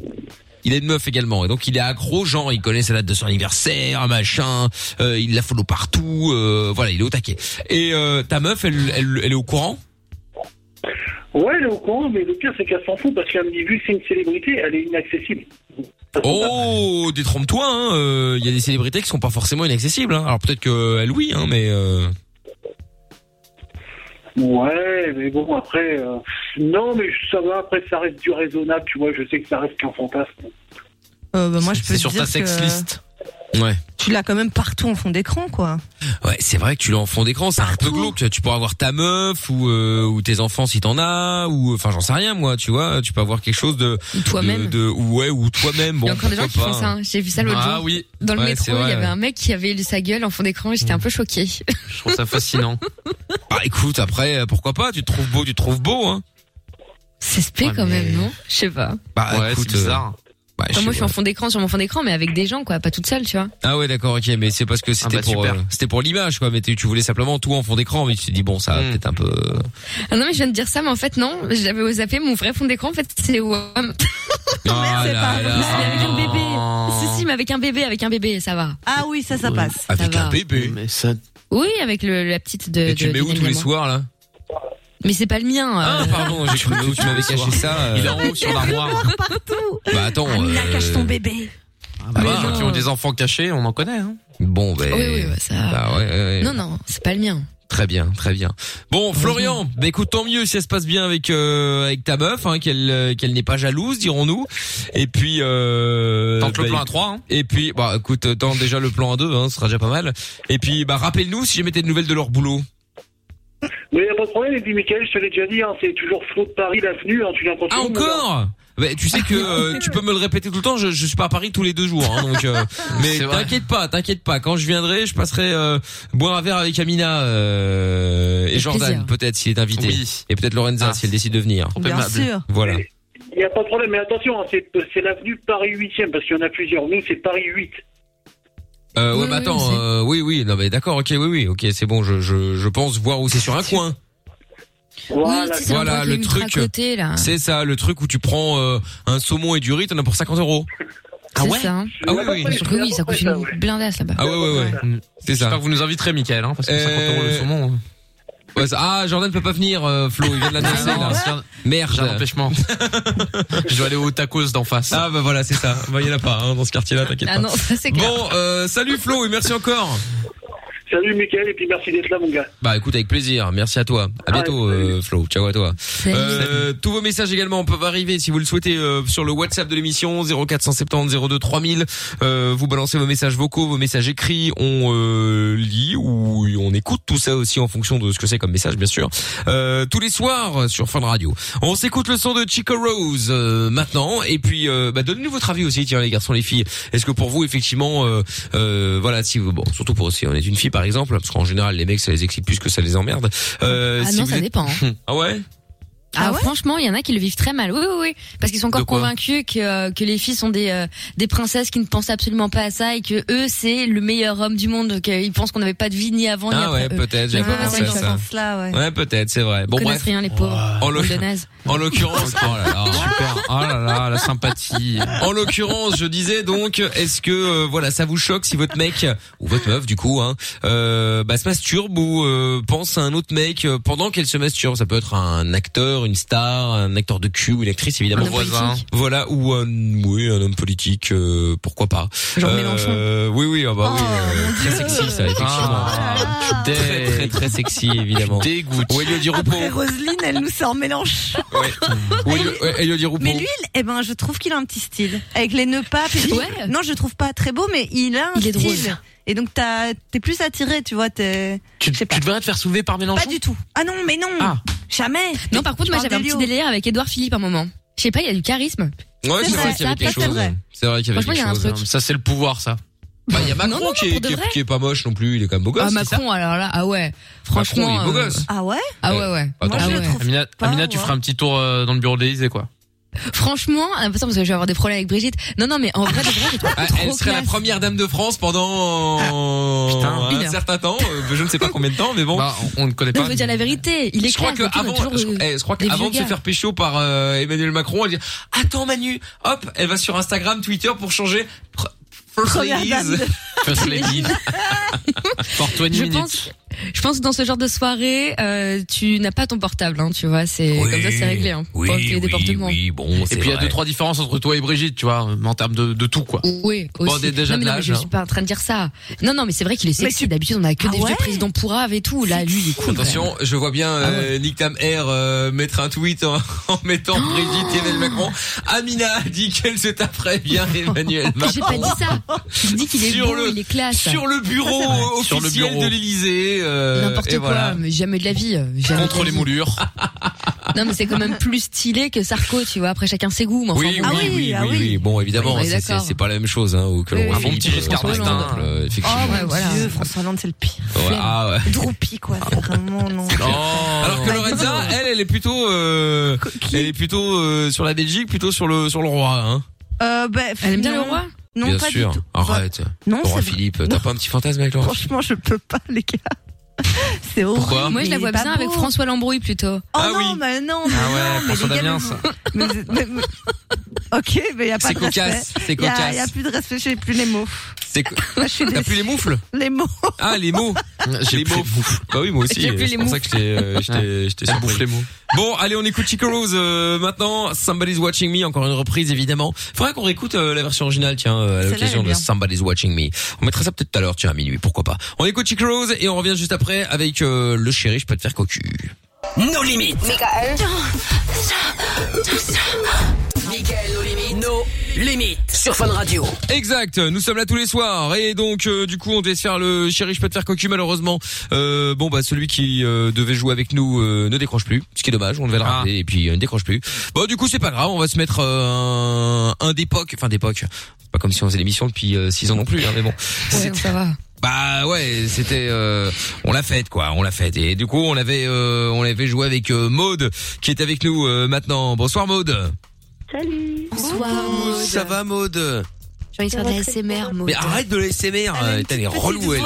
S2: il est une meuf également et donc il est accro genre il connaît sa date de son anniversaire machin euh, il la follow partout euh, voilà il est au taquet et euh, ta meuf elle, elle elle est au courant
S7: Ouais, elle est au courant, mais le pire, c'est qu'elle s'en fout parce qu'elle me dit, vu que c'est une célébrité, elle est inaccessible.
S2: oh détrompe-toi hein, euh, il y a des célébrités qui sont pas forcément inaccessibles hein. alors peut-être que elle oui hein, mais euh,
S7: Ouais, mais bon, après, euh, non, mais ça va, après, ça reste du raisonnable, tu vois, je sais que ça reste qu'un fantasme.
S3: Euh, bah, moi, je peux
S2: c'est
S3: te
S2: sur
S3: dire
S2: ta sex
S3: que
S2: list ouais
S3: Tu l'as quand même partout en fond d'écran, quoi.
S2: Ouais, c'est vrai que tu l'as en fond d'écran, c'est un peu glauque. Tu pourras avoir ta meuf ou euh, ou tes enfants si t'en as ou enfin j'en sais rien moi, tu vois. Tu peux avoir quelque chose de
S6: Ou
S2: de,
S6: Toi-même.
S2: de ou ouais ou toi-même. Bon,
S6: il y a encore des gens qui
S2: pourquoi
S6: font ça.
S2: pas.
S6: hein. J'ai vu ça l'autre
S5: Ah
S6: jour.
S5: oui,
S6: Dans le
S2: Ouais, c'est
S6: métro, il
S2: vrai.
S6: y avait un mec qui avait lu sa gueule en fond d'écran et j'étais
S3: Mm.
S6: un peu choquée.
S5: je trouve ça fascinant.
S2: Bah écoute, après euh, pourquoi pas Tu te trouves beau, tu te trouves beau, hein.
S6: C'est spé
S5: Ouais,
S6: quand
S5: mais-
S6: même, non Je sais pas.
S2: Bah
S5: ouais,
S2: écoute,
S5: c'est bizarre.
S2: euh, bah, je
S6: Enfin, moi, je
S2: sais
S6: suis en
S2: pas.
S6: fond d'écran sur mon fond d'écran, mais avec des gens, quoi, pas toute seule, tu vois.
S2: Ah ouais, d'accord, ok, mais c'est parce que c'était
S5: bah,
S2: pour
S5: super.
S2: euh, c'était pour l'image quoi. Mais t'es- tu voulais simplement tout en fond d'écran, mais tu t'es dit bon ça va
S5: Hmm.
S2: peut-être un peu.
S6: Ah non, mais je viens de dire ça, mais en fait, non, j'avais osé zapper mon vrai fond d'écran, en fait, c'est les WAM.
S2: Ah
S3: c'est pas-
S6: Mais avec un bébé.
S2: Oh.
S5: Euh,
S6: Si, si, mais avec un bébé, avec un bébé, ça va.
S3: Ah oui, ça, ça passe.
S2: Avec
S6: Ça
S2: un
S6: va.
S2: bébé.
S5: Mais ça.
S6: Oui, avec le, la petite de.
S2: Et tu
S6: de-
S2: le mets où
S6: d'Emile
S2: tous les
S6: Moore.
S2: soirs là
S6: Mais c'est pas le mien. euh,
S2: Ah
S3: Oh,
S2: pardon, j'ai cru que tu m'avais caché ça. euh.
S5: Il est en haut sur hein. l'armoire.
S2: Bah attends.
S3: Amina,
S2: euh,
S3: cache ton bébé.
S5: Ah,
S2: bah,
S5: les gens qui ont des
S6: euh,
S5: enfants cachés, on en connaît. Hein.
S2: Bon ben.
S6: Oui, oui, ouais, ça.
S2: Bah ouais, ouais, ouais.
S6: Non, non, c'est pas le mien.
S2: Très bien, très bien. Bon, Florian, bah écoute, tant mieux si ça se passe bien avec euh, avec ta meuf, hein, qu'elle euh, qu'elle n'est pas jalouse, dirons-nous. Et puis, euh,
S5: Tente
S2: bah,
S5: le plan à 3. Hein.
S2: Et puis, bah écoute, euh, tente déjà le plan à deux, hein, ce sera déjà pas mal. Et puis, bah rappelle-nous si jamais t'as des nouvelles de leur boulot.
S7: Mais y a pas de problème, et puis, Michael, je te l'ai déjà dit, hein, c'est toujours Flo de Paris, l'avenue, hein, tu viens quand tu
S2: Ah
S7: veux, mon gars.
S2: encore bah, tu sais que euh, tu peux me le répéter tout le temps. Je, je suis pas à Paris tous les deux jours, hein, donc. euh, mais
S5: C'est vrai.
S2: t'inquiète pas, t'inquiète pas. Quand je viendrai, je passerai euh, boire un verre avec Amina euh, et
S6: Avec
S2: Jordan
S6: plaisir.
S2: peut-être s'il est invité,
S5: Oui.
S2: et peut-être Lorenza
S5: Ah.
S2: si elle décide de venir.
S3: Bien
S5: aimable.
S3: sûr.
S2: Voilà.
S7: Il n'y a pas de problème, mais attention, hein, c'est c'est l'avenue Paris 8e, parce qu'il y en a plusieurs. Nous, c'est Paris 8.
S2: Euh, ouais,
S6: Oui,
S2: bah
S6: oui,
S2: attends,
S6: c'est-
S2: euh, oui, oui, non, mais d'accord, ok, oui, oui, ok, c'est bon, je, je, je pense voir où c'est sur un coin.
S7: Voilà.
S6: oui, tu sais, c'est
S2: voilà,
S6: un endroit qui est
S2: le
S6: ultra
S2: truc.
S6: Côté, là.
S2: C'est ça, le truc où tu prends euh, un saumon et du riz, t'en as pour 50 euros.
S6: C'est ça, hein.
S2: Ah oui, oui.
S6: Bien sûr que oui, ça coûte une blindasse là-bas.
S2: Ah ouais, ouais, ouais, c'est
S5: J'espère
S2: ça.
S5: que vous nous inviterez, Michael, hein, parce que
S2: Euh,
S5: 50 euros le saumon. hein.
S2: Ouais, ça- Ah, Jordan peut pas venir, euh, Flo, il vient de l'annoncer,
S5: Ah, non,
S2: là.
S5: c'est un- J'ai un
S2: Merde.
S5: empêchement. je dois aller au tacos d'en face.
S2: Ah, bah voilà, c'est ça. Bah, il y en a pas, hein, dans ce quartier-là, t'inquiète
S6: Ah
S2: pas.
S6: non, ça c'est clair.
S2: Bon, euh, salut Flo et merci encore.
S7: Salut, Michael, et puis merci d'être là, mon gars.
S2: Bah écoute avec plaisir, merci à toi.
S6: Ah,
S2: À bientôt
S7: salut.
S2: euh, Flo, ciao à toi.
S6: Salut.
S2: Euh, tous vos messages également peuvent arriver si vous le souhaitez euh, sur le WhatsApp de l'émission 0470 02 3000. Euh, vous balancez vos messages vocaux, vos messages écrits, on euh, lit ou on écoute tout ça aussi en fonction de ce que c'est comme message bien sûr. Euh, tous les soirs sur Fun Radio. On s'écoute le son de Chico Rose euh, maintenant et puis euh, bah, donnez-nous votre avis aussi tiens les garçons les filles. Est-ce que pour vous effectivement euh, euh, voilà si vous bon surtout pour si on est une fille par exemple parce qu'en général les mecs ça les excite plus que ça les emmerde. Euh,
S6: ah
S2: si
S6: non,
S2: vous
S6: ça
S2: êtes-
S6: dépend. hein.
S2: Ah ouais.
S6: Ah, franchement, il y en a qui le vivent très mal. Oui, oui, oui. Parce qu'ils sont
S5: De
S6: encore
S5: quoi
S6: convaincus que, euh, que les filles sont des, euh, des princesses qui ne pensent absolument pas à ça et que eux, c'est le meilleur homme du monde, qu'ils pensent qu'on n'avait pas de vie ni avant ni
S2: Ah ouais,
S6: après eux.
S2: peut-être, j'avais
S6: Ah,
S2: pas
S6: ouais,
S2: pensé à
S6: dans ce
S2: ça.
S3: Là, ouais.
S2: Ouais, peut-être, c'est vrai. Bon
S6: Ils connaissent
S2: bref, Oh,
S6: rien, les pauvres.
S2: en, l'oc-
S6: Hollandaises.
S2: en l'occurrence, oh là là,
S5: Super. Oh là là, la sympathie.
S2: en l'occurrence, je disais donc, est-ce que euh, voilà, ça vous choque si votre mec ou votre meuf du coup, hein, euh, bah, se masturbe ou euh, pense à un autre mec euh, pendant qu'elle se masturbe Ça peut être un acteur, acteur, une star, un acteur de cul ou une actrice évidemment.
S5: Un homme voisin. politique.
S2: Voilà ou un, oui, un homme politique, euh, pourquoi pas.
S5: Genre
S2: Euh,
S5: Mélenchon.
S2: Oui oui, ah bah
S6: Oh,
S2: oui, euh, très sexy
S6: Ah,
S2: ça effectivement. très très très sexy évidemment. Dégoûte. Ou Elio Di Rupo.
S3: Après Roselyne, elle nous sort mélange.
S2: Ou Elio- ouais, Elio Di Rupo.
S3: Mais lui, il- eh ben, je trouve qu'il a un petit style. Avec les nœuds papes. et tout. Non, je le trouve pas très beau, mais il a un
S6: Il est
S3: style.
S6: drôle.
S3: Et donc, t'as- t'es plus attiré, tu vois. T'es...
S5: Tu, tu devrais te faire soulever par Mélenchon.
S3: Pas du tout. Ah non, mais non. Jamais.
S6: Non, par contre, moi,
S3: Je
S6: j'avais un
S3: parle
S6: petit
S3: d'Elio.
S6: délire avec Édouard Philippe à un moment. Je sais pas, il y a du charisme.
S2: Ouais, c'est vrai qu'il y avait quelque chose. C'est vrai qu'il y avait
S6: Franchement, il y a
S2: quelque
S6: un
S2: chose.
S6: truc.
S2: hein. Ça c'est le pouvoir ça. Bah il y a Macron
S6: Non, non, non,
S2: qui, est,
S6: pour de
S2: qui est-
S6: vrai.
S2: qui est pas moche non plus, il est quand même beau gosse.
S6: ah,
S2: c'est ça
S6: Macron, alors là, ah ouais.
S2: Macron,
S6: Franchement.
S2: il est beau
S6: euh,
S2: gosse.
S3: Ah ouais?
S6: Ah ouais, ouais.
S5: Attends,
S6: Ah ouais.
S5: Amina, Amina, tu feras un petit tour euh, dans le bureau de l'Élysée, quoi.
S6: Franchement, attends, parce que je vais avoir des problèmes avec Brigitte. Non, non, mais en vrai, de vrai, je trouve
S2: Ah,
S6: trop
S2: elle serait la
S6: classe. Ah,
S2: première dame de France pendant
S5: putain.
S2: un
S5: Une heure.
S2: certain temps, euh, je ne sais pas combien de temps, mais
S6: Bah,
S2: bon.
S5: Bah, on ne connaît
S6: Non, faut dire la vérité. Il est
S2: je crois
S6: classe, donc on a
S2: qu'avant
S6: toujours,
S2: je,
S6: euh,
S2: eh, je crois
S6: des
S2: qu'avant
S6: vieux
S2: de se
S6: gars.
S2: faire pécho par euh, Emmanuel Macron, elle dit "Attends Manu, hop, elle va sur Instagram, Twitter pour changer pr- First
S6: Première dame
S2: Ladies."
S6: de-
S2: First
S6: Ladies.
S5: Pour 20
S6: je
S5: minutes.
S6: pense, je pense que dans ce genre de soirée, euh, tu n'as pas ton portable, hein, tu vois. C'est comme ça, c'est réglé. Hein, pour éviter les départements.
S5: Et puis il y a deux trois différences entre toi et Brigitte, tu vois, en termes de, de tout quoi.
S6: Oui,
S5: Bon,
S6: aussi.
S5: dé- déjà
S6: non,
S5: de
S6: mais non, mais
S5: l'âge,
S6: je
S5: hein.
S6: suis pas en train de dire ça. Non, non, mais c'est vrai qu'il est sexy. D'habitude, on a
S3: Ah
S6: que des vieux présidents pourraves et tout. Là, lui, il est cool.
S2: Attention, je vois bien
S5: Ah
S2: euh, Nick Tam Air euh, mettre un tweet en, en mettant
S6: Oh.
S2: Brigitte et Emmanuel Macron. Amina a dit qu'elle se taperait bien Emmanuel Macron.
S6: J'ai pas dit ça. Je dis qu'il est
S2: Sur
S6: beau,
S2: le-
S6: il est classe.
S2: Sur le bureau euh,
S5: Sur le
S2: officiel
S5: bureau.
S2: de l'Élysée. euh,
S6: N'importe
S2: et
S6: quoi,
S2: voilà.
S6: mais jamais de la vie. euh, jamais de la
S5: Contre les
S6: vie.
S5: moulures.
S6: Non, mais c'est quand même plus stylé que Sarko, tu vois. Après, chacun ses goûts. mais enfin,
S2: Oui,
S6: bon.
S2: oui, oui, oui, oui. Bon, évidemment,
S6: Oui, on est
S2: c'est- c'est
S6: d'accord.
S2: c'est pas la même chose hein, ou que
S6: Oui,
S2: l'on
S6: oui.
S2: voit
S6: Un bon
S2: Philippe,
S5: petit Giscard
S2: euh,
S5: d'Estaing.
S2: par exemple, euh, effectivement.
S6: Oh, ouais, voilà.
S3: Dieu, François Hollande, c'est le pire.
S2: Ouais, ah, ouais.
S3: Droupi, quoi. C'est vraiment, non.
S2: Alors que Lorenza, elle, elle est plutôt, euh, elle est plutôt euh, sur la Belgique, plutôt sur le sur le roi. Hein.
S3: Euh, bah,
S6: Elle aime bien
S3: non.
S6: le roi
S3: Non,
S2: Bien
S3: pas
S2: sûr.
S3: du tout. Bah,
S2: Arrête.
S3: Non,
S2: Laurent
S3: c'est vrai.
S2: Philippe, t'as pas un petit fantasme avec Laurent
S3: Franchement, je peux pas, les gars. C'est horrible.
S2: Pourquoi
S6: Moi, je
S3: mais
S6: la
S3: il
S6: vois
S3: est pas
S6: bien avec
S3: beau.
S6: François Lambrouille plutôt.
S3: Oh
S2: Ah
S3: non,
S2: oui.
S3: mais non, mais
S5: Ah ouais,
S3: non, mais
S5: François
S3: les gars,
S5: Damien,
S3: mais
S5: ça.
S3: vous- mais- mais- mais- Ok, mais y a pas
S2: C'est
S3: de
S2: cocasse,
S3: respect.
S2: c'est
S3: Y a-
S2: cocasse.
S3: Y a, plus de respect, j'ai plus les mots.
S2: C'est que-
S3: Moi, je suis
S2: T'as
S3: déçue.
S2: plus les moufles
S3: Les mots.
S2: Ah, les mots.
S5: J'ai
S2: les mots. Bah oui, moi aussi.
S6: J'ai plus les
S2: C'est pour ça
S6: mots.
S2: que j'étais, euh, j'étais, j'étais
S5: Ça
S2: surpris.
S5: bouffe les mots.
S2: Bon, allez, on écoute Chico Rose euh, maintenant. Somebody's Watching Me, encore une reprise évidemment. Faudrait qu'on réécoute euh, la version originale, tiens, euh, à
S3: Celle-là,
S2: l'occasion
S3: elle
S2: de
S3: est bien.
S2: Somebody's Watching Me. On mettra ça peut-être tout à l'heure, tiens, à minuit, pourquoi pas. On écoute Chico Rose et on revient juste après avec euh, le chéri, je peux te faire cocu.
S1: Nos limites. Michael, nos limites. Nos limites. Sur Fun Radio.
S2: Exact, nous sommes là tous les soirs et donc euh, du coup on devait se faire le chéri je peux te faire cocu malheureusement. Euh, bon bah celui qui euh, devait jouer avec nous euh, ne décroche plus, ce qui est dommage, on devait le
S5: Ah.
S2: rappeler et puis euh, ne décroche plus. Bon du coup c'est pas grave, on va se mettre euh, un, un d'époque, enfin d'époque, C'est pas comme si on faisait l'émission depuis 6 ans non plus, hein, mais bon.
S6: Ouais, ça va.
S2: Bah ouais, c'était euh, on l'a faite quoi, on l'a faite et du coup on avait euh, on avait joué avec euh, Maude qui est avec nous euh, maintenant. Bonsoir Maude.
S9: Salut.
S6: Bonsoir, Maude.
S2: Ça va Maude
S6: J'ai envie de faire de la SMR, Maude.
S2: Mais arrête de la
S3: Ah,
S2: SMR, euh, t'as les relou elle.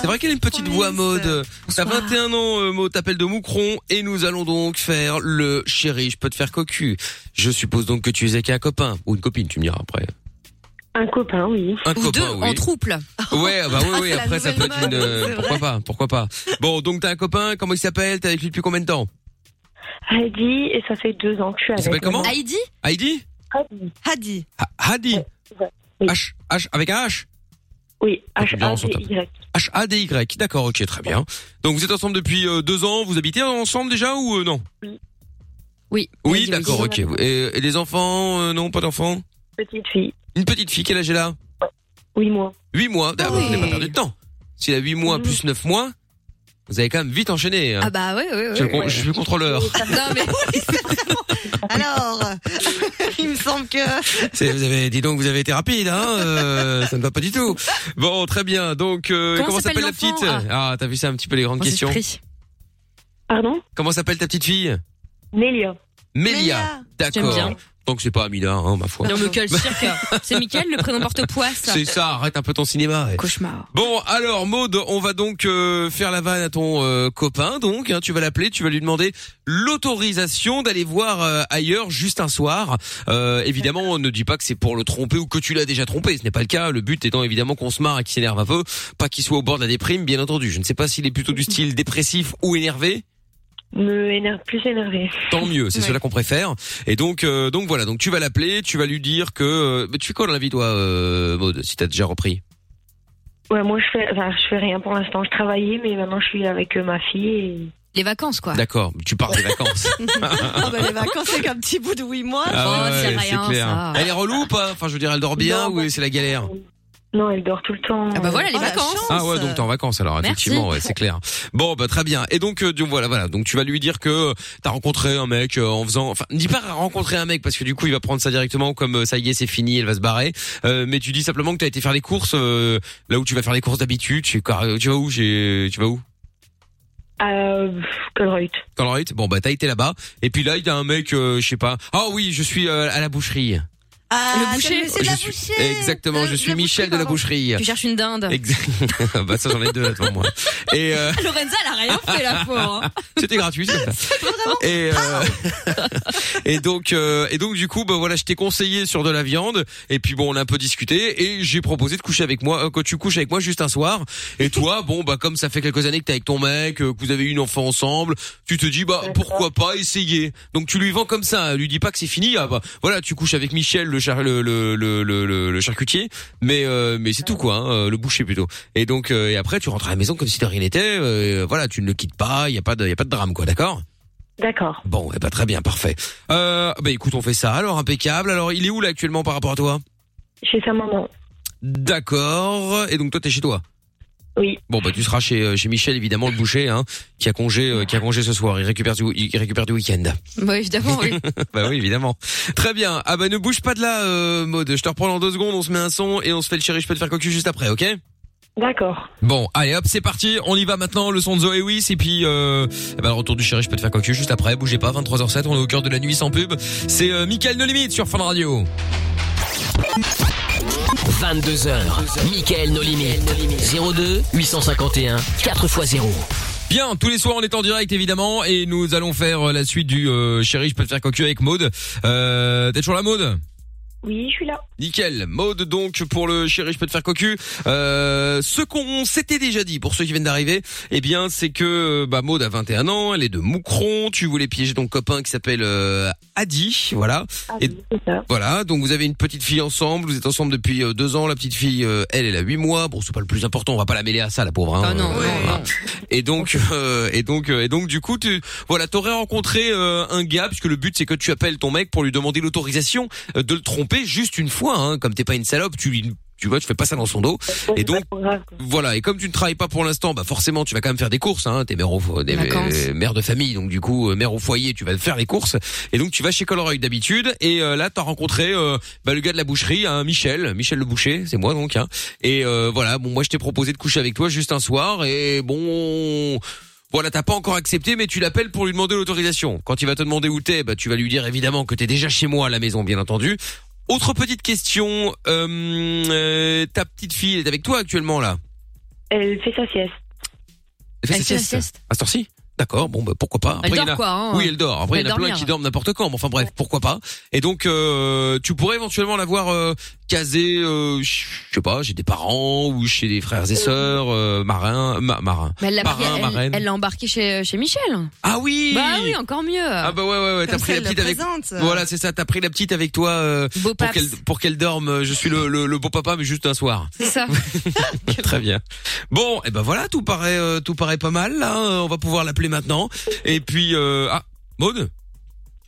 S2: C'est vrai qu'elle a une petite voix mode. T'as 21 ans, euh, Maud, t'appelles de Moucron et nous allons donc faire le chéri, je peux te faire cocu. Je suppose donc que tu es avec un copain ou une copine, tu me diras après.
S9: Un copain, oui.
S2: Un
S6: Ou
S2: copain,
S6: deux,
S2: oui.
S6: en trouble.
S2: Ouais, bah oui, oui,
S3: C'est la
S2: après ça peut
S3: nouvelle
S2: être une...
S3: mode,
S2: euh,
S3: c'est
S2: pourquoi
S3: vrai.
S2: pas, pourquoi pas. Bon, donc t'as un copain, comment il s'appelle T'es avec lui depuis combien de temps
S9: Heidi, et ça fait deux ans que je suis avec. Ah,
S2: s'appelle comment
S9: maintenant.
S6: Heidi
S2: Heidi
S3: Hadi.
S9: Heidi.
S2: Ha- Hadi
S9: Oui.
S2: H, H, avec un H
S9: Oui,
S2: Bien, on s'entend.
S9: H-A-D-Y.
S2: H-A-D-Y, d'accord, ok, très bien. Donc vous êtes ensemble depuis euh, deux ans, vous habitez ensemble déjà ou euh, non
S6: Oui.
S2: Oui,
S6: Heidi,
S2: d'accord, ok. Et, et les enfants euh, Non, pas d'enfants
S9: Petite fille.
S2: Une petite fille, quel âge elle a
S9: Oui, moi.
S2: 8 mois. D'abord,
S6: Ah oui. Mm.
S2: vous n'avez pas perdu de temps. S'il a 8 mois
S9: Mhm.
S2: plus 9 mois, vous avez quand même vite enchaîné. hein.
S6: Ah bah ouais, ouais,
S2: je, suis le con-
S6: ouais.
S2: je suis le contrôleur.
S6: Non, mais
S3: Alors, il me semble que.
S2: C'est- vous avez, dis donc, vous avez été rapide, hein euh, Ça ne va pas du tout. Bon, très bien. Donc, euh,
S6: Comment
S2: comment s'appelle
S6: s'appelle
S2: la petite
S6: l'enfant
S2: Ah, t'as vu ça un petit peu les grandes
S6: Bon, c'est
S2: questions.
S6: pris.
S9: Pardon
S2: Comment s'appelle ta petite fille
S9: Nélia.
S2: Mélia.
S6: J'aime
S2: D'accord.
S6: bien.
S2: Donc c'est pas Amina, hein, ma foi.
S6: Non, mais quel cirque. C'est Mickaël, le prénom porte-poids, ça.
S2: C'est ça. Arrête un peu ton cinéma. ouais.
S6: Cauchemar.
S2: Bon, alors Maude, on va donc euh, faire la vanne à ton euh, copain. Donc, hein, tu vas l'appeler, tu vas lui demander l'autorisation d'aller voir euh, ailleurs juste un soir. Euh, évidemment, on ne dit pas que c'est pour le tromper ou que tu l'as déjà trompé. Ce n'est pas le cas. Le but étant évidemment qu'on se marre et qu'il s'énerve un peu, pas qu'il soit au bord de la déprime, bien entendu. Je ne sais pas s'il est plutôt du style dépressif ou énervé.
S9: Me énerve, plus énervé.
S2: Tant mieux, c'est cela qu'on préfère. Et donc, euh, donc voilà, donc tu vas l'appeler, tu vas lui dire que. euh, mais tu fais quoi dans la vie, toi, euh, Maud, si t'as déjà repris
S9: Ouais, moi je fais, enfin, je fais rien pour l'instant. Je travaillais, mais maintenant je suis avec euh, ma fille. Et...
S6: Les vacances, quoi.
S2: D'accord, tu pars des vacances.
S3: Ah bah, les vacances, c'est qu'un petit bout de 8 mois.
S2: Ah ouais,
S6: c'est rien, ça.
S2: Elle est relou ou pas Enfin, je veux dire, elle dort bien ou c'est la galère
S9: Non, elle dort tout le temps.
S6: Ah bah voilà, les
S3: Oh, la
S6: vacances.
S3: chance.
S2: Ah ouais, donc t'es en vacances alors,
S6: Merci.
S2: effectivement, ouais, c'est clair. Bon, bah très bien. Et donc, euh, donc, voilà, voilà. Donc tu vas lui dire que euh, t'as rencontré un mec euh, en faisant, enfin, dis pas rencontrer un mec parce que du coup il va prendre ça directement comme euh, ça y est, c'est fini, elle va se barrer. Euh, mais tu dis simplement que t'as été faire les courses euh, là où tu vas faire les courses d'habitude. Tu, euh, tu vas où J'ai- Tu vas où
S9: Euh, Colruyt.
S2: Colruyt. Bon, bah t'as été là-bas. Et puis là, il y a un mec, euh, je sais pas. Ah oui, je suis euh, à la boucherie.
S3: Ah,
S6: Le
S3: t'as
S6: boucher.
S3: laissé de
S2: Je
S3: la
S2: suis-
S3: boucher.
S2: Exactement,
S3: Euh,
S2: je suis Michel Eh, de la
S3: pardon.
S2: boucherie.
S6: Tu cherches une dinde. Ah,
S2: Exact. bah ça j'en ai deux devant moi. Et euh,
S6: Lorenza, elle a rien fait, la pauvre. hein.
S2: C'était gratuit. c'est ça. et euh, et donc euh, et donc du coup bah voilà je t'ai conseillé sur de la viande et puis bon on a un peu discuté et j'ai proposé de coucher avec moi euh, que tu couches avec moi juste un soir et toi bon bah comme ça fait quelques années que t'es avec ton mec euh, que vous avez eu une enfant ensemble tu te dis bah pourquoi pas essayer donc tu lui vends comme ça lui dis pas que c'est fini ah bah voilà tu couches avec Michel le char- le, le le le- le- le charcutier mais euh, mais c'est tout quoi hein, euh, le boucher plutôt et donc euh, et après tu rentres à la maison comme si de rien n'était euh, voilà tu ne le quittes pas il y a pas de y a pas de drame quoi d'accord
S9: D'accord.
S2: Bon, eh ben, très bien, parfait. Euh, bah écoute, on fait ça. Alors impeccable. Alors il est où là actuellement par rapport à toi
S9: Chez sa maman.
S2: D'accord. Et donc toi t'es chez toi.
S9: Oui.
S2: Bon bah tu seras chez euh, chez Michel évidemment le boucher hein, qui a congé euh, qui a congé ce soir. Il récupère du il récupère du week-end.
S6: Bah, évidemment, oui.
S2: bah oui évidemment. Très bien. Ah bah ne bouge pas de là, euh, Maud. Je te reprends dans deux secondes. On se met un son et on se fait le chéri. Je peux te faire cocu juste après, ok
S9: D'accord.
S2: Bon, allez hop, c'est parti. On y va maintenant. Le son de Zoé Wiss et puis euh, eh ben, le retour du chéri. Je peux te faire cocu juste après. Bougez pas. 23h07. On est au cœur de la nuit sans pub. C'est euh, Mickaël No Limite sur Fun Radio.
S1: 22h, Michael No Limit. 02 851 4x0.
S2: Bien, tous les soirs on est en direct évidemment et nous allons faire euh, la suite du euh, chéri, je peux te faire cocu avec Maude. Euh, T'es toujours là Maude
S9: Oui, je suis là.
S2: Nickel. Maude donc pour le chéri, je peux te faire cocu. Euh, ce qu'on s'était déjà dit pour ceux qui viennent d'arriver, eh bien c'est que euh, bah, Maude a 21 ans, elle est de Moucron, tu voulais piéger ton copain qui s'appelle euh, Adi, voilà.
S9: Ah,
S2: Et-
S9: oui, c'est ça.
S2: Voilà, donc vous avez une petite fille ensemble, vous êtes ensemble depuis euh, deux ans, la petite fille, euh, elle, elle a huit mois, bon c'est pas le plus important, on va pas la mêler à ça la pauvre. Hein,
S6: Ah non,
S2: Euh,
S6: non,
S2: voilà.
S6: non.
S2: Et donc, euh, et donc, euh, et donc, du coup, tu, voilà, t'aurais rencontré euh, un gars, puisque le but c'est que tu appelles ton mec pour lui demander l'autorisation euh, de le tromper juste une fois, hein, comme t'es pas une salope, tu lui, tu vois, tu fais pas ça dans son dos.
S9: C'est
S2: donc-
S9: pas trop grave, quoi.
S2: Voilà, et comme tu ne travailles pas pour l'instant, bah forcément tu vas quand même faire des courses, hein, t'es mère, au fo- des-
S6: Vacances.
S2: euh, mère de famille, donc du coup euh, mère au foyer, tu vas faire les courses, et donc tu vas chez Colorado d'habitude, et euh, là t'as rencontré euh, bah, le gars de la boucherie, hein, Michel, Michel le boucher, c'est moi donc, hein, et euh, voilà, bon moi je t'ai proposé de coucher avec toi juste un soir, et bon... Voilà, t'as pas encore accepté, mais tu l'appelles pour lui demander l'autorisation. Quand il va te demander où t'es, bah, tu vas lui dire évidemment que t'es déjà chez moi à la maison, bien entendu. Autre petite question, euh, euh, ta petite fille elle est avec toi actuellement là
S9: Elle fait sa sieste.
S2: elle fait
S6: Elle
S2: sa
S6: fait sa
S2: sieste.
S6: sieste.
S2: À cette heure-ci D'accord, bon, bah, pourquoi pas. Après,
S6: Elle
S2: il y en
S6: dort,
S2: a-
S6: quoi, hein.
S2: Oui, elle dort. Après,
S6: Elle
S2: il y en a plein
S6: dormir.
S2: qui dorment n'importe quand. Mais enfin, bref, pourquoi pas. Et donc, euh, tu pourrais éventuellement l'avoir euh, casé, euh, je sais pas, chez des parents ou chez des frères et sœurs, euh, marins, ma- marins.
S6: Mais elle l'a
S2: Marin,
S6: pris- elle-
S2: marraine.
S6: elle l'a embarqué chez, chez Michel.
S2: Ah oui
S6: Bah oui, encore mieux.
S2: Ah bah ouais, ouais, ouais, t'as
S3: Comme
S2: pris
S3: ça,
S2: la
S3: elle le
S2: petite
S3: euh.
S2: avec...
S3: présente.
S2: Voilà, c'est ça, t'as pris la petite avec toi euh,
S6: Beau
S2: pour
S6: paps.
S2: qu'elle pour qu'elle dorme. euh, Je suis le, le, le beau papa, mais juste un soir.
S6: C'est ça.
S2: Très bien. Bon, et ben voilà, tout paraît euh, tout paraît pas mal là. Euh, On va pouvoir l'appeler maintenant. Et puis euh, ah, Maude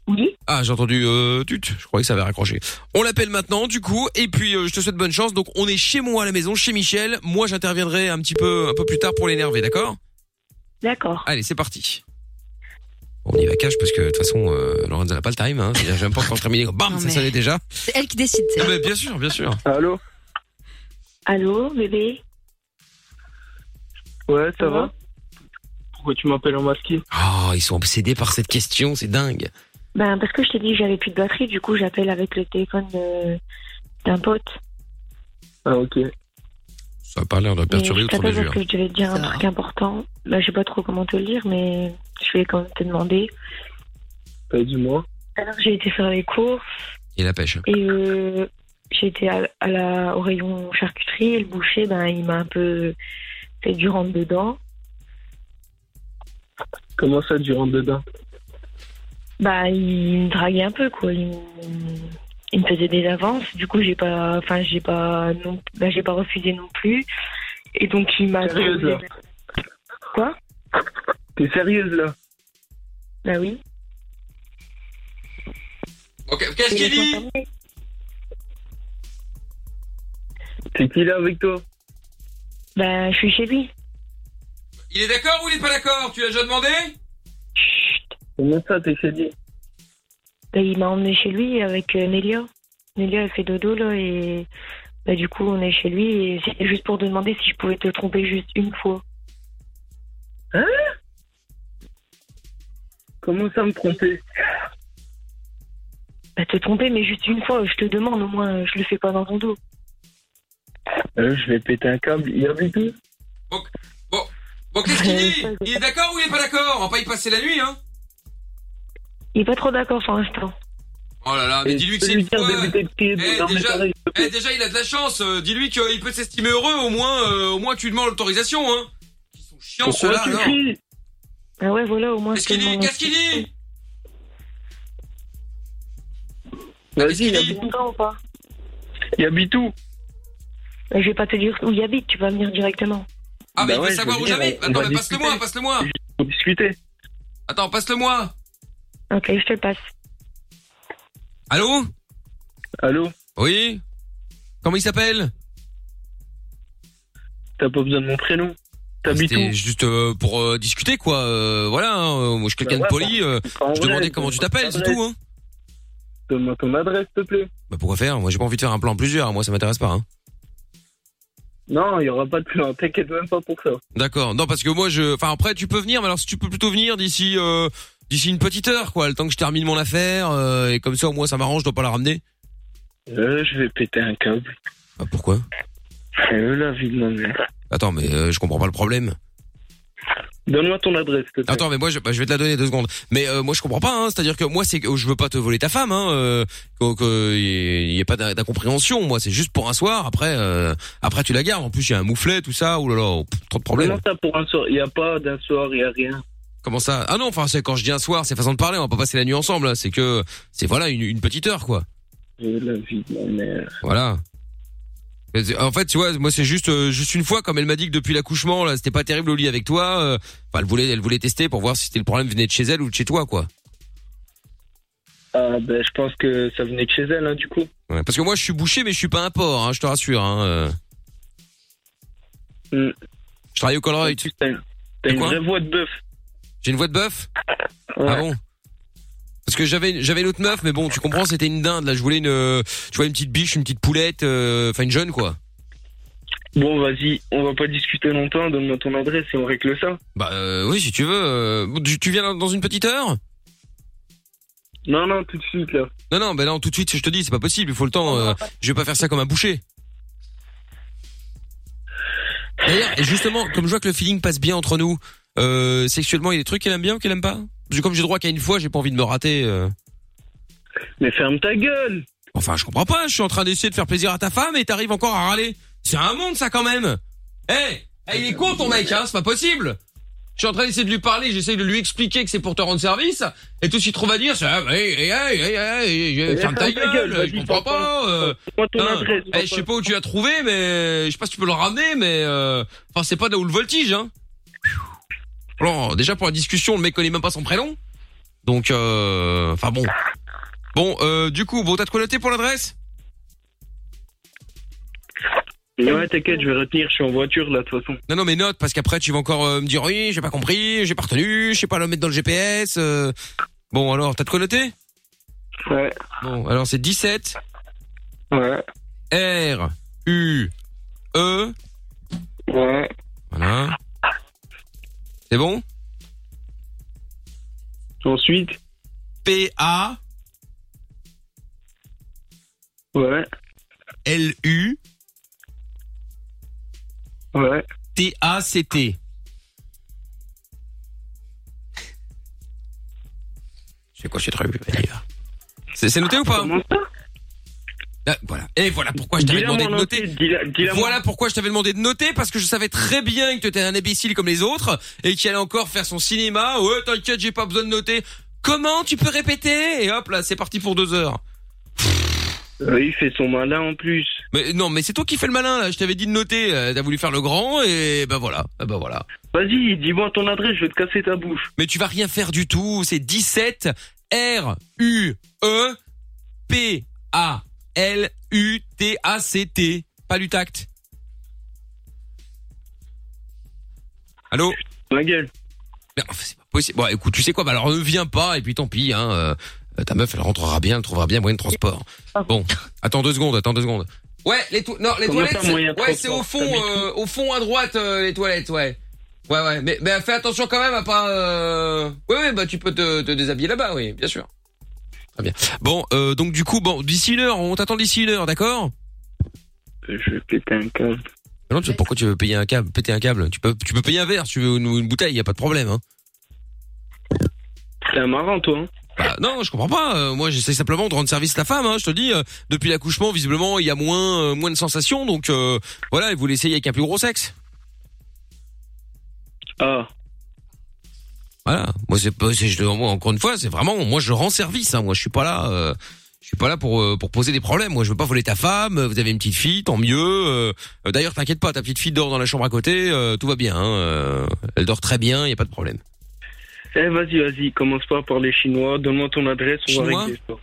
S9: Oui.
S2: Ah, j'ai entendu euh, tut, je croyais que ça avait raccroché. On l'appelle maintenant du coup et puis euh, je te souhaite bonne chance. Donc on est chez moi à la maison chez Michel. Moi j'interviendrai un petit peu un peu plus tard pour l'énerver, d'accord
S9: D'accord.
S2: Allez, c'est parti. On y va cash parce que de toute façon euh, Lorenzo n'a pas le time hein. C'est-à-dire, J'aime pas quand terminé bam,
S6: Non,
S2: ça
S6: mais-
S2: sonnait déjà.
S6: C'est elle qui décide. c'est
S2: Ah,
S6: elle.
S2: mais bien sûr, bien sûr.
S8: Allô
S9: Allô, bébé
S8: Ouais, ça
S9: Ça
S8: va
S9: va
S8: Pourquoi tu m'appelles en masqué
S2: Oh, ils sont obsédés par cette question, c'est dingue.
S9: Ben, parce que je t'ai dit que j'avais plus de batterie, du coup, j'appelle avec le téléphone de- d'un pote.
S8: Ah, ok.
S2: Ça a pas l'air de
S9: Mais
S2: perturber
S9: je
S2: outre
S9: t'appelle
S2: mesure.
S9: parce que je devais te dire un
S6: Ça va.
S9: truc important. Bah, je sais pas trop comment te le dire, mais je vais quand même te demander.
S8: Bah, dis-moi.
S9: Alors, j'ai été faire les courses
S2: hein. Et la pêche.
S9: et euh, j'ai été à, à la, au rayon charcuterie et le boucher, ben, il m'a un peu fait du rentre-dedans.
S8: Comment ça, tu rentres dedans
S9: Bah, il me draguait un peu, quoi. Il, me- il me faisait des avances. Du coup, j'ai pas, enfin, j'ai pas, non, bah, j'ai pas refusé non plus. Et donc, il m'a.
S8: Sérieuse, là
S9: Quoi
S8: T'es sérieuse, là
S9: Bah oui.
S2: Qu'est-ce qu'il dit
S8: C'est qui, là, avec toi
S9: Bah, je suis chez lui.
S2: Il est d'accord ou il est pas d'accord Tu l'as déjà demandé
S8: Comment ça, t'es chez lui
S9: Bah, il m'a emmené chez lui avec euh, Nélia. Nélia, elle fait dodo, là, et bah, du coup, on est chez lui. Et c'était juste pour te demander si je pouvais te tromper juste une fois.
S8: Comment ça, me tromper
S9: Bah, te tromper, mais juste une fois, je te demande, au moins, je le fais pas dans ton dos.
S8: Euh, Je vais péter un câble. Il habite où
S2: Bon, qu'est-ce
S9: Euh,
S2: qu'il dit Il est d'accord ou il est pas d'accord On va pas y passer la nuit, hein
S9: Il est pas trop d'accord pour l'instant.
S2: Oh là là, mais dis-lui que c'est une fois.
S8: Eh,
S2: Eh, déjà, eh, déjà, il a de la chance. euh, dis-lui qu'il peut s'estimer heureux, au moins, euh, au moins tu demandes l'autorisation, hein. Ils sont chiants, ceux-là, alors.
S9: Ah ouais, voilà, au moins.
S2: Qu'est-ce qu'il dit Qu'est-ce qu'il dit
S8: Vas-y, il
S9: dit ou pas
S8: Il habite où
S9: Bah, Je vais pas te dire où il habite, tu vas venir directement.
S2: Ah, mais
S8: Bah
S2: il
S8: ouais,
S2: veut
S8: je
S2: savoir
S8: veux
S2: où
S8: dire,
S2: j'habite.
S8: on
S2: Attends,
S8: va
S2: mais passe-le-moi, passe-le-moi.
S8: Pour discuter.
S2: Attends, passe-le-moi.
S9: Ok, je te le passe.
S2: Allô
S8: Allô
S2: Oui Comment il s'appelle
S8: T'as pas besoin de mon prénom. T'habites
S2: Ah, C'était
S8: où
S2: juste euh, pour euh, discuter, quoi. euh, voilà, hein, euh, moi, je suis quelqu'un
S8: Bah
S2: de
S8: ouais,
S2: poli. euh,
S8: En
S2: je
S8: vrai,
S2: demandais comment tu t'appelles, c'est
S8: adresse.
S2: tout, hein.
S8: Donne-moi ton adresse, s'il te plaît.
S2: Bah, pourquoi faire Moi, j'ai pas envie de faire un plan plusieurs. Moi, ça m'intéresse pas, hein.
S8: Non, il y aura pas de plan. T'inquiète même pas pour ça.
S2: D'accord. Non, parce que moi, je. Enfin, après, tu peux venir, mais alors si tu peux plutôt venir d'ici euh, d'ici une petite heure, quoi, le temps que je termine mon affaire, euh, et comme ça, au moins, ça m'arrange, je dois pas la ramener.
S8: Euh, je vais péter un câble.
S2: Bah, pourquoi
S8: C'est eux, la vie de ma mère.
S2: Attends, mais euh, je comprends pas le problème.
S8: Donne-moi ton adresse, s'il te plaît.
S2: Attends, mais moi, je, bah, je vais te la donner deux secondes. Mais euh, moi, je comprends pas. Hein, C'est-à-dire que moi, c'est que je veux pas te voler ta femme. Hein, euh, que- que y, y ait pas d'in- d'incompréhension. Moi, c'est juste pour un soir. Après, euh, après, tu la gardes. En plus, il y a un mouflet, tout ça. Ouh là là, pff, trop de problèmes.
S8: Comment ça pour un soir Il n'y a pas d'un soir, il n'y a rien.
S2: Comment ça Ah non, enfin, c'est quand je dis un soir, c'est façon de parler. On va pas passer la nuit ensemble. hein, C'est que c'est voilà une, une petite heure, quoi.
S8: Euh, la vie de ma mère.
S2: Voilà. Mais c'est- En fait, tu vois, moi c'est juste euh, juste une fois, comme elle m'a dit que depuis l'accouchement, là, c'était pas terrible au lit avec toi. euh, Enfin, elle voulait, elle voulait tester pour voir si c'était le problème venait de chez elle ou de chez toi, quoi.
S8: Ah, ben, je pense que ça venait de chez elle, hein, du coup.
S2: Ouais, parce que moi, je suis bouché, mais je suis pas un porc, hein, je te rassure. Hein, euh.
S8: Mm.
S2: Je travaille au Colruyt.
S8: Putain. T'as
S2: Ah, Et
S8: une
S2: quoi
S8: vraie voix de bœuf.
S2: J'ai une voix de bœuf
S8: Ouais.
S2: Ah bon Parce que j'avais j'avais une autre meuf, mais bon, tu comprends, c'était une dinde. Là, je voulais une, euh, tu vois, une petite biche, une petite poulette, euh, enfin une jeune, quoi.
S8: Bon, vas-y, on va pas discuter longtemps. Donne-moi ton adresse et on règle ça.
S2: Bah euh, oui, si tu veux. euh, tu- tu viens dans- dans une petite heure
S8: Non, non, tout de suite, là.
S2: Non, non, ben non, tout de suite, je te dis, c'est pas possible, il faut le temps. euh, je vais pas faire ça comme un boucher. D'ailleurs, et justement, comme je vois que le feeling passe bien entre nous, euh, sexuellement, il y a des trucs qu'elle aime bien ou qu'elle aime pas Parce que comme j'ai droit qu'à une fois, j'ai pas envie de me rater. euh.
S8: Mais ferme ta gueule
S2: Enfin, je comprends pas, je suis en train d'essayer de faire plaisir à ta femme et t'arrives encore à râler. C'est un monde, ça, quand même Eh eh, Il est con, ton mec, hein, c'est pas possible je suis en train d'essayer de lui parler, j'essaye de lui expliquer que c'est pour te rendre service, et tout ce qu'il trouve à dire, c'est ah, hey, hey, hey, hey, hey, hey, eh, ferme ta gueule, je
S8: vas-y,
S2: comprends pas. euh,
S8: Moi, ton
S2: Putain.
S8: adresse.
S2: Eh, je sais pas où tu l'as trouvé, mais je sais pas si tu peux le ramener, mais euh, enfin c'est pas de où le voltige, hein. Alors déjà pour la discussion, le mec connaît même pas son prénom, donc euh, enfin bon. Bon, euh, du coup, bon t'as de quoi noter pour l'adresse
S8: Ouais, t'inquiète, je vais retenir. Je suis en voiture, là, de toute façon.
S2: Non non mais note parce qu'après tu vas encore euh, me dire oui j'ai pas compris, j'ai pas retenu, je sais pas le mettre dans le GPS. euh. Bon alors t'as de quoi noter
S8: Ouais,
S2: Bon alors c'est 17
S8: ouais,
S2: R U E
S8: ouais.
S2: voilà. C'est bon
S8: Ensuite,
S2: P A
S8: ouais,
S2: L U
S8: ouais.
S2: T-A-C-T.
S5: Ah,
S2: C'est quoi cette revue d'ailleurs C'est c'est noté ou pas
S8: Comment ça
S2: Ah, voilà. Et voilà pourquoi je t'avais
S8: Dis-la-moi
S2: demandé de
S8: en
S2: noter.
S8: entier, dis-la- dis-la-moi.
S2: Voilà pourquoi je t'avais demandé de noter parce que je savais très bien que tu étais un imbécile comme les autres et qu'il allait encore faire son cinéma. Ouais, t'inquiète, j'ai pas besoin de noter. Comment tu peux répéter Et hop là, c'est parti pour deux heures.
S8: Euh, il fait son malin en plus.
S2: Mais non, mais c'est toi qui fais le malin là. Je t'avais dit de noter. euh, T'as voulu faire le grand et ben voilà, Eh ben voilà.
S8: Vas-y, dis-moi ton adresse, je vais te casser ta bouche.
S2: Mais tu vas rien faire du tout. C'est 17 R U E P A L U T A C T. Pas du tact. Allô.
S8: Ma gueule.
S2: Mais enfin, c'est pas possible. Bon, écoute, tu sais quoi Bah alors ne viens pas et puis tant pis. Hein, euh, euh, ta meuf, elle rentrera bien, elle trouvera bien moyen de transport. Bon, attends deux secondes, attends deux secondes. Ouais, les tou- non, les
S8: Comment
S2: toilettes.
S8: ça, moyen
S2: c'est- Ouais, c'est au fond,
S8: transport
S2: euh, au fond à droite euh, les toilettes, ouais. Ouais, ouais, mais, mais fais attention quand même à pas. Euh... Ouais, ouais, bah tu peux te, te déshabiller là-bas, oui, bien sûr. Très bien. Bon, euh, donc du coup, bon, d'ici une heure, on t'attend d'ici une heure, d'accord
S8: Euh, Je vais péter un câble.
S2: Non, tu sais pourquoi tu veux payer un câble, péter un câble Tu peux, tu peux payer un verre, si tu veux une, une bouteille, y a pas de problème. Hein.
S8: T'es un marrant, toi. Hein
S2: Bah, non, je comprends pas. Euh, moi, j'essaie simplement de rendre service à la femme. Hein, je te le dis, Euh, depuis l'accouchement, visiblement, il y a moins, euh, moins de sensations. Donc euh, voilà, et vous l'essayez avec un plus gros sexe.
S8: ah,
S2: Voilà. Moi, c'est pas, c'est- je te- moi, encore une fois, c'est vraiment, moi, je rends service. Hein, moi, je suis pas là. euh, je suis pas là pour euh, pour poser des problèmes. Moi, je veux pas voler ta femme. Vous avez une petite fille, tant mieux. Euh, euh, D'ailleurs, t'inquiète pas, ta petite fille dort dans la chambre à côté. euh, tout va bien. hein, euh, elle dort très bien. Il y a pas de problème.
S8: eh vas-y, vas-y, commence pas par les chinois, donne-moi ton adresse, on
S2: Chinois
S8: va régler ça.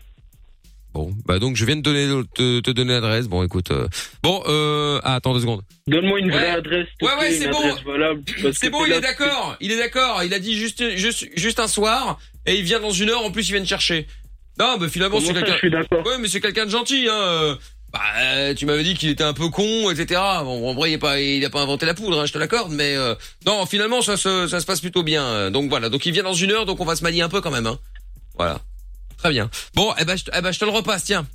S2: Bon, bah donc, je viens de donner, te, te donner l'adresse. Bon, écoute. euh, bon, euh, ah, attends deux secondes.
S8: Donne-moi une vraie
S2: Ouais.
S8: adresse. s'il te
S2: Ouais, ouais,
S8: plaît,
S2: c'est
S8: une
S2: bon.
S8: adresse valable, parce
S2: C'est
S8: que
S2: bon,
S8: t'es
S2: il
S8: là,
S2: est d'accord, il est d'accord. Il a dit juste, juste, juste un soir, et il vient dans une heure. En plus, il vient te chercher. Non, mais finalement,
S8: Comment
S2: c'est
S8: ça, je
S2: quelqu'un.
S8: suis d'accord.
S2: Ouais, mais c'est quelqu'un de gentil. Hein. euh. Bah, euh, tu m'avais dit qu'il était un peu con, etc. Bon, en vrai, il a pas, il a pas inventé la poudre, hein, je te l'accorde. Mais euh, non, finalement, ça se, ça se passe plutôt bien. euh. Donc voilà. Donc il vient dans une heure, donc on va se manier un peu quand même. Hein. Voilà. Très bien. Bon, eh ben, je, te- eh ben, je te le repasse. Tiens.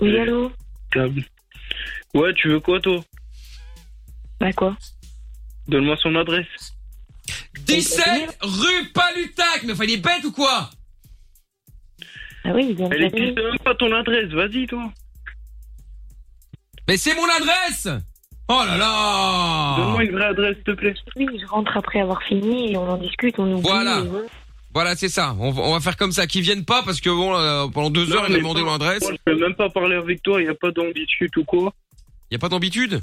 S9: Oui,
S8: Euh.
S9: allô
S8: Câble. Ouais, tu veux quoi, toi
S9: Bah quoi
S8: Donne-moi son adresse. bah,
S2: 17 rue Palutac. Mais enfin, il est bête ou quoi
S9: Ah oui, il vient de
S8: Elle
S9: l'appeler.
S8: existe même pas ton adresse, vas-y, toi.
S2: Mais c'est mon adresse. Oh là là.
S8: Donne-moi une vraie adresse, s'il te plaît.
S9: Oui, je rentre après avoir fini et on en discute, on oublie.
S2: Voilà.
S9: et voilà.
S2: Voilà, c'est ça. On, va- on va faire comme ça. Qu'ils viennent pas parce que bon, euh, pendant deux
S8: Non,
S2: heures, il a
S8: mais
S2: demandé
S8: pas-
S2: leur adresse.
S8: Moi, je peux même pas parler avec toi, y a pas d'ambitude ou quoi.
S2: Y a pas d'ambitude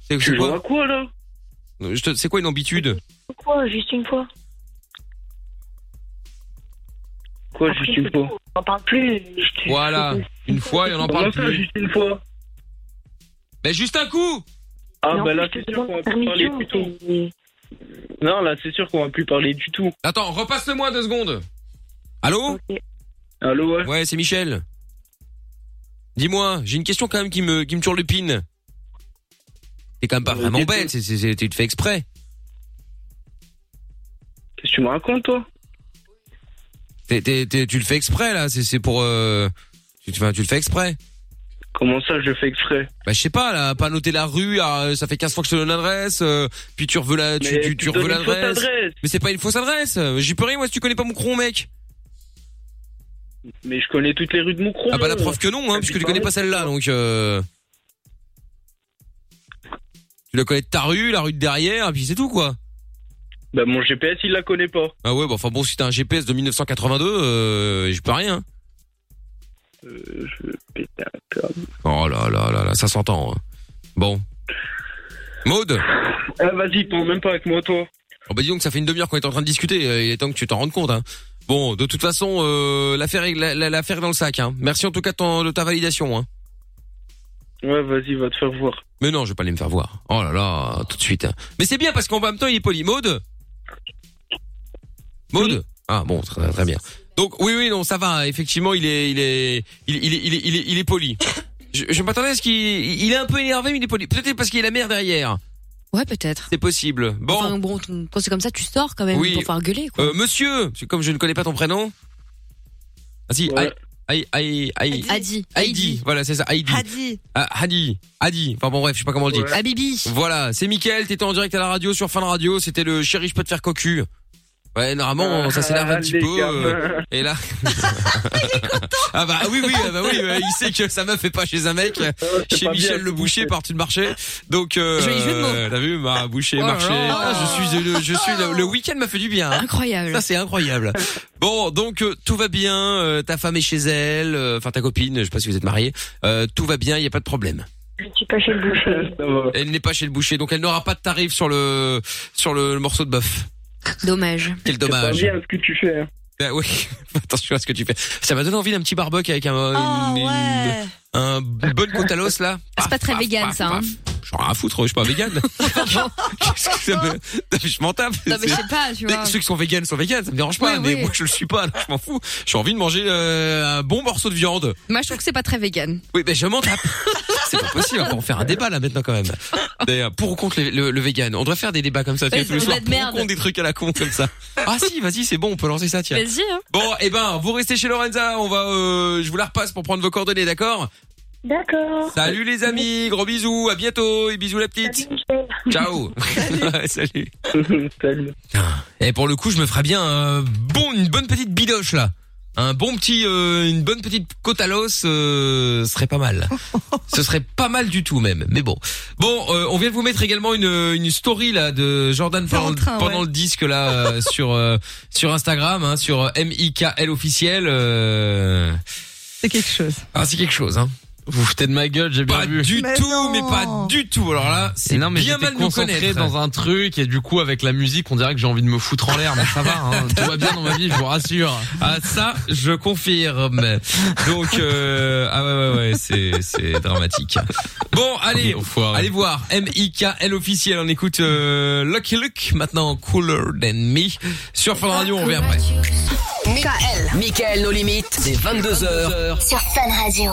S2: C'est c'est
S8: Tu joues à
S2: quoi Euh,
S8: quoi, là
S2: Je te- C'est quoi une ambitude
S9: Pourquoi Juste une fois.
S8: Quoi,
S9: Après,
S8: juste une
S9: c'est
S8: fois
S9: tout, On n'en parle plus. Je te-
S2: Voilà.
S9: je te-
S2: Une fois, et on en
S8: Comment
S2: parle
S8: ça,
S2: plus.
S8: juste une fois
S2: Mais juste un coup.
S8: Ah,
S9: Mais en
S8: bah
S9: plus,
S8: là,
S9: je
S8: c'est
S9: te
S8: sûr
S9: demande
S8: qu'on va plus parler
S9: permission,
S8: du tout.
S9: et-
S8: Non, là, c'est sûr qu'on va plus parler du tout.
S2: Attends, repasse-le-moi deux secondes. Allô
S9: Ok.
S8: Allô, ouais
S2: Ouais, c'est Michel. Dis-moi, j'ai une question quand même qui me qui me turlupine. T'es quand même pas
S8: Euh,
S2: vraiment
S8: qu'est-ce
S2: bête. c'est- c'est- c'est- Tu te fais exprès.
S8: Qu'est-ce que tu me racontes, toi
S2: T'es- t'es- t'es- tu le fais exprès là. C'est c'est pour. euh, tu, enfin, tu le fais exprès.
S8: Comment ça, je fais exprès
S2: Bah je sais pas là, pas noter la rue, ah, euh, ça fait 15 fois que je te donne l'adresse, euh, puis tu reveux la, tu,
S8: Mais
S2: tu, tu
S8: donnes
S2: reveux
S8: une fausse
S2: l'adresse.
S8: adresse.
S2: Mais c'est pas une fausse adresse, euh, j'y peux rien moi si tu connais pas mon cron mec.
S8: Mais je connais toutes les rues de Moucron.
S2: Ah bah la preuve que non hein,
S8: Ah,
S2: puisque
S8: tu
S2: tu connais
S8: parles.
S2: pas celle-là donc euh... Tu la connais de ta rue, la rue de derrière, et Ah, puis c'est tout quoi.
S8: Bah, mon GPS, il la connaît pas.
S2: Ah ouais, bah enfin bon, si t'as un GPS de 1982, euh, je peux rien.
S8: Euh, je vais péter un câble.
S2: Oh là là là là, ça s'entend. hein. Bon. Maude
S8: Ah, vas-y, parle même pas avec moi, toi.
S2: Oh bah dis donc, ça fait une demi-heure qu'on est en train de discuter. euh, Il est temps que tu t'en rendes compte. Hein. Bon, de toute façon, euh, l'affaire est la- la- l'affaire est dans le sac. Hein. Merci en tout cas de, ton- de ta validation. Hein.
S8: Ouais, vas-y, va te faire voir.
S2: Mais non, je vais pas aller me faire voir. Oh là là, tout de suite. hein. Mais c'est bien parce qu'en même temps, il est poli. Maude Maude Ah bon, très, très bien. Donc oui, oui, non, ça va. hein, Effectivement, il est, il est, il, il est, il est, il est, il est poli. Je, je m'attendais à ce qu'il, il est un peu énervé, mais il est poli. Peut-être parce qu'il y a la mère derrière.
S6: Ouais, peut-être.
S2: C'est possible. Bon,
S6: Enfin, bon, ton- quand c'est comme ça, tu sors quand même
S2: Oui.
S6: pour faire gueuler, quoi.
S2: euh, monsieur, parce que comme je ne connais pas ton prénom. Ah si,
S8: Ouais.
S2: Aïe, aïe, aïe.
S6: Adi.
S2: Heidi, voilà, c'est ça, Heidi.
S3: Hadi.
S2: Ah, Hadi, Hadi, enfin bon bref, je sais pas comment on le dit.
S8: Ouais.
S6: Habibi.
S2: Voilà, c'est Mickaël, t'étais en direct à la radio sur Fin de Radio, c'était le chéri, je peux te faire cocu. Ouais, normalement, ça s'énerve un
S5: Ah,
S2: petit
S5: les
S2: peu. euh,
S5: gamins.
S2: et là. ah bah oui, oui, ah bah oui, euh, il sait que sa meuf est pas chez un mec,
S5: c'est
S2: chez
S5: pas bien,
S2: Michel
S5: c'est
S2: Le Boucher, partout de marché. Donc, euh,
S5: Joli jeu de mots.
S2: euh, t'as vu, ma boucher,
S5: Oh là
S2: marché.
S5: là.
S2: Ah, je suis, le, je suis, le, le week-end m'a fait du bien. hein.
S6: Incroyable.
S2: Ça, c'est incroyable. Bon, donc, euh, tout va bien, euh, ta femme est chez elle, euh, enfin, ta copine, je sais pas si vous êtes mariés, euh, tout va bien, il y a pas de problème.
S9: Je suis pas chez le boucher.
S2: Elle n'est pas chez le boucher, donc elle n'aura pas de tarif sur le, sur le, le morceau de bœuf.
S6: Dommage.
S2: Quel dommage.
S8: C'est pas bien ce que tu fais. hein.
S2: Ben oui, attention à ce que tu fais. Ça m'a donné envie d'un petit barbecue avec un, Euh,
S3: Ah
S2: une- une- un bonne côte à l'os là.
S6: Ah, C'est pas très vegan, ça. hein.
S2: J'en ai rien à foutre, je suis pas vegan. Qu'est-ce que ça me- Non, mais Je m'en tape.
S6: Non, mais je sais pas, tu
S2: Mais
S6: vois.
S2: Ceux qui sont vegan sont vegan, ça me dérange pas,
S6: Oui,
S2: mais
S6: oui.
S2: moi je le suis pas, alors je m'en fous. J'ai envie de manger euh, un bon morceau de viande.
S6: Moi, je trouve que c'est pas très vegan.
S2: Oui, ben je m'en tape. C'est pas possible, on va en faire un débat là maintenant quand même. D'ailleurs, pour ou contre le, le, le vegan, on devrait faire des débats comme ça, tu
S6: Ouais,
S2: sais, tous les
S6: c'est un
S2: soirs,
S6: débat
S2: pour
S6: de
S2: ou
S6: merde.
S2: contre des trucs à la con comme ça. Ah si, vas-y, c'est bon, on peut lancer ça, tiens.
S6: Vas-y, hein.
S2: Bon, eh ben, vous restez chez Lorenza, on va, euh, je vous la repasse pour prendre vos coordonnées, d'accord
S9: D'accord.
S2: Salut les amis, gros bisous, à bientôt et bisous la petite. Ciao. Ouais, Salut.
S8: Salut.
S2: Et pour le coup, je me ferais bien un bon, une bonne petite bidoche là. Un bon petit, euh, une bonne petite côte à l'os euh, serait pas mal. Ce serait pas mal du tout même. Mais bon, bon, euh, on vient de vous mettre également une, une story là de Jordan pendant,
S5: Florentin,
S2: pendant
S5: ouais.
S2: le disque là euh, sur euh, sur Instagram, hein, sur MIKL officiel. euh,
S3: C'est quelque chose.
S2: Ah, c'est quelque chose, hein. Vous vous foutez de ma gueule, j'ai bien
S5: vu.
S2: du
S5: Mais
S2: tout,
S5: non.
S2: mais pas du tout. Alors là, c'est
S5: Et non, mais
S2: bien
S5: j'étais
S2: mal de nous
S5: concentré
S2: connaître.
S5: dans un truc et du coup avec la musique on dirait que j'ai envie de me foutre en l'air mais ça va hein, tout va bien dans ma vie je vous rassure
S2: ah ça je confirme donc euh, ah ouais ouais ouais c'est c'est dramatique bon allez allez voir M I K L officiel on écoute euh, Lucky Luke maintenant Cooler Than Me sur Fun Radio on revient après
S1: Michael. Michael, nos limites. C'est 22h.
S4: Sur Fun Radio.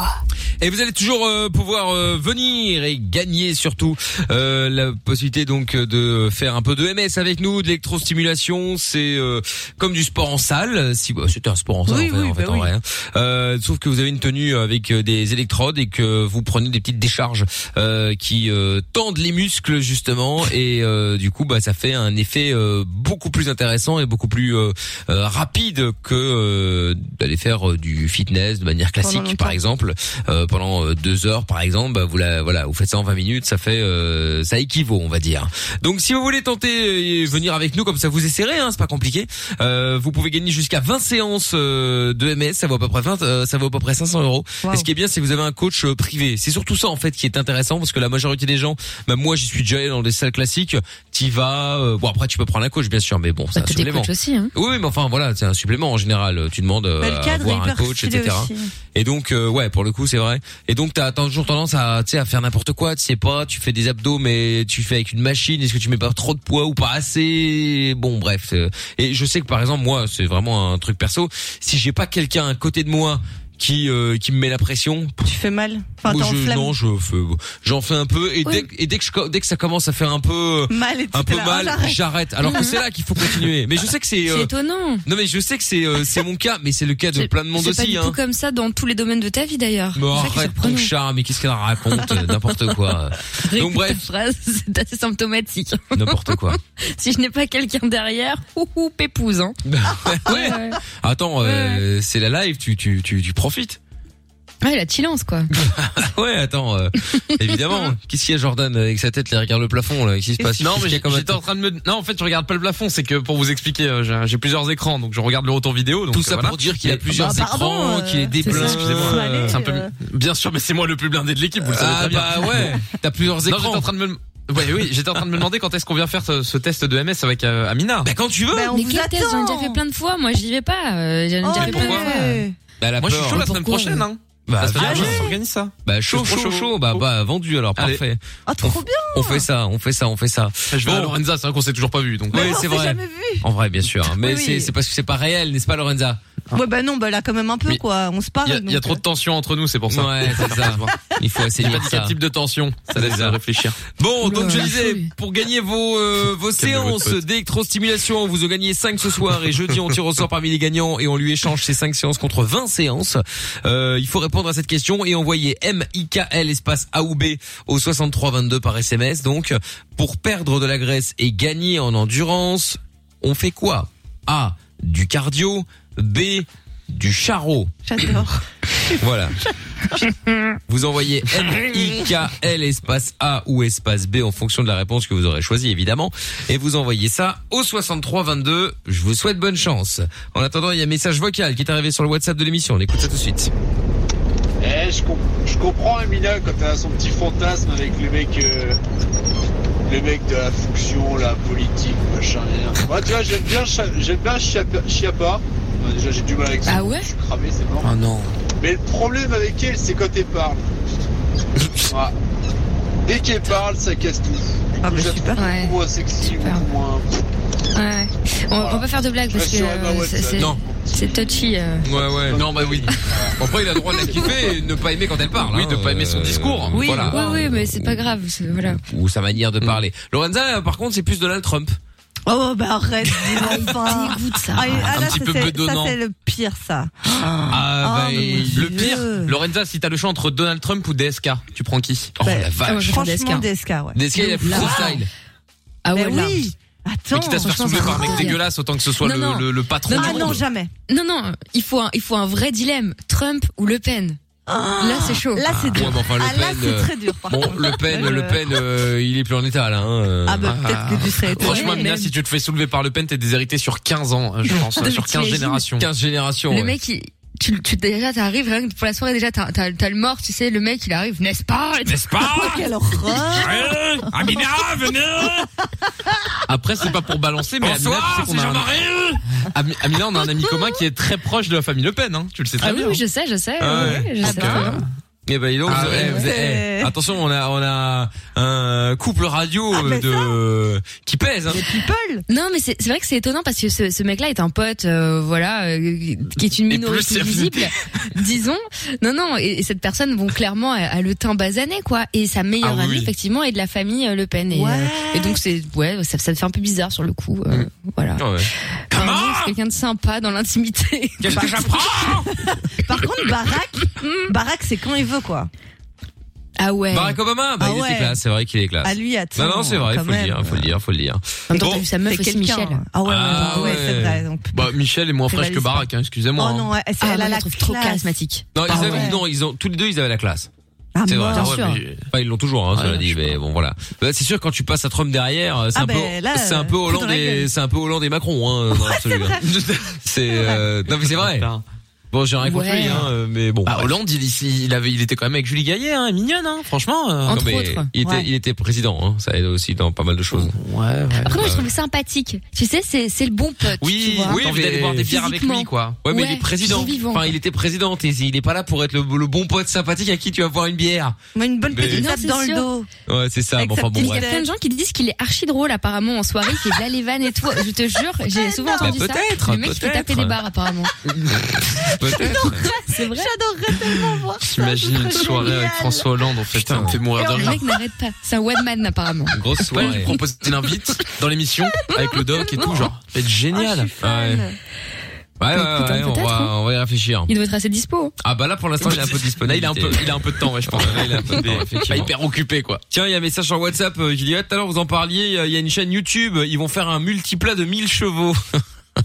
S2: Et vous allez toujours euh, pouvoir euh, venir et gagner surtout euh, la possibilité donc euh, de faire un peu de MS avec nous, de l'électrostimulation. C'est euh, comme du sport en salle. Si bah, c'était un sport en salle
S5: Oui,
S2: en fait,
S5: oui,
S2: en fait,
S5: bah
S2: en
S5: oui.
S2: vrai, hein. Euh, sauf que vous avez une tenue avec euh, des électrodes et que vous prenez des petites décharges euh, qui euh, tendent les muscles justement et euh, du coup bah ça fait un effet euh, beaucoup plus intéressant et beaucoup plus euh, euh, rapide que euh, d'aller faire euh, du fitness de manière classique par exemple euh, pendant euh, deux heures par exemple bah, vous la voilà vous faites ça en 20 minutes ça fait euh, ça équivaut on va dire donc si vous voulez tenter euh, et venir avec nous comme ça vous essaierez hein, c'est pas compliqué euh, vous pouvez gagner jusqu'à 20 séances euh, de MS ça vaut à peu près 20 euh, ça vaut à peu près 500 euros
S5: Wow.
S2: et ce qui est bien c'est que vous avez un coach euh, privé c'est surtout ça en fait qui est intéressant parce que la majorité des gens bah, moi j'y suis déjà allé dans des salles classiques t'y vas euh, bon après tu peux prendre un coach bien sûr mais bon c'est un
S6: Bah, T'es des
S2: supplément
S6: coachs aussi, hein.
S2: oui, mais enfin voilà, c'est un supplément en général. Tu demandes euh,
S6: Mais le
S2: à
S6: cadre est
S2: voir un
S6: hyper
S2: coach,
S6: stylé
S2: etc.
S6: aussi.
S2: Et donc euh, ouais, pour le coup, c'est vrai. Et donc t'as t'as toujours tendance à tu sais à faire n'importe quoi. Tu sais pas, tu fais des abdos, mais tu fais avec une machine. Est-ce que tu mets pas trop de poids ou pas assez Bon, bref. euh, Et je sais que par exemple, moi, c'est vraiment un truc perso. Si j'ai pas quelqu'un à côté de moi qui euh, qui me met la pression,
S3: Tu fais mal. Enfin,
S2: moi, je-
S3: t'enflammes.
S2: non, je fais- j'en fais un peu et
S3: Oui.
S2: dès, que- et dès que je co- dès que ça commence à faire un peu
S3: Mal et
S2: un
S3: tout,
S2: peu
S3: t'es là,
S2: mal,
S3: ah, j'arrête.
S2: j'arrête. Alors que
S3: Mhm.
S2: c'est là qu'il faut continuer. Mais je sais que c'est euh,
S6: C'est étonnant.
S2: Non mais je sais que c'est euh, c'est mon cas, mais c'est le cas de plein de monde
S6: C'est pas
S2: aussi.
S6: du
S2: Hein.
S6: tout comme ça dans tous les domaines de ta vie d'ailleurs.
S2: Mais
S6: C'est ça qui est
S2: arrête
S6: surprenant.
S2: ton chat, mais qu'est-ce qu'elle raconte euh, N'importe quoi. Donc bref,
S6: Cette phrase, c'est assez symptomatique.
S2: n'importe quoi.
S6: si je n'ai pas quelqu'un derrière, ouhou, pépouse, hein.
S2: ouais.
S6: ouais.
S2: Attends, euh, c'est la live, tu tu tu, tu profites.
S6: Ouais, la chillance, quoi.
S2: ouais, attends, euh, évidemment. Qu'est-ce qu'il y a Jordan avec sa tête, il regarde le plafond là, qu'est-ce qui se passe
S5: non
S2: Qu'est-ce
S5: mais
S2: qu'il y a comme
S5: j'étais en train de me non en fait je regarde pas le plafond c'est que pour vous expliquer euh, j'ai- j'ai plusieurs écrans donc je regarde le retour vidéo donc
S2: Tout ça
S5: euh, voilà.
S2: pour dire qu'il a
S5: Et-
S2: plusieurs
S5: Bah, pardon,
S2: écrans,
S5: euh,
S2: qu'il est
S5: c'est
S2: déblindé.
S5: ça, excusez-moi, euh, c'est un peu- bien sûr mais c'est moi le plus blindé de l'équipe vous le savez
S2: Ah,
S5: très bien.
S2: bah ouais, t'as plusieurs
S5: Non,
S2: écrans.
S5: j'étais en train de me Ouais, oui, j'étais en train de me demander quand est-ce qu'on vient faire ce, ce test de MS avec euh, Amina.
S2: Bah quand tu veux.
S3: Ben,
S6: mais quel test J'en ai déjà fait plein de fois. Moi, je n'y vais pas. Euh, J'en ai
S2: Oh,
S6: déjà fait plein de fois.
S5: Moi, je suis chaud la semaine
S6: Pourquoi
S5: prochaine, hein.
S2: Bah,
S5: La semaine
S2: allez.
S5: prochaine, on s'organise ça.
S2: Bah chaud,
S5: Je suis
S2: chaud,
S5: trop
S2: chaud, Bah bah vendu alors
S5: Allez.
S2: parfait.
S3: Ah trop bien.
S2: On fait ça, on fait ça, on fait ça.
S5: Je vais à Lorenza, c'est vrai qu'on s'est toujours pas vu, donc.
S2: Oui, c'est vrai. En vrai, bien sûr. Mais
S3: Oui.
S2: c'est c'est parce que c'est pas réel, n'est-ce pas, Lorenza
S3: Ouais, bah non, bah là quand même un peu quoi. On se parle.
S5: Il y, a
S3: donc,
S5: trop de tension entre nous, c'est pour ça.
S2: Ah, euh. Ouais, c'est ça. Il faut essayer
S5: pas
S2: de
S5: dit
S2: ça.
S5: quel type de tension. Ça laisse à réfléchir.
S2: Bon, donc je
S5: la
S2: disais, pour gagner vos euh, vos
S5: Calmez
S2: séances
S5: votre pote.
S2: d'électrostimulation, vous en gagnez 5 ce soir et jeudi on tire au sort parmi les gagnants et on lui échange ces 5 séances contre 20 séances. Euh, il faut répondre à cette question et envoyer MIKL espace A ou B au 6322 par SMS. Donc pour perdre de la graisse et gagner en endurance, on fait quoi A, du cardio, B, du charreau.
S3: euh, J'adore.
S2: Voilà. Vous envoyez M-I-K-L espace A ou espace B en fonction de la réponse que vous aurez choisie, évidemment. Et vous envoyez ça au 6322. Je vous souhaite bonne chance. En attendant, il y a un message vocal qui est arrivé sur le WhatsApp de l'émission. On écoute ça tout de suite.
S10: Eh, je, com- je comprends Amina quand elle a son petit fantasme avec le mec, euh, le mec de la fonction, la politique, machin. rien. Moi, tu vois, j'aime bien, Cha- j'aime bien Chiappa. Chiappa. Euh, Déjà, j'ai du mal avec ça.
S6: Ah ouais
S10: Je suis cramé, c'est mort.
S2: Oh non.
S10: Mais le problème avec elle, c'est quand elle parle. Voilà. Dès qu'elle parle, ça casse tout. Du
S3: Ah, bah,
S10: coup, je la trouve
S6: Ouais.
S10: beaucoup moins sexy, beaucoup moins.
S6: Ouais. On, on peut faire de blagues parce que
S10: Rassurez-moi,
S6: euh,
S10: Watson.
S6: c'est- c'est
S10: Non.
S6: c'est touchy. euh.
S2: Ouais, ouais. Non, bah oui. Après, il a le droit de la kiffer et ne pas aimer quand elle parle. Oui, de pas aimer son discours. Mm.
S6: Oui,
S2: voilà.
S6: oui, oui, mais c'est pas grave. c'est- Voilà.
S2: Ou sa manière de parler. Lorenza, par contre, c'est plus Donald Trump.
S3: Oh bah arrête, dis-moi enfin. Ah, et- ah,
S2: Un
S3: là,
S2: petit
S3: ça,
S2: peu
S3: c'est-
S2: bedonnant. Oh,
S3: Ça c'est le pire ça.
S5: Ah, bah,
S3: mon Dieu.
S5: le pire, Lorenza, si t'as le choix entre Donald Trump ou DSK, tu prends qui
S2: Oh
S3: Bah,
S5: la vache.
S3: Franchement DSK ouais.
S5: DSK, il a plus de
S3: Là.
S5: style.
S6: Ah
S3: Mais
S6: ouais. là.
S3: Ben oui. Attends.
S5: Mais quitte à se faire soulever par un mec dégueulasse, autant que ce soit
S6: Non,
S5: le,
S6: non.
S5: le- le patron.
S6: Non,
S5: du
S6: non,
S5: monde.
S2: Ah,
S3: Non jamais.
S6: Non, non, il faut un, il faut un vrai dilemme. Trump ou Le Pen. Là, c'est chaud.
S3: Là c'est dur.
S2: Ouais, mais enfin, Le
S3: ah, là
S2: Pen,
S3: c'est
S2: euh,
S3: très dur. par
S2: Bon,
S3: contre.
S2: Le Pen,
S3: Euh,
S2: Le Pen, euh, il est plus en état là. Hein. euh.
S3: Ah bah peut-être que tu serais. étonné,
S5: Franchement, Mina,
S3: mais-
S5: si tu te fais soulever par Le Pen, t'es déshérité sur 15 ans, hein, je pense, hein, sur 15
S6: T'imagines
S5: générations.
S2: 15 générations.
S6: Le
S2: ouais.
S6: mec, il- tu, tu déjà t'arrives rien que pour la soirée déjà t'as t'as- t'as le mort, tu sais, le mec il arrive, n'est-ce pas Ah
S2: N'est-ce pas
S3: Quelle horreur.
S2: Hein Amina, venez
S5: Après, c'est pas pour balancer, mais Amina,
S2: Bonsoir,
S5: tu sais qu'on
S2: c'est
S5: a un-
S2: Jean-Marie
S5: Ami- Amina, on a un ami commun qui est très proche de la famille Le Pen, hein, tu le sais très
S6: Ah oui,
S5: bien.
S6: oui, je sais, je sais.
S5: Ah
S6: ouais,
S5: ouais.
S6: je sais.
S5: Ah,
S2: Eh ben, dis donc,
S5: Ah
S2: vous-
S5: ouais,
S2: eh, vous-
S3: c'est-
S2: eh, attention, on a, on a un couple radio
S3: Ah, ben
S2: de qui pèse. Hein.
S3: People.
S6: Non, mais c'est c'est vrai que c'est étonnant parce que ce, ce mec-là est un pote, euh, voilà, euh, qui est une
S5: Et
S6: minorité
S5: plus
S6: visible, disons. Non, non, et, et cette personne, bon, clairement, a, a le teint basané, quoi. Et sa meilleure
S5: Ah oui,
S6: amie,
S5: oui.
S6: effectivement, est de la famille euh, Le Pen. Et,
S3: Ouais.
S6: et donc, c'est, ouais, ça, ça me fait un peu bizarre sur le coup, euh,
S5: Mm.
S6: voilà.
S2: Ah, Ouais.
S6: Enfin,
S5: Ah
S6: bon, c'est quelqu'un de sympa dans l'intimité.
S2: Qu'est-ce que j'apprends
S3: Par contre Barack, Barack c'est quand il veut quoi.
S6: Ah ouais.
S2: Barack Obama, bah,
S3: Ah
S2: il
S3: ouais.
S2: était classe, c'est vrai qu'il est classe.
S3: À lui attends.
S2: non, non, c'est vrai,
S3: quand
S2: faut le
S3: même.
S2: dire, faut le dire, faut le dire.
S6: en même temps,
S2: Bon,
S6: t'as vu sa meuf
S3: C'est
S6: aussi,
S3: quelqu'un.
S6: Michel.
S3: Ah ouais,
S2: Ah
S3: ouais, ouais,
S2: ouais.
S3: c'est vrai. donc-
S5: Bah, Michel est moins
S3: C'est
S5: fraîche
S3: la
S5: que
S3: liste,
S5: Barack, hein, excusez-moi.
S3: Oh
S5: hein.
S3: non, elle,
S6: Ah,
S3: elle
S6: moi,
S3: a
S6: je
S3: la
S6: la trouve trop
S3: classe.
S6: charismatique.
S2: Non, ils
S3: Ah
S2: avaient-
S3: ouais.
S2: non, ils ont tous les deux, ils avaient la classe.
S3: Ah,
S2: C'est vrai.
S6: Bien
S3: mort.
S6: sûr.
S5: mais-
S2: Enfin, ils l'ont toujours, hein,
S5: Ouais,
S2: cela
S5: bien
S2: dit.
S5: sûr.
S2: Mais bon, voilà. Bah, c'est sûr, quand tu passes à Trump derrière, euh, c'est
S3: Ah
S2: un peu,
S3: ben, là,
S2: c'est un
S3: euh,
S2: peu
S3: coup dans
S2: Hollande
S3: la
S2: et
S3: gueule.
S2: c'est un peu Hollande et Macron, hein, dans l'absolu, hein. C'est, euh, non mais c'est vrai. Bon, j'ai rien contre
S6: Ouais.
S2: lui, hein, euh, mais bon.
S5: Bah,
S2: bref.
S5: Hollande, il, il, il avait, il était quand même avec Julie Gaillet, hein, elle est mignonne, hein, franchement. euh.
S6: En-
S2: Non,
S6: Entre
S2: mais
S6: autres,
S2: il était,
S6: ouais.
S2: il était président, hein. ça aide aussi dans pas mal de choses.
S5: Ouais, ouais.
S6: Après, moi, je trouve sympathique. Tu sais, c'est c'est le bon pote. Oh, tu
S5: Oui,
S6: vois.
S5: oui,
S2: T'as envie d'aller
S5: mais... d'aller
S2: boire
S5: boire
S2: des
S5: des
S6: bières
S5: bières
S6: avec
S5: avec
S6: Physiquement.
S5: lui, quoi.
S2: Ouais, mais
S6: Ouais,
S2: il est président.
S6: il est vivant,
S2: enfin,
S6: quoi.
S2: il était président. t'es- Il est pas là pour être le, le bon pote sympathique à qui tu vas boire une bière.
S3: Moi, une bonne
S2: Mais-
S3: petite
S6: Non,
S3: tape
S6: c'est
S3: dans le
S6: sûr.
S3: dos.
S2: Ouais, c'est ça.
S3: Avec
S2: Bon,
S3: sa
S2: enfin, bon,
S3: petite
S6: Il y
S2: bref.
S6: a plein de gens qui disent qu'il est archi drôle apparemment en soirée, qu'il fait les vannes et tout. Je te jure, j'ai souvent
S2: Bah,
S6: entendu ça.
S2: peut-être,
S6: Le mec qui fait taper
S2: peut-être.
S6: des barres apparemment.
S2: Peut-être.
S6: C'est vrai.
S3: J'adorerais tellement voir ça.
S5: T'imagines une soirée avec François Hollande, en fait, hein. ça me fait mourir de
S6: Le
S5: rire.
S6: mec n'arrête pas. C'est un one man apparemment.
S2: Grosse
S5: Ouais, je
S2: soirée.
S5: lui propose une invite dans l'émission avec le doc et tout, genre. Ça va être
S2: Ah,
S5: génial.
S2: Ouais. Ouais, ouais, ouais,
S6: Écoute, hein,
S2: on
S6: peut-être,
S2: va, on va y réfléchir.
S6: Il doit être assez dispo.
S2: Ah bah là pour l'instant il est un peu disponible.
S5: Là, il a un peu, il a un peu de temps, ouais, je pense.
S2: Ouais, il a un peu de temps, effectivement.
S5: hyper occupé, quoi.
S2: Tiens, il y a un message sur WhatsApp euh, qui dit ah, tout à l'heure vous en parliez, euh, il y a une chaîne YouTube, ils vont faire un multiplat de 1000 chevaux.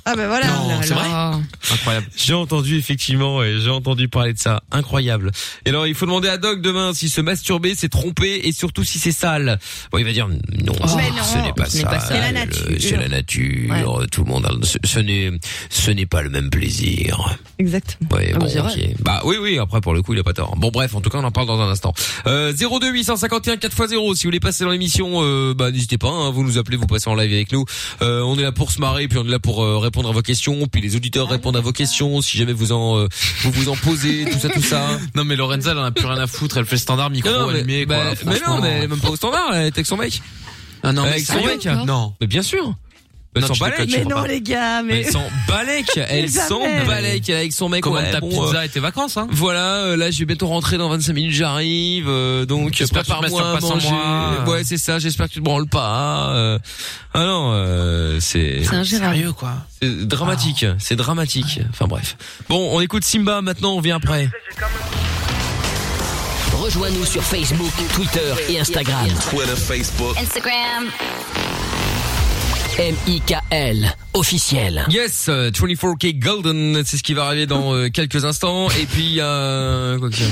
S3: Ah ben voilà.
S2: Non, c'est vrai
S6: Alors,
S5: Incroyable.
S2: J'ai entendu effectivement et j'ai entendu parler de ça. Incroyable. Et alors il faut demander à Doc demain si se masturber c'est tromper et surtout si c'est sale. Bon il va dire non,
S3: Mais non,
S2: ce n'est pas,
S6: Oh, ce n'est pas
S2: sale, Euh,
S3: C'est la nature.
S2: C'est la nature. Tout le monde, a- ce, ce n'est ce n'est pas le même plaisir.
S3: Exactement.
S2: Ouais,
S6: Ah,
S2: bon,
S6: mais c'est vrai.
S2: ok. Bah oui, oui, après pour le coup, il a pas tort. Bon bref, en tout cas, on en parle dans un instant. Euh, 02 851 4x0, si vous voulez passer dans l'émission, euh, bah n'hésitez pas, hein, vous nous appelez, vous passez en live avec nous. Euh, on est là pour se marrer, puis on est là pour euh, répondre à vos questions, puis les auditeurs répondent à vos questions, si jamais vous en euh, vous vous en posez, tout ça, tout ça.
S5: Non, mais Lorenza, elle en a plus rien à foutre, elle fait standard micro
S2: Non, non, mais,
S5: allumé, quoi.
S2: bah,
S5: là,
S2: mais non,
S5: franchement.
S2: mais elle est même pas au standard, elle était avec son mec.
S5: Ah non, mais
S2: Avec son
S5: sérieux
S2: mec hein.
S6: encore
S5: Non.
S2: Mais bien sûr. Elle
S5: Non,
S2: s'en
S5: tu
S2: balèque.
S5: déconnes,
S3: Mais
S5: Je comprends
S3: non,
S5: pas.
S3: les gars, mais.
S2: Elle s'en balèque. Elle s'en
S3: Jamais.
S2: balèque. Elle est avec son mec.
S5: Comment
S2: ouais,
S5: ta
S2: bon, euh,
S5: pizza et tes vacances, hein
S2: Voilà, euh, là je vais bientôt rentrer dans 25 minutes, j'arrive. euh, donc
S5: J'espère que tu te
S2: prépare-moi à
S5: masturbes pas sans
S2: manger.
S5: moi.
S2: Ouais, c'est ça, j'espère que tu te branles pas. euh. Ah non, euh, c'est
S6: C'est ingérable.
S5: Sérieux, quoi.
S2: c'est dramatique, c'est dramatique. Enfin bref. Bon, on écoute Simba maintenant, on vient après.
S1: Rejoins-nous sur Facebook, Twitter et Instagram.
S11: Twitter, Facebook,
S4: Instagram.
S1: M-I-K-L, officiel.
S2: Yes, euh, 24K Golden, c'est ce qui va arriver dans euh, quelques instants. Et puis, euh, quoi que ça.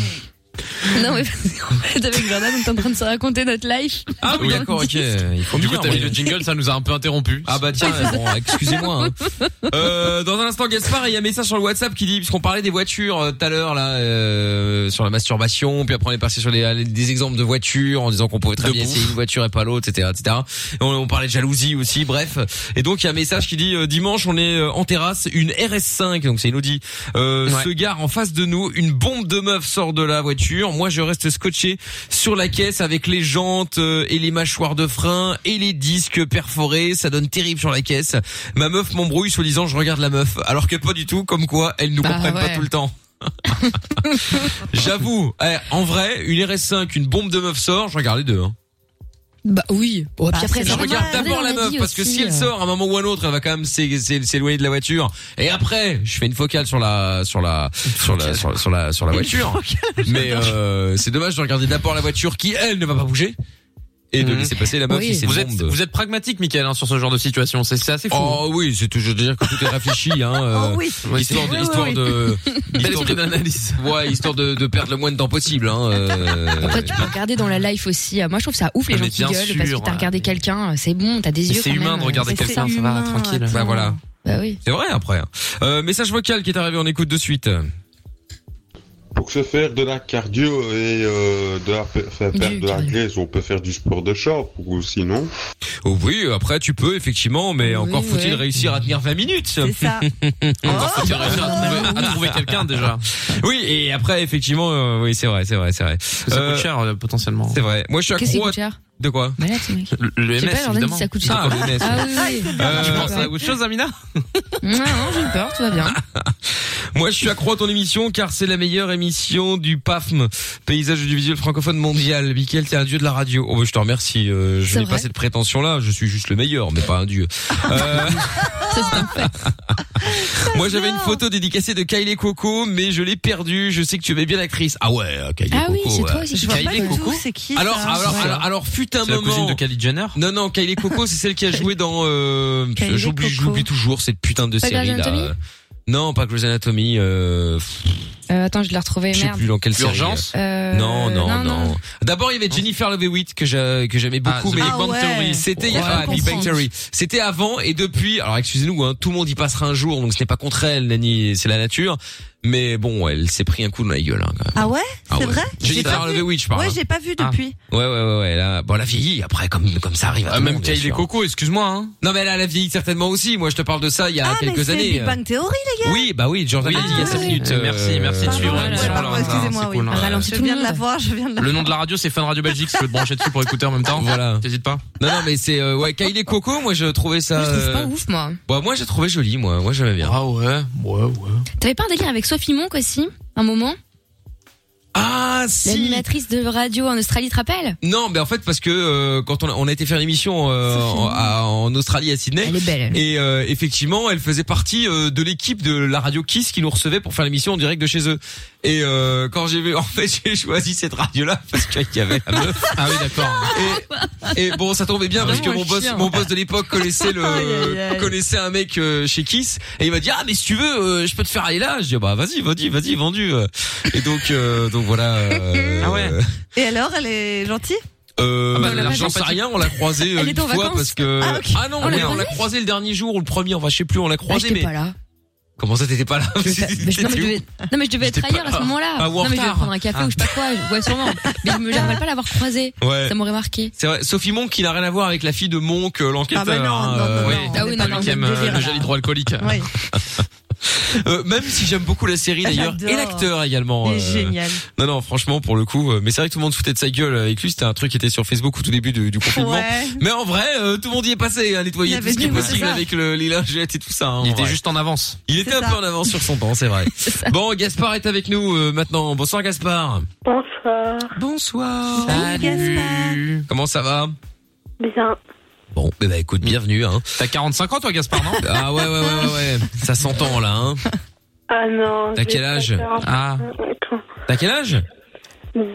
S6: Non, mais en fait, avec Jordan, on est en train de se raconter notre life.
S2: Ah oui, d'accord, ok. Il faut
S5: Du
S2: bien,
S5: coup, t'as mis
S2: ouais.
S5: le jingle, ça nous a un peu interrompu.
S2: Ah bah tiens, bon, excusez-moi. hein. Euh, dans un instant, Gaspard, il y a un message sur le WhatsApp qui dit, puisqu'on parlait des voitures euh, tout à l'heure là, euh, sur la masturbation, puis après on est passé sur des, des exemples de voitures en disant qu'on pouvait très bien essayer une voiture et pas l'autre, etc., etc. Et on, on parlait de jalousie aussi, bref. Et donc il y a un message qui dit euh, dimanche on est euh, en terrasse, une RS5, donc c'est une Audi, euh, se gare en face de nous, une bombe de meuf sort de la voiture. Moi je reste scotché sur la caisse avec les jantes euh, et les mâchoires de frein et les disques perforés, ça donne terrible sur la caisse. Ma meuf m'embrouille soi-disant je regarde la meuf, alors que pas du tout, comme quoi elle nous
S5: Bah,
S2: comprenne pas
S5: ouais.
S2: tout le temps. J'avoue, eh, en vrai, une RS5, une bombe de meuf sort, je regarde les deux. hein.
S6: Bah oui. Oh, puis après,
S2: Je
S6: c'est
S2: regarde
S6: normal.
S2: d'abord
S6: On
S2: la
S6: l'a
S2: meuf
S6: dit
S2: parce que
S6: aussi,
S2: si elle
S6: euh,
S2: sort à un moment ou un autre, elle va quand même s'é- s'é- s'éloigner de la voiture. Et après, je fais une focale sur la sur la sur la sur, la- sur la sur la
S5: Une
S2: voiture.
S5: focale,
S2: Mais euh, c'est dommage de regarder d'abord la voiture qui elle ne va pas bouger et de laisser passer la meuf qui s'est
S5: Mhm. Vous êtes,
S2: bombe.
S5: vous êtes pragmatique, Michael, hein, sur ce genre de situation. C'est c'est assez fou.
S2: bah. Oh oui, c'est toujours dire que tout est réfléchi, hein. euh,
S5: Oh oui.
S2: Histoire de,
S5: Oui, oui,
S2: histoire
S5: oui.
S2: de,
S5: Bel
S2: histoire
S5: esprit
S2: d'analyse. Ouais, histoire de, de perdre le moins de temps possible, hein. euh.
S6: Après, tu peux regarder dans la life aussi. hein. Moi, je trouve ça ouf les
S2: Ah, Mais
S6: gens qui
S2: bien
S6: gueulent parce que
S2: sûr, hein.
S6: t'as regardé quelqu'un. euh, C'est bon, t'as des
S2: Mais
S6: yeux.
S2: c'est
S6: quand
S2: humain
S6: même.
S2: de regarder
S6: Mais c'est
S2: quelqu'un, ça va,
S6: humain,
S2: tranquille.
S6: attends.
S2: Bah voilà.
S6: Bah oui.
S2: C'est vrai après. Euh, message vocal qui est arrivé, on écoute de suite.
S11: Pour se faire de la cardio et euh, de la, per- faire
S2: Du
S11: perdre de la graisse, on peut faire du sport de champ ou sinon.
S2: Oh oui, après tu peux effectivement, mais encore faut-il
S5: ouais.
S2: réussir à tenir 20 minutes. C'est
S3: ça.
S2: encore faut-il
S5: Ah,
S2: réussir à trouver, à trouver quelqu'un déjà. Oui, et après effectivement, euh, oui c'est vrai, c'est vrai, c'est vrai.
S5: ça coûte cher,
S2: euh, potentiellement. C'est vrai. Moi je suis
S6: Qu'est-ce qui
S2: accro. à-
S6: coûte cher
S2: De quoi Le, le
S6: Je sais
S2: MS
S6: pas, Jordan,
S2: évidemment.
S6: si ça coûte cher.
S2: Ah, le MS.
S6: Ah oui, oui.
S2: Euh,
S6: Tu penses à
S2: autre chose, Amina
S6: Non, non, j'ai eu peur, tout va bien.
S2: Moi, je suis accro à ton émission car c'est la meilleure émission du PAFM, paysage audiovisuel francophone mondial. Michael, t'es un dieu de la radio. Oh, bah, je te remercie. euh, je
S5: C'est
S2: n'ai
S5: vrai
S2: pas cette prétention-là. Je suis juste le meilleur, mais pas un dieu. Euh, Moi, j'avais une photo dédicacée de Kylie Coco, mais je l'ai perdue. Je sais que tu aimais bien l'actrice. Ah ouais, Kylie
S3: Ah
S2: Coco.
S3: oui, c'est toi
S2: ouais.
S3: aussi. Je vois pas
S2: Kylie
S3: du tout,
S2: Coco.
S3: c'est qui,
S2: Alors,
S3: ça
S2: alors,
S3: Ouais.
S2: alors, alors, fut un
S5: C'est la
S2: moment.
S5: cousine de Kylie
S2: Jenner. Non, non, Kylie Coco, c'est celle qui a joué dans. Euh,
S5: Kylie
S2: j'oublie,
S5: Coco.
S2: j'oublie toujours cette putain de
S6: Pas Grey's
S2: série
S6: Anatomy
S2: là. Non, pas Grey's Anatomy. Euh, pff,
S6: Euh, attends, je l'ai retrouvé.
S2: je sais
S6: Merde.
S2: plus dans quelle série.
S6: Urgence Euh,
S2: Non, non, non.
S6: non, non.
S2: D'abord, il y avait Jennifer Love Hewitt que j'a- que j'aimais beaucoup,
S5: The
S2: mais
S5: Big Ah Bang ouais. Theory.
S2: c'était
S5: Ouais,
S2: ah,
S5: je
S2: Big Bang
S5: comprends.
S2: Theory. C'était avant et depuis. Alors, excusez-nous, hein, tout le monde y passera un jour, donc ce n'est pas contre elle, Nani, c'est la nature. Mais bon, elle s'est pris un coup dans la gueule. Hein, quand même.
S3: Ah ouais
S2: Ah
S3: C'est
S2: ouais.
S3: vrai
S2: Jennifer
S3: pas
S2: Love
S3: vu.
S2: Hewitt, je parle.
S3: Ouais, j'ai pas vu
S2: Ah.
S3: depuis.
S2: Ouais, ouais, ouais, ouais. Là, bon, elle a vieilli après, comme, comme ça arrive à
S5: Ah,
S2: tout le
S5: même
S2: monde, bien
S5: Kylie
S2: sûr.
S5: Coco, excuse-moi. Hein.
S2: Non, mais elle a la vieilli certainement aussi. Moi, je te parle de ça il y a
S3: Ah, mais
S2: quelques
S3: c'est
S2: années.
S3: Big Bang Theory, les gars.
S2: Oui, bah oui, Jordan l'a dit il y a 5 minutes.
S5: Euh,
S2: euh,
S5: Merci, merci de suivre l'émission, Laurentin,
S3: Excusez-moi,
S5: c'est
S3: oui.
S5: cool, hein.
S3: Je viens de la voir, je viens de la
S5: Le nom de la radio, c'est Fun Radio Belgique. Si tu veux te brancher dessus pour écouter en même temps,
S2: Voilà.
S5: T'hésites pas.
S2: Non, non, mais c'est euh, ouais, Kylie Coco. Moi, je trouvais ça.
S6: Je trouve pas
S2: euh,
S6: ouf, moi.
S2: Bah, moi, j'ai trouvé joli. Moi, moi, j'aimais bien. Ah ouais, ouais, ouais.
S6: T'avais pas un délire avec Sophie Monk aussi, un moment
S2: Ah si.
S6: L'animatrice de radio en Australie, te rappelles
S2: Non, mais en fait parce que euh, quand on a, on a été faire l'émission euh, en, à- en Australie à Sydney, elle est
S6: belle.
S2: Et euh, effectivement, elle faisait partie euh, de l'équipe de la radio Kiss qui nous recevait pour faire l'émission en direct de chez eux. Et euh, quand j'ai vu, en fait, j'ai choisi cette radio-là parce qu'il y avait la meuf. Ah oui, d'accord. Et, et bon, ça tombait bien parce que
S5: Ah, Vraiment
S2: mon boss,
S5: chiant.
S2: mon boss de l'époque connaissait le
S5: Aïe, aïe, aïe.
S2: connaissait un mec euh, chez Kiss et il m'a dit ah mais si tu veux, euh, je peux te faire aller là. Je dis bah vas-y, vas-y, vas-y, vendu. Et donc euh, donc voilà. ah ouais.
S3: Et alors, elle est gentille
S2: Euh,
S5: Ah bah, elle a
S2: alors,
S5: pas
S2: j'en sais
S5: sympathique.
S2: rien, on l'a croisé euh,
S3: Elle
S2: une
S3: était en
S2: fois
S3: vacances
S2: parce que
S3: Ah, ok.
S2: non,
S3: On l'a
S2: mais on l'a
S3: croisé
S2: croisé le dernier jour ou le premier, enfin je sais plus, on l'a croisé
S6: Ah, j'étais
S2: mais
S6: pas là.
S2: Comment ça t'étais pas là
S6: Mais je- non, mais je devais, non, mais je devais être
S2: J'étais
S6: ailleurs
S2: pas
S6: à ce
S2: là.
S6: moment-là.
S2: Ah, ou en
S6: non mais je devais
S2: retard.
S6: prendre un café
S2: Ah.
S6: ou je sais pas quoi. Je vois sûrement. Mais je me je me rappelle pas l'avoir croisé.
S2: Ouais.
S6: Ça m'aurait marqué.
S2: C'est vrai, Sophie Monk qui n'a rien à voir avec la fille de Monk euh, l'enquêteur.
S6: Ah bah non,
S2: hein,
S6: non,
S2: euh,
S6: non,
S2: oui.
S6: non, Ah oui, non, non,
S2: Qui
S6: non,
S2: aime,
S6: non,
S2: euh,
S6: délire,
S2: le
S6: là.
S2: gel hydroalcoolique. Euh, même si j'aime beaucoup la série d'ailleurs et
S5: J'adore.
S2: l'acteur également. euh,
S5: Il est génial.
S2: Non non, franchement pour le coup, euh, mais c'est vrai que tout le monde se foutait de sa gueule avec lui, c'était un truc qui était sur Facebook au tout début du, du confinement.
S5: Ouais.
S2: Mais en vrai, euh, tout le monde y est passé, à
S5: Il
S2: nettoyer tout
S5: avait
S2: ce qui est
S5: dit, ouais,
S2: possible
S5: c'est ça.
S2: avec le, les lingettes et tout ça.
S5: Il était
S2: juste en avance. Il était un peu en avance sur son temps, c'est vrai. Bon, Gaspard est avec nous euh, maintenant. Bonsoir Gaspard.
S12: Bonsoir.
S2: Bonsoir.
S12: Gaspard.
S2: Comment ça va
S12: Bien.
S2: Bon, eh ben écoute, bienvenue. Hein. T'as 45 ans toi, Gaspard, non Ah ouais, ouais, ouais, ouais, ouais. Ça s'entend là. Hein.
S12: Ah non.
S2: T'as
S12: j'ai
S2: quel
S5: Ah.
S12: pas
S2: âge
S12: peur.
S2: Ah. T'as quel âge
S12: 12.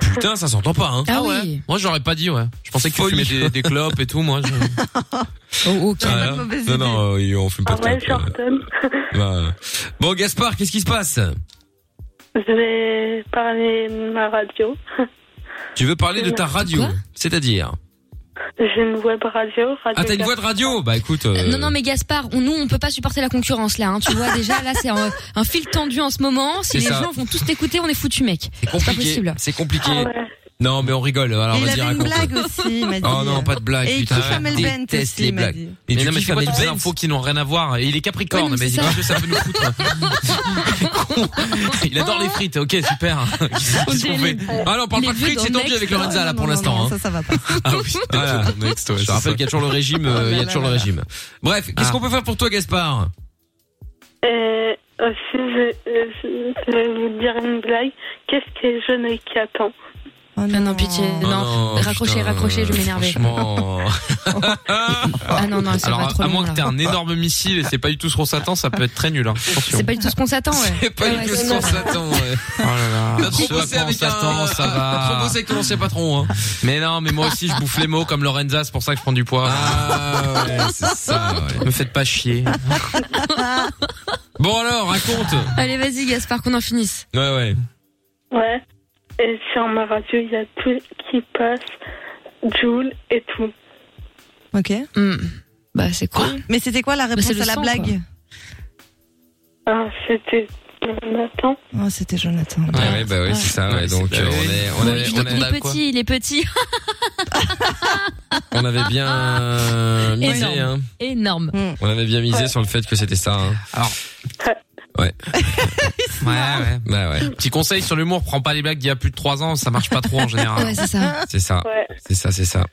S2: Putain, ça s'entend pas, hein.
S12: Ah
S2: ouais. Moi, j'aurais pas dit, ouais. Je pensais que tu fumais des, des clopes et tout, moi. je-
S6: Oh,
S2: Ah, là. non, non, euh, on fume pas
S6: Ah
S12: En
S2: de
S12: vrai,
S2: clopes.
S12: Shorten,
S2: Bah, Bon, Gaspard, qu'est-ce qui se passe
S12: je vais parler de ma radio.
S2: Tu veux parler
S6: Euh,
S2: de ta radio,
S12: Quoi
S2: c'est-à-dire
S12: J'ai une web radio. radio
S2: Ah, t'as une voix de radio Bah écoute. euh,
S6: Non, non, mais Gaspard, on, nous, on peut pas supporter la concurrence là. hein. Tu vois, déjà, là, c'est un, un fil tendu en ce moment.
S2: C'est
S6: Si les
S2: ça.
S6: gens vont tous t'écouter, on est foutu, mec.
S2: C'est compliqué.
S6: possible.
S2: C'est compliqué. Non, mais on rigole. Alors
S6: Et il
S2: vas-y,
S6: avait
S2: raconte.
S6: une blague
S3: aussi, il m'a dit.
S2: Oh non, pas de blague.
S3: Et il
S2: putain,
S3: kiffe
S2: je
S3: Amel Bent
S2: déteste
S3: aussi,
S2: les
S3: il m'a
S2: blagues.
S3: dit.
S2: Et tu
S5: mais non, mais
S2: kiffes
S5: c'est pas
S2: Amel
S5: des
S2: Bent
S5: infos qui n'ont rien à voir. Et il est capricorne,
S2: Ouais, mais
S5: mais
S2: c'est
S5: qu'est-ce
S2: ça.
S5: que ça peut nous foutre Il adore les frites, ok, super. Qu'est-ce qu'on fait
S2: Ah non, on parle pas de frites, c'est tendu avec Lorenza là pour l'instant. hein.
S3: Ça, ça va pas.
S2: Ah oui, voilà. Je te rappelle qu'il y a toujours le régime. euh, Il y a toujours le régime. Bref, qu'est-ce qu'on peut faire pour toi, Gaspard
S12: Et aussi, je, je- je vais vous dire une blague. Qu'est-ce qui est jeune et qui attend
S3: Oh
S6: non, pitié. Non, raccrochez, raccrochez, je vais m'énerver.
S2: Franchement.
S6: Ah non, non, ça
S5: Alors,
S6: va trop
S5: à
S6: loin,
S5: moins que
S6: là.
S5: t'aies un énorme missile et c'est pas du tout ce qu'on s'attend, ça peut être très nul. Hein. Attention.
S6: C'est pas du tout ce qu'on s'attend, ouais.
S2: C'est pas
S6: Ouais,
S2: du
S6: ouais,
S2: tout
S6: c'est
S2: ce qu'on
S6: bon.
S2: s'attend. ouais.
S5: Oh là là.
S2: T'as trop
S5: Ce à
S2: bossé
S5: quoi on
S2: avec
S5: s'attend,
S2: un-
S5: ça va.
S2: trop bossé avec ton ancien patron. Hein.
S5: Mais non, mais moi aussi je bouffe les mots comme Lorenza, c'est pour ça que je prends du poids.
S2: Ah ouais, c'est ça.
S5: Me faites pas chier.
S2: Bon alors, raconte.
S6: Allez, vas-y, Gaspard, qu'on en finisse.
S2: Ouais, ouais.
S12: Ouais. Et sur ma radio, il y a tout qui passe, Joule et tout.
S3: Ok.
S6: Bah, c'est quoi
S3: Mais c'était quoi la
S6: c'est
S3: réponse
S6: le
S3: à la
S6: sang,
S3: blague
S12: Ah, c'était. Jonathan.
S3: Oh, c'était Jonathan.
S2: Ouais, ouais, bah ouais, c'est ça. Ouais. Donc euh, on, est, on, avait, on,
S6: Il est
S2: avait,
S6: petit, il est petit.
S2: on avait bien misé. Hein.
S6: Énorme. Énorme.
S2: On avait bien misé sur le fait que c'était ça. Hein.
S5: Alors.
S2: Ouais.
S5: Ouais, ouais.
S2: Bah ouais.
S5: Petit conseil sur l'humour, prends pas les blagues d'il y a plus de 3 ans, ça marche pas trop en général.
S6: Ah Ouais, c'est ça.
S2: C'est ça. C'est ça, c'est ça.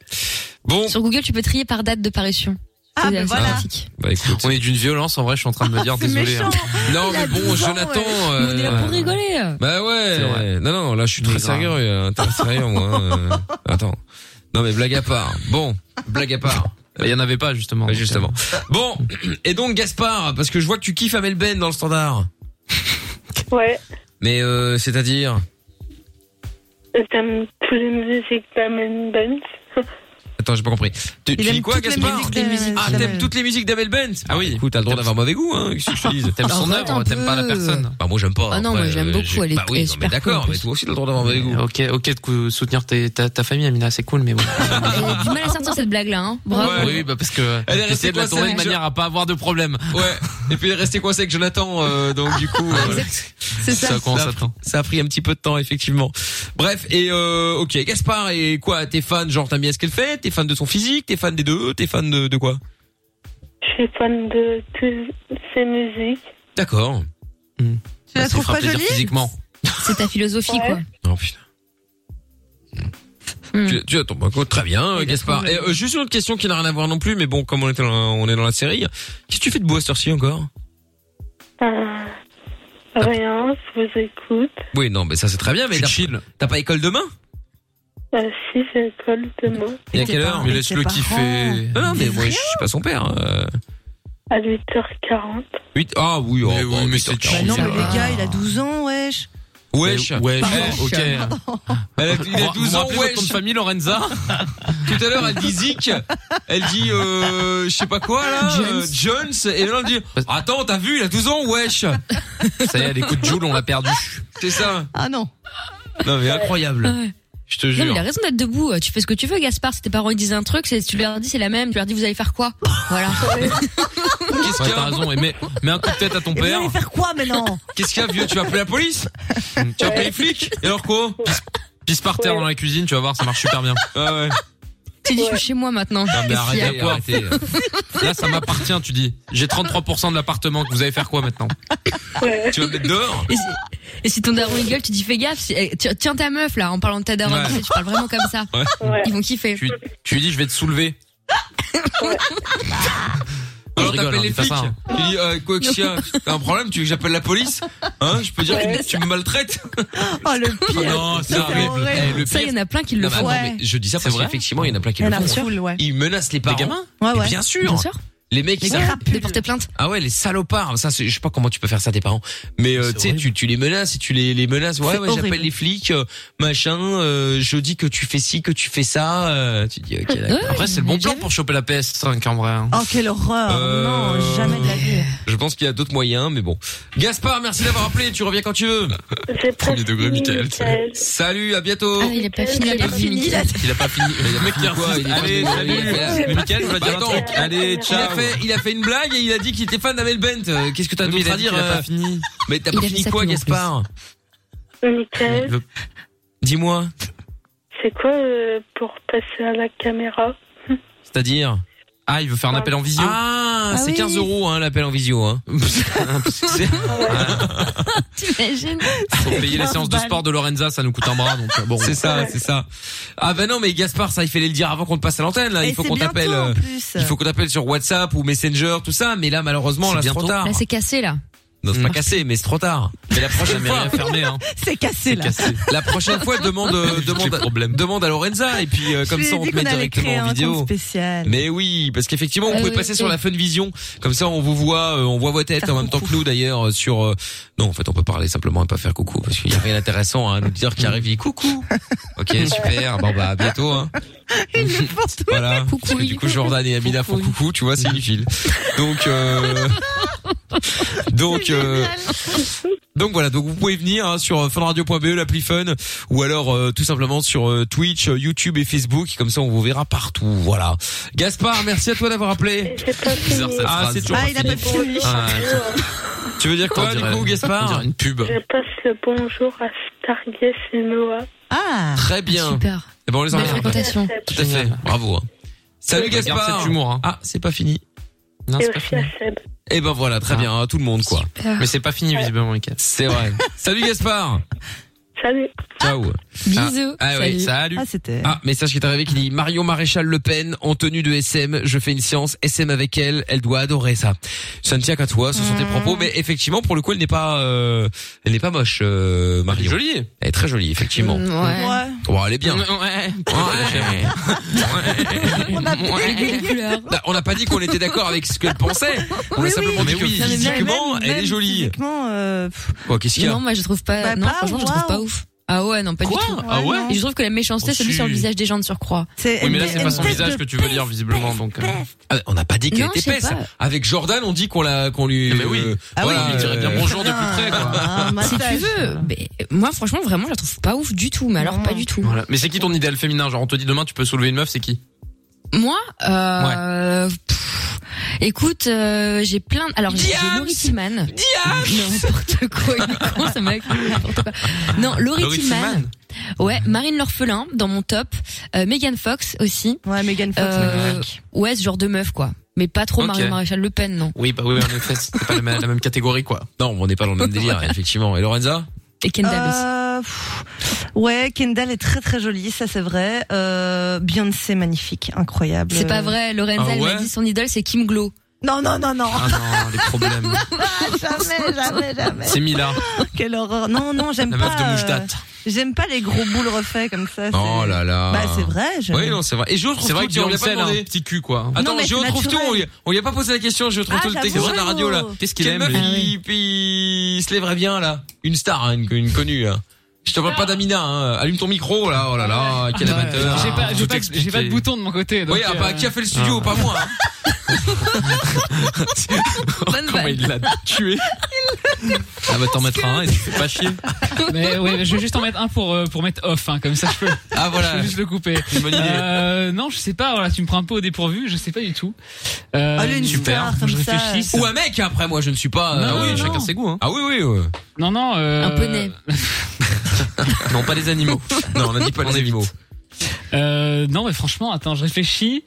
S2: Bon.
S6: Sur Google, tu peux trier par date de parution. Ah,
S3: ben voilà.
S2: Bah écoute.
S5: On est d'une violence en vrai, je suis en train de me dire
S6: C'est
S5: désolé.
S6: méchant.
S5: hein.
S2: Non,
S6: Il
S2: mais
S6: a
S2: bon,
S6: 12 ans,
S2: Jonathan.
S6: ouais. Mais on est là pour
S2: euh,
S6: rigoler.
S2: Bah ouais.
S5: C'est vrai.
S2: Non, non, là, je suis
S5: Mais
S2: très
S5: grave.
S2: sérieux, euh, très sérieux, moi. euh. Attends. Non, mais blague à part. Bon, blague à part.
S5: Bah, Il y en avait pas justement.
S2: Ouais, justement. Bon, et donc Gaspard, parce que je vois que tu kiffes Amel Ben dans le standard.
S12: Ouais,
S2: Mais euh, c'est-à-dire
S12: j'aime toutes les musiques d'Amen Benz.
S2: Attends, j'ai pas compris. Tu,
S12: Il
S2: tu
S12: aime
S2: dis quoi
S12: toutes les
S2: Gaspard
S12: musiques d'Amel Ben.
S2: Ah, t'aimes toutes les musiques d'Amel Ben Ah oui. Écoute, t'as le droit d'avoir mauvais goût hein, qu'est-ce que je te dise
S5: T'aimes son œuvre, t'aimes pas la personne.
S2: Bah moi j'aime pas.
S5: Ah non,
S2: Après,
S5: moi, j'aime
S2: euh,
S5: beaucoup,
S2: j'ai-
S5: elle est-
S2: Bah oui,
S5: elle est
S2: non, mais
S5: super
S2: d'accord,
S5: cool, en
S2: mais toi aussi t'as le droit d'avoir mauvais goût.
S5: euh, Ok, ok de cou- soutenir tes- ta, ta famille Amina, c'est cool mais bon.
S6: Il a Ah, bah, du mal à sortir cette blague-là, hein. Bravo.
S5: Oui, oui, bah parce que
S2: Elle est
S5: j'essaie
S2: restée
S5: de la
S2: coincée
S5: tourner de
S2: avec
S5: manière à pas avoir de problème.
S2: Ouais. Et puis elle est restée coincée avec Jonathan, euh, donc du coup. euh,
S5: C'est ça. Ça commence
S2: a-
S5: à temps.
S2: ça a pris un petit peu de temps effectivement. Bref et euh, ok Gaspard et quoi T'es fan genre t'aimes bien ce qu'elle fait T'es fan de son physique T'es fan des deux T'es fan de, de quoi
S12: Je suis fan de toutes ces musiques.
S2: D'accord.
S5: Hmm.
S2: Bah,
S12: Tu la
S2: Ça
S12: trouves
S2: fera
S12: pas
S2: plaisir
S12: jolie
S2: physiquement.
S6: C'est ta philosophie, quoi.
S12: Hmm.
S2: Tu, tu attends, bah, écoute, très bien, euh, Gaspard. Et, euh, juste une autre question qui n'a rien à voir non plus, mais bon, comme on, était dans, la- on est dans la série, qu'est-ce que tu fais de beau à cette heure-ci encore
S12: Euh, rien, je vous écoute.
S2: Oui, non, mais ça c'est très bien, mais t'as- t'as pas école demain
S12: Euh, si j'ai école demain,
S2: Et à quelle heure
S5: Mais laisse-le kiffer.
S2: Non, non, mais moi je suis pas son père. euh.
S12: à 8h40.
S2: 8 Ah oui, oh, bon,
S5: mais
S2: 8,
S5: c'est
S2: ok.
S5: chill.
S3: Bah
S12: Bah
S3: Non, mais le gars, il a 12 ans, wesh.
S2: Wesh, wesh,
S3: Pardon.
S2: ok. Elle a, il a 12 ans,
S5: rappelez votre
S2: wesh.
S5: nom de famille Lorenza.
S2: Tout à l'heure, elle dit Zik, elle dit euh, je sais pas quoi là, euh, Jones, et là elle dit attends t'as vu il a 12 ans, wesh. Ça y est, les coups de Joule on l'a perdu. C'est ça.
S3: Ah non.
S2: Non mais incroyable.
S6: Ouais.
S2: Je te
S6: Non, mais
S2: jure.
S6: il a raison d'être debout. Euh, Tu fais ce que tu veux, Gaspard. Si tes parents ils disent un truc, c'est- tu leur dis c'est la même. Tu leur dis vous allez faire quoi Voilà.
S5: Qu'est-ce qu'il y a raison et mets, mets un coup de tête à ton père.
S2: hein.
S3: Faire quoi maintenant
S2: Qu'est-ce qu'il y a vieux Tu vas appeler la police Tu vas appeler les flics Et alors quoi
S5: Pisse- Pisse par terre dans la cuisine, tu vas voir, ça marche super bien.
S2: Ah ouais.
S6: Tu dis je suis chez moi maintenant.
S5: Non mais
S6: Qu'est-ce qu'il
S5: arrêtez,
S6: y a
S5: quoi Là ça m'appartient, tu dis. J'ai 33% de l'appartement, que vous allez faire quoi maintenant
S2: Tu vas me mettre dehors
S6: Et si, et si ton daron il gueule, tu dis fais gaffe. si- eh, tiens- tiens ta meuf là en parlant de ta daron.
S5: Ouais.
S6: tu sais, Tu parles vraiment comme ça.
S5: Ouais.
S6: Ils vont kiffer.
S5: Tu, tu lui dis je vais te soulever.
S2: Alors
S5: Je rigole,
S2: t'appelles
S5: hein,
S2: les
S5: dis pas
S2: flics.
S5: ça, hein.
S2: Tu dis euh, quoi que chien, T'as un problème Tu veux que j'appelle la police Hein Je peux dire
S6: Ouais.
S2: que tu me maltraites
S3: Oh le pire.
S2: Non, c'est
S3: Ça,
S2: horrible.
S3: horrible.
S2: Eh, le
S6: Ça, il y
S2: pire,
S6: en a plein qui le
S2: Non, mais
S6: font.
S2: attends, mais je dis ça
S5: C'est
S2: parce
S5: vrai
S2: qu'effectivement, il y en a plein qui
S3: Il y
S2: le
S3: en a
S2: font.
S3: full, Ah ouais.
S2: Ils menacent les parents.
S5: gamins
S2: Mais Bien sûr.
S6: Bien sûr.
S2: Les mecs,
S6: Les
S2: ils savent-
S6: crapules. De porter plainte.
S2: Ah ouais, les salopards. Ça, c'est- je sais pas comment tu peux faire ça à tes parents. Mais euh, tu sais, tu, tu les menaces et tu les, les menaces. Ouais,
S5: C'est
S2: ouais, j'appelle
S5: horrible.
S2: les flics, euh, machin. euh, je dis que tu fais ci, que tu fais ça. euh, tu dis ok. D'accord.
S5: Après, c'est le bon plan pour choper la PS5 en vrai. hein.
S3: Oh, quelle horreur.
S2: Euh,
S3: Non, jamais de la vie.
S2: Je pense qu'il y a d'autres moyens, mais bon. Gaspard, merci d'avoir appelé. Tu reviens quand tu veux.
S5: Premier degré, Michael.
S2: Salut, à bientôt.
S6: Ah, il a pas fini, il a fini.
S2: Il a pas fini. Il a mec qui quoi, il est
S5: Allez,
S2: pas-
S5: salut.
S2: il a-
S5: Mais Mickaël, je dois dire un
S2: Attends,
S5: truc.
S2: Allez, ciao. Il a, fait, il a fait une blague et il a dit qu'il était fan d'Amel Bent. Euh, Qu'est-ce que t'as
S5: Oui, mais il
S2: d'autre
S5: a
S2: à
S5: dit
S2: dire
S5: qu'il a pas
S2: euh,
S5: fini.
S2: Mais t'as
S5: Il
S2: pas
S5: a
S2: fini
S5: fait ça
S2: quoi,
S5: plus en
S2: Gaspard
S12: Euh, Michael,
S2: Dis-moi.
S12: c'est quoi euh, pour passer à la caméra
S2: C'est-à-dire
S5: Ah, il veut faire un appel en visio.
S2: Ah, c'est 15 euros hein, l'appel en visio. Hein.
S6: T'imagines
S5: Faut payer les séances de sport de Lorenza, ça nous coûte un bras. Donc euh, bon.
S2: C'est ça, c'est ça. Ah ben non, mais Gaspard, ça il fallait le dire avant qu'on te passe à l'antenne. Là,
S5: Et
S2: il faut
S5: c'est
S2: qu'on
S5: bientôt,
S2: t'appelle.
S5: en
S2: euh,
S5: plus.
S2: Il faut qu'on t'appelle sur WhatsApp ou Messenger, tout ça. Mais là, malheureusement, là, c'est trop tard.
S6: Là, c'est cassé, là.
S2: Non, c'est pas cassé, mais c'est trop tard. Mais la prochaine
S5: Jamais
S2: fois,
S5: rien fermé, hein.
S3: C'est cassé, là.
S2: La prochaine fois, demande, euh, demande, demande à Lorenza et puis euh,
S3: Je
S2: comme
S3: lui ai
S2: ça, on
S3: dit
S2: te met
S3: qu'on allait
S2: directement
S3: créer
S2: en
S3: un
S2: vidéo.
S3: compte spécial.
S2: Mais oui, parce qu'effectivement, vous
S3: Ah
S2: pouvez
S3: oui,
S2: passer sur
S3: oui.
S2: la Fun Vision. Comme ça, on vous voit, euh, on voit vos têtes en même temps que nous d'ailleurs euh, sur. euh, Non, en fait, on peut parler simplement et pas faire coucou parce qu'il y a rien d'intéressant hein, à nous dire qui arrive. il dit Coucou. Ok, super. Bon bah à bientôt. Hein. Voilà. Parce que du coup, Jordan et Amina font coucou. Tu vois, c'est inutile. Donc. Euh... Donc. Euh... Donc voilà, donc vous pouvez venir hein, sur funradio.be, l'appli Fun, ou alors euh, tout simplement sur euh, Twitch, euh, YouTube et Facebook, comme ça on vous verra partout. Voilà. Gaspard, merci à toi d'avoir appelé.
S5: Bizarre, cette
S2: Ah,
S5: phrase.
S2: c'est toujours
S5: Ah,
S2: pas
S5: il a pas fini.
S2: Ah, tu veux dire quoi
S5: On
S2: du
S5: dirait-
S2: coup, Gaspard
S5: on dirait une pub.
S12: Je passe le bonjour à Starguess et Noah.
S3: Ah
S2: Très bien. Super. Et ben on les
S12: Belle
S2: emmerde.
S12: fréquentation.
S2: Tout à fait. Bravo. hein. Salut
S5: Regarde
S2: Gaspard.
S5: cet humour, hein.
S2: Ah, c'est pas fini.
S12: et aussi à Seb.
S2: Et ben voilà,
S5: Ah.
S2: très bien, hein, tout le monde quoi.
S12: Super. Mais c'est
S2: pas fini visiblement, C'est vrai. Salut Gaspard.
S12: Salut.
S2: Ciao.
S12: Bisous.
S2: Ah, ah ouais,
S12: Salut.
S2: salut.
S12: Ah, c'était-
S2: Ah, message qui est arrivé qui dit Marion Maréchal Le Pen en tenue de SM. Je fais une séance SM avec elle. Elle doit adorer ça. Ça ne tient qu'à toi. Ce sont tes
S12: Ah.
S2: propos, mais effectivement, pour le coup, elle n'est pas, euh, elle n'est pas moche, euh, Marion. Elle est jolie. Mm. Elle est très jolie, effectivement.
S6: Mm, ouais. Ouais.
S2: Bon, elle est bien.
S5: Ouais.
S6: On a les couleurs.
S2: Bah, On n'a pas dit qu'on était d'accord avec ce qu'elle pensait. On a simplement dit que physiquement, elle est jolie.
S3: Physiquement, euh, pff,
S2: Bon, qu'est-ce qu'il y a
S6: Non, moi, je trouve pas,
S3: Bah,
S6: non,
S3: pas,
S6: franchement, je
S3: waouh.
S6: trouve pas ouf. Ah ouais, non, pas
S3: Quoi
S6: du tout.
S3: Ah ouais
S6: Et je trouve que la méchanceté,
S2: Oh,
S6: c'est lui sur le
S2: si.
S6: visage des gens de surcroît.
S5: Oui, mais là, c'est pas son visage que tu veux lire, visiblement, donc. euh.
S2: Ah, On n'a pas dit qu'elle
S6: Non,
S2: était
S6: je sais
S2: épaisse.
S6: pas.
S2: Avec Jordan, on dit qu'on l'a, qu'on lui. euh, Mais oui.
S5: Ah oui, on lui dirait bien bonjour de plus près, quoi.
S3: Ah,
S6: Si tu veux, mais moi franchement vraiment je la trouve pas ouf du tout, mais alors pas du tout.
S5: Voilà. Mais c'est qui ton idéal féminin Genre, on te dit demain, tu peux soulever une meuf, c'est qui
S6: Moi, euh, pff, écoute, euh, j'ai plein. De... Alors j'ai j'ai Laurie Tillman. N'importe quoi, il est con, ce mec, n'importe quoi. Non, Laurie,
S13: Laurie
S6: Tillman.
S13: Tillman.
S6: Ouais, Marine l'orphelin dans mon top. Euh, Megan Fox aussi.
S3: Ouais, Megan Fox.
S6: Euh,
S3: magnifique.
S6: ouais, ce genre de meuf quoi, mais pas trop
S5: Ok.
S6: Marion Maréchal Le Pen non.
S5: Oui, bah oui, en effet, c'est pas la même, la même catégorie, quoi.
S2: Non, on n'est pas dans le même délire, effectivement. Et Lorenza
S6: Et Kendall aussi.
S3: Euh, pff, ouais, Kendall est très très jolie, ça c'est vrai. Euh, Beyoncé magnifique, incroyable.
S6: C'est pas vrai, Lorenza
S3: Ah ouais
S6: elle m'a dit son idole c'est Kim Glow.
S3: Non non non non.
S5: Ah non, les problèmes.
S6: Ah.
S3: jamais jamais jamais.
S5: C'est Mila.
S3: Quelle horreur. Non non, j'aime
S5: La
S3: Bah, pas.
S5: meuf de
S3: euh,
S5: Mouchetate.
S3: J'aime pas les gros boules refaits comme ça.
S2: Oh
S3: c'est-
S2: là là.
S3: Bah c'est vrai. je-
S2: Oui, non, c'est vrai. Et je trouve
S5: C'est vrai
S2: tout,
S5: que
S2: tu
S5: Beyoncé, elle a un petit
S2: cul, quoi. Attends,
S3: Non, mais
S2: je
S3: c'est
S2: retrouve tout.
S3: naturel.
S2: On lui, on lui a pas posé la question. Je retrouve
S3: Ah,
S2: tout le texte
S3: j'avoue. Oh,
S2: de la radio, là.
S3: Qu'est-ce
S5: qu'il
S2: Quelle
S5: aime,
S2: meuf,
S5: lui
S2: il, puis, il se lèverait bien, là. Une star, hein, une, une connue, hein. Je te parle pas d'Amina, hein. Allume ton micro, là. Oh là là, quel amateur.
S14: J'ai pas, j'ai
S2: Tout
S14: pas-
S2: expliqué.
S14: j'ai pas de bouton de mon côté. Donc euh,
S2: Oui, ah, bah, qui a fait le studio, pas moi. hein.
S5: Comment il l'a tué Ah bah t'en mettras un et tu fais pas chier.
S14: Mais ouais, je vais juste en mettre un pour euh, pour mettre off, hein, comme ça je peux.
S5: Ah, voilà.
S14: Je peux juste le couper.
S5: C'est une bonne idée.
S14: Euh, non, je sais pas. Voilà, tu me prends un peu au dépourvu. Je sais pas du tout. Euh,
S2: Allez,
S14: super. faut que je réfléchisse.
S2: Ou un mec, après, moi, je ne suis pas.
S14: Non,
S2: ah oui,
S14: non,
S2: chacun
S14: non.
S2: ses goûts, hein. Ah oui, oui, oui.
S14: Non, non. euh,
S6: Un poney.
S2: Non, pas les animaux. Non, on a dit pas les animaux.
S14: Euh, non, mais franchement, attends, je réfléchis.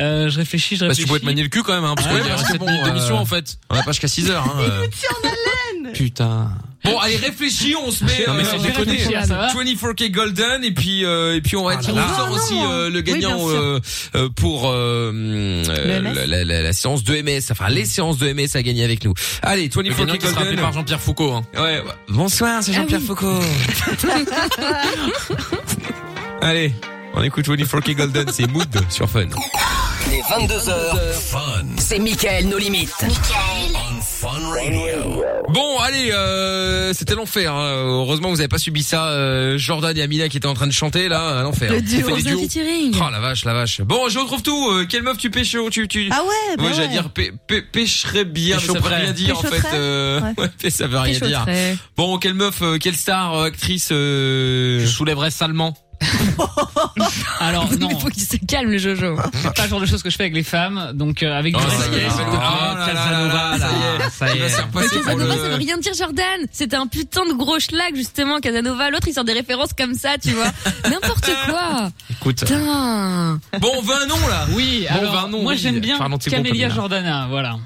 S14: Euh, je réfléchis, je
S5: Bah,
S14: réfléchis.
S5: tu pouvais te manier le cul quand même, hein, parce
S14: Ah
S5: qu'il
S14: ouais,
S5: y a
S14: parce que
S5: 7
S14: bon,
S5: minutes
S14: euh,
S5: d'émission en fait.
S2: On a pas jusqu'à 6 heures. Hein,
S5: Putain.
S2: Bon, allez, réfléchis, on se met.
S5: Non, mais
S2: euh,
S5: c'est
S2: on
S5: déconné.
S2: réfléchit, 24K Golden, et puis, euh, et puis on va tirer
S5: là
S2: au
S5: là.
S2: sort
S5: Ah,
S2: aussi
S5: non.
S2: euh, le
S5: Oui,
S2: gagnant
S5: bien sûr.
S2: euh, euh, pour euh, euh, la, la, la- la séance de MS, enfin les séances de MS à gagner avec nous. Allez,
S5: Le gagnant
S2: 24K
S5: qui sera appelé
S2: Golden.
S5: par Jean-Pierre Foucault. Hein.
S2: Ouais, ouais. Bonsoir, c'est Jean-Pierre
S6: Ah
S2: Foucault. Allez, on écoute 24K Golden, c'est Mood sur Fun.
S1: Les 22h, c'est Michael nos limites.
S2: Bon, allez, euh, c'était l'enfer. hein. Heureusement, vous avez pas subi ça. euh, Jordan et Amina qui étaient en train de chanter là, à l'enfer.
S6: Le
S2: On
S6: duo,
S2: fait des
S6: on se
S2: duos.
S6: featuring.
S2: Oh la vache, la vache. Bon, je retrouve tout. Euh, quelle meuf tu pécho tu, tu...
S6: Ah ouais, bah
S2: Moi, j'allais
S6: ouais.
S2: dire pê- pê- pêcherais bien, mais ça veut
S5: Péchoterais.
S2: rien dire en fait.
S5: Péchoterais
S2: euh,
S5: Ouais.
S2: ouais, ça veut rien dire.
S5: Péchoterais.
S2: Bon, quelle meuf, euh, quelle star, euh, actrice euh... Je soulèverais salement.
S5: Oh,
S14: Alors non.
S6: Il faut qu'il se calme le Jojo.
S14: C'est pas le genre de choses que je fais avec les femmes, donc euh, avec
S2: Oh,
S14: du
S2: ça
S14: respect,
S2: y est,
S14: s'il
S2: oh
S14: te plaît,
S2: là là
S14: Casanova,
S2: là là,
S14: là,
S2: ça y est. Il va se faire passer
S14: Mais
S2: pour
S6: Casanova,
S2: le-
S6: ça veut rien dire, Jordan. C'était un putain de gros schlag, justement. Casanova, l'autre, il sort des références comme ça, tu vois. N'importe quoi.
S2: Écoute.
S6: Putain.
S2: Bon, on veut un nom là.
S14: Oui,
S2: Bon,
S14: alors
S2: on veut un nom,
S14: moi
S2: oui.
S14: j'aime bien
S2: Enfin, non, c'est bon,
S14: Camélia
S2: Pamela.
S14: Jordana, voilà.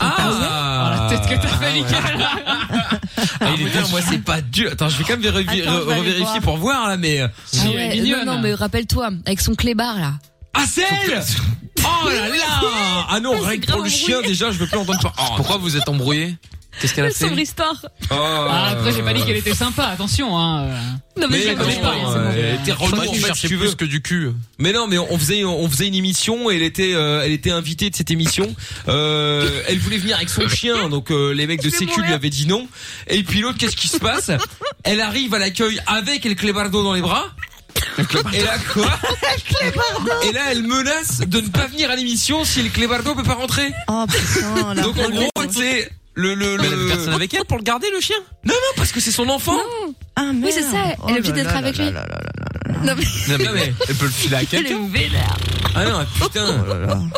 S2: Ah,
S14: la tête que t'as fait,
S2: Michael. il est bien, Ah, moi c'est pas dur. Attends, je vais quand même véri-
S6: Attends, je vais aller
S2: revérifier
S6: voir.
S2: pour voir là, mais. euh,
S6: Ah ouais, non, non, mais rappelle-toi, avec son clébard, là.
S2: Ah, c'est elle Oh là là Ah non, règle pour le chien déjà, je veux plus entendre pas. Pourquoi vous êtes embrouillé Qu'est-ce qu'elle Oh.
S6: Le sombre histoire.
S14: Ah, après j'ai pas dit qu'elle était sympa, attention hein. euh.
S6: Non, mais
S2: Mais
S6: je la
S2: non,
S6: connais pas.
S2: euh, elle était relou,
S5: Toi,
S2: en
S5: tu
S2: fait,
S5: cherchais
S2: si tu veux.
S5: plus que du cul.
S2: Mais non, mais on faisait on faisait une émission et elle était euh, elle était invitée de cette émission. Euh, elle voulait venir avec son chien, donc euh, les mecs de Sécu lui avaient dit non. Et puis l'autre, qu'est-ce qui se passe Elle arrive à l'accueil avec El Clébardo dans les bras. Et là quoi Et là elle menace de ne pas venir à l'émission si El Clébardo peut pas rentrer.
S3: Oh, la
S2: donc en gros c'est le le le personne avec elle pour le garder le chien Non non parce que c'est son enfant.
S3: Ah, merde.
S6: Oui, c'est ça. Elle est
S3: Oh là
S6: obligée d'être
S3: là
S6: avec
S3: là
S6: lui.
S3: là là là.
S6: Non, mais
S2: Non, mais elle peut le filer à
S6: elle
S2: quelqu'un.
S6: est vénère.
S2: Ah non putain.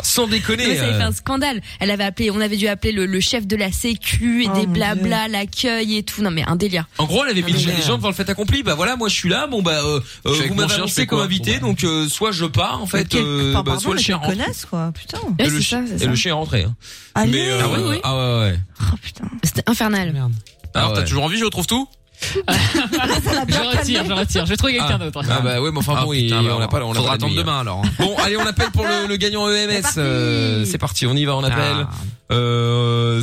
S2: Sans déconner.
S6: Mais ça avait fait
S2: euh,
S6: un scandale. Elle avait appelé, on avait dû appeler le, le chef de la sécu
S2: Oh
S6: et des blabla, l'accueil et tout. Non, mais un délire.
S2: En gros, elle avait mis les gens devant le fait accompli. Bah voilà, moi je suis là. Bon bah euh, euh,
S5: avec
S2: vous
S5: mon
S2: m'avez
S5: chien, je
S2: annoncé
S5: fais
S2: comme
S5: quoi
S2: invité, donc euh, soit je pars en fait, euh,
S3: Enfin,
S2: bah,
S3: pardon,
S2: soit le
S3: mais
S2: chien
S3: quelle
S2: rentre.
S3: connasse, quoi, putain.
S2: Et le chien- et le chien est rentré. Hein. Mais, euh,
S6: oui, oui.
S2: ah ouais ouais. ouais.
S3: Oh,
S6: C'était infernal.
S2: Alors t'as toujours envie, je retrouve tout.
S14: Je retire, je retire, je vais trouver quelqu'un
S2: Ah.
S14: d'autre.
S2: Ah bah ouais, mais enfin bon, il- on l'a pas, on l'a
S5: Faudra
S2: pas
S5: attendre
S2: lui, hein.
S5: demain, alors.
S2: Bon, allez, on appelle pour le, le gagnant EMS. Euh, C'est parti, on y va, on appelle. Euh,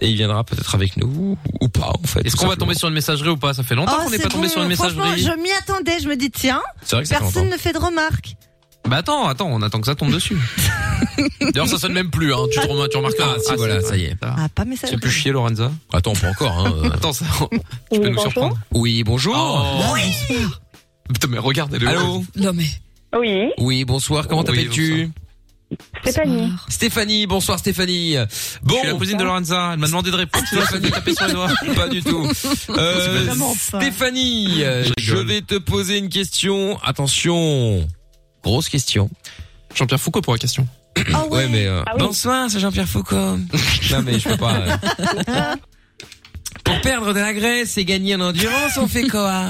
S2: et il viendra peut-être avec nous ou pas en fait.
S5: Est-ce
S2: tout
S5: qu'on va
S2: simplement.
S5: tomber sur une messagerie ou pas Ça fait longtemps
S3: Oh,
S5: qu'on n'est
S3: c'est
S5: pas tombé
S3: bon.
S5: sur une
S3: Franchement,
S5: messagerie.
S3: je m'y attendais. Je me dis, tiens,
S5: C'est vrai que ça fait
S3: personne
S5: longtemps.
S3: ne fait de remarques.
S5: Bah attends, attends, on attend que ça tombe dessus. D'ailleurs, ça sonne même plus. Hein. Tu, te rem- tu remarqueras. Ah, si,
S2: voilà, ça y est.
S3: Ah, pas message.
S5: C'est plus chier, Lorenza.
S2: Attends, pas encore. Hein. euh.
S5: attends, ça. Tu peux nous surprendre
S2: Oui, bonjour.
S5: Oui. Putain, mais regarde, elle est
S2: Allô.
S6: Non, mais.
S13: Oui,
S2: Oui, bonsoir. Comment
S5: Oui,
S2: t'appelles-tu
S13: Stéphanie.
S2: Stéphanie, bonsoir Stéphanie. Bon, Ah,
S5: la cousine de
S2: Lorenza, elle m'a demandé de répondre. Stéphanie, tapez sur les doigts. Pas du tout. Euh,
S5: C'est vraiment
S2: Stéphanie, euh, je vais te poser une question. Attention, grosse question. Jean-Pierre Foucault pour la question.
S5: Ah ouais.
S2: mais euh,
S5: Ah oui.
S2: bonsoir, c'est Jean-Pierre Foucault. non mais je peux pas. euh. Pour perdre de la graisse et gagner en endurance, on fait quoi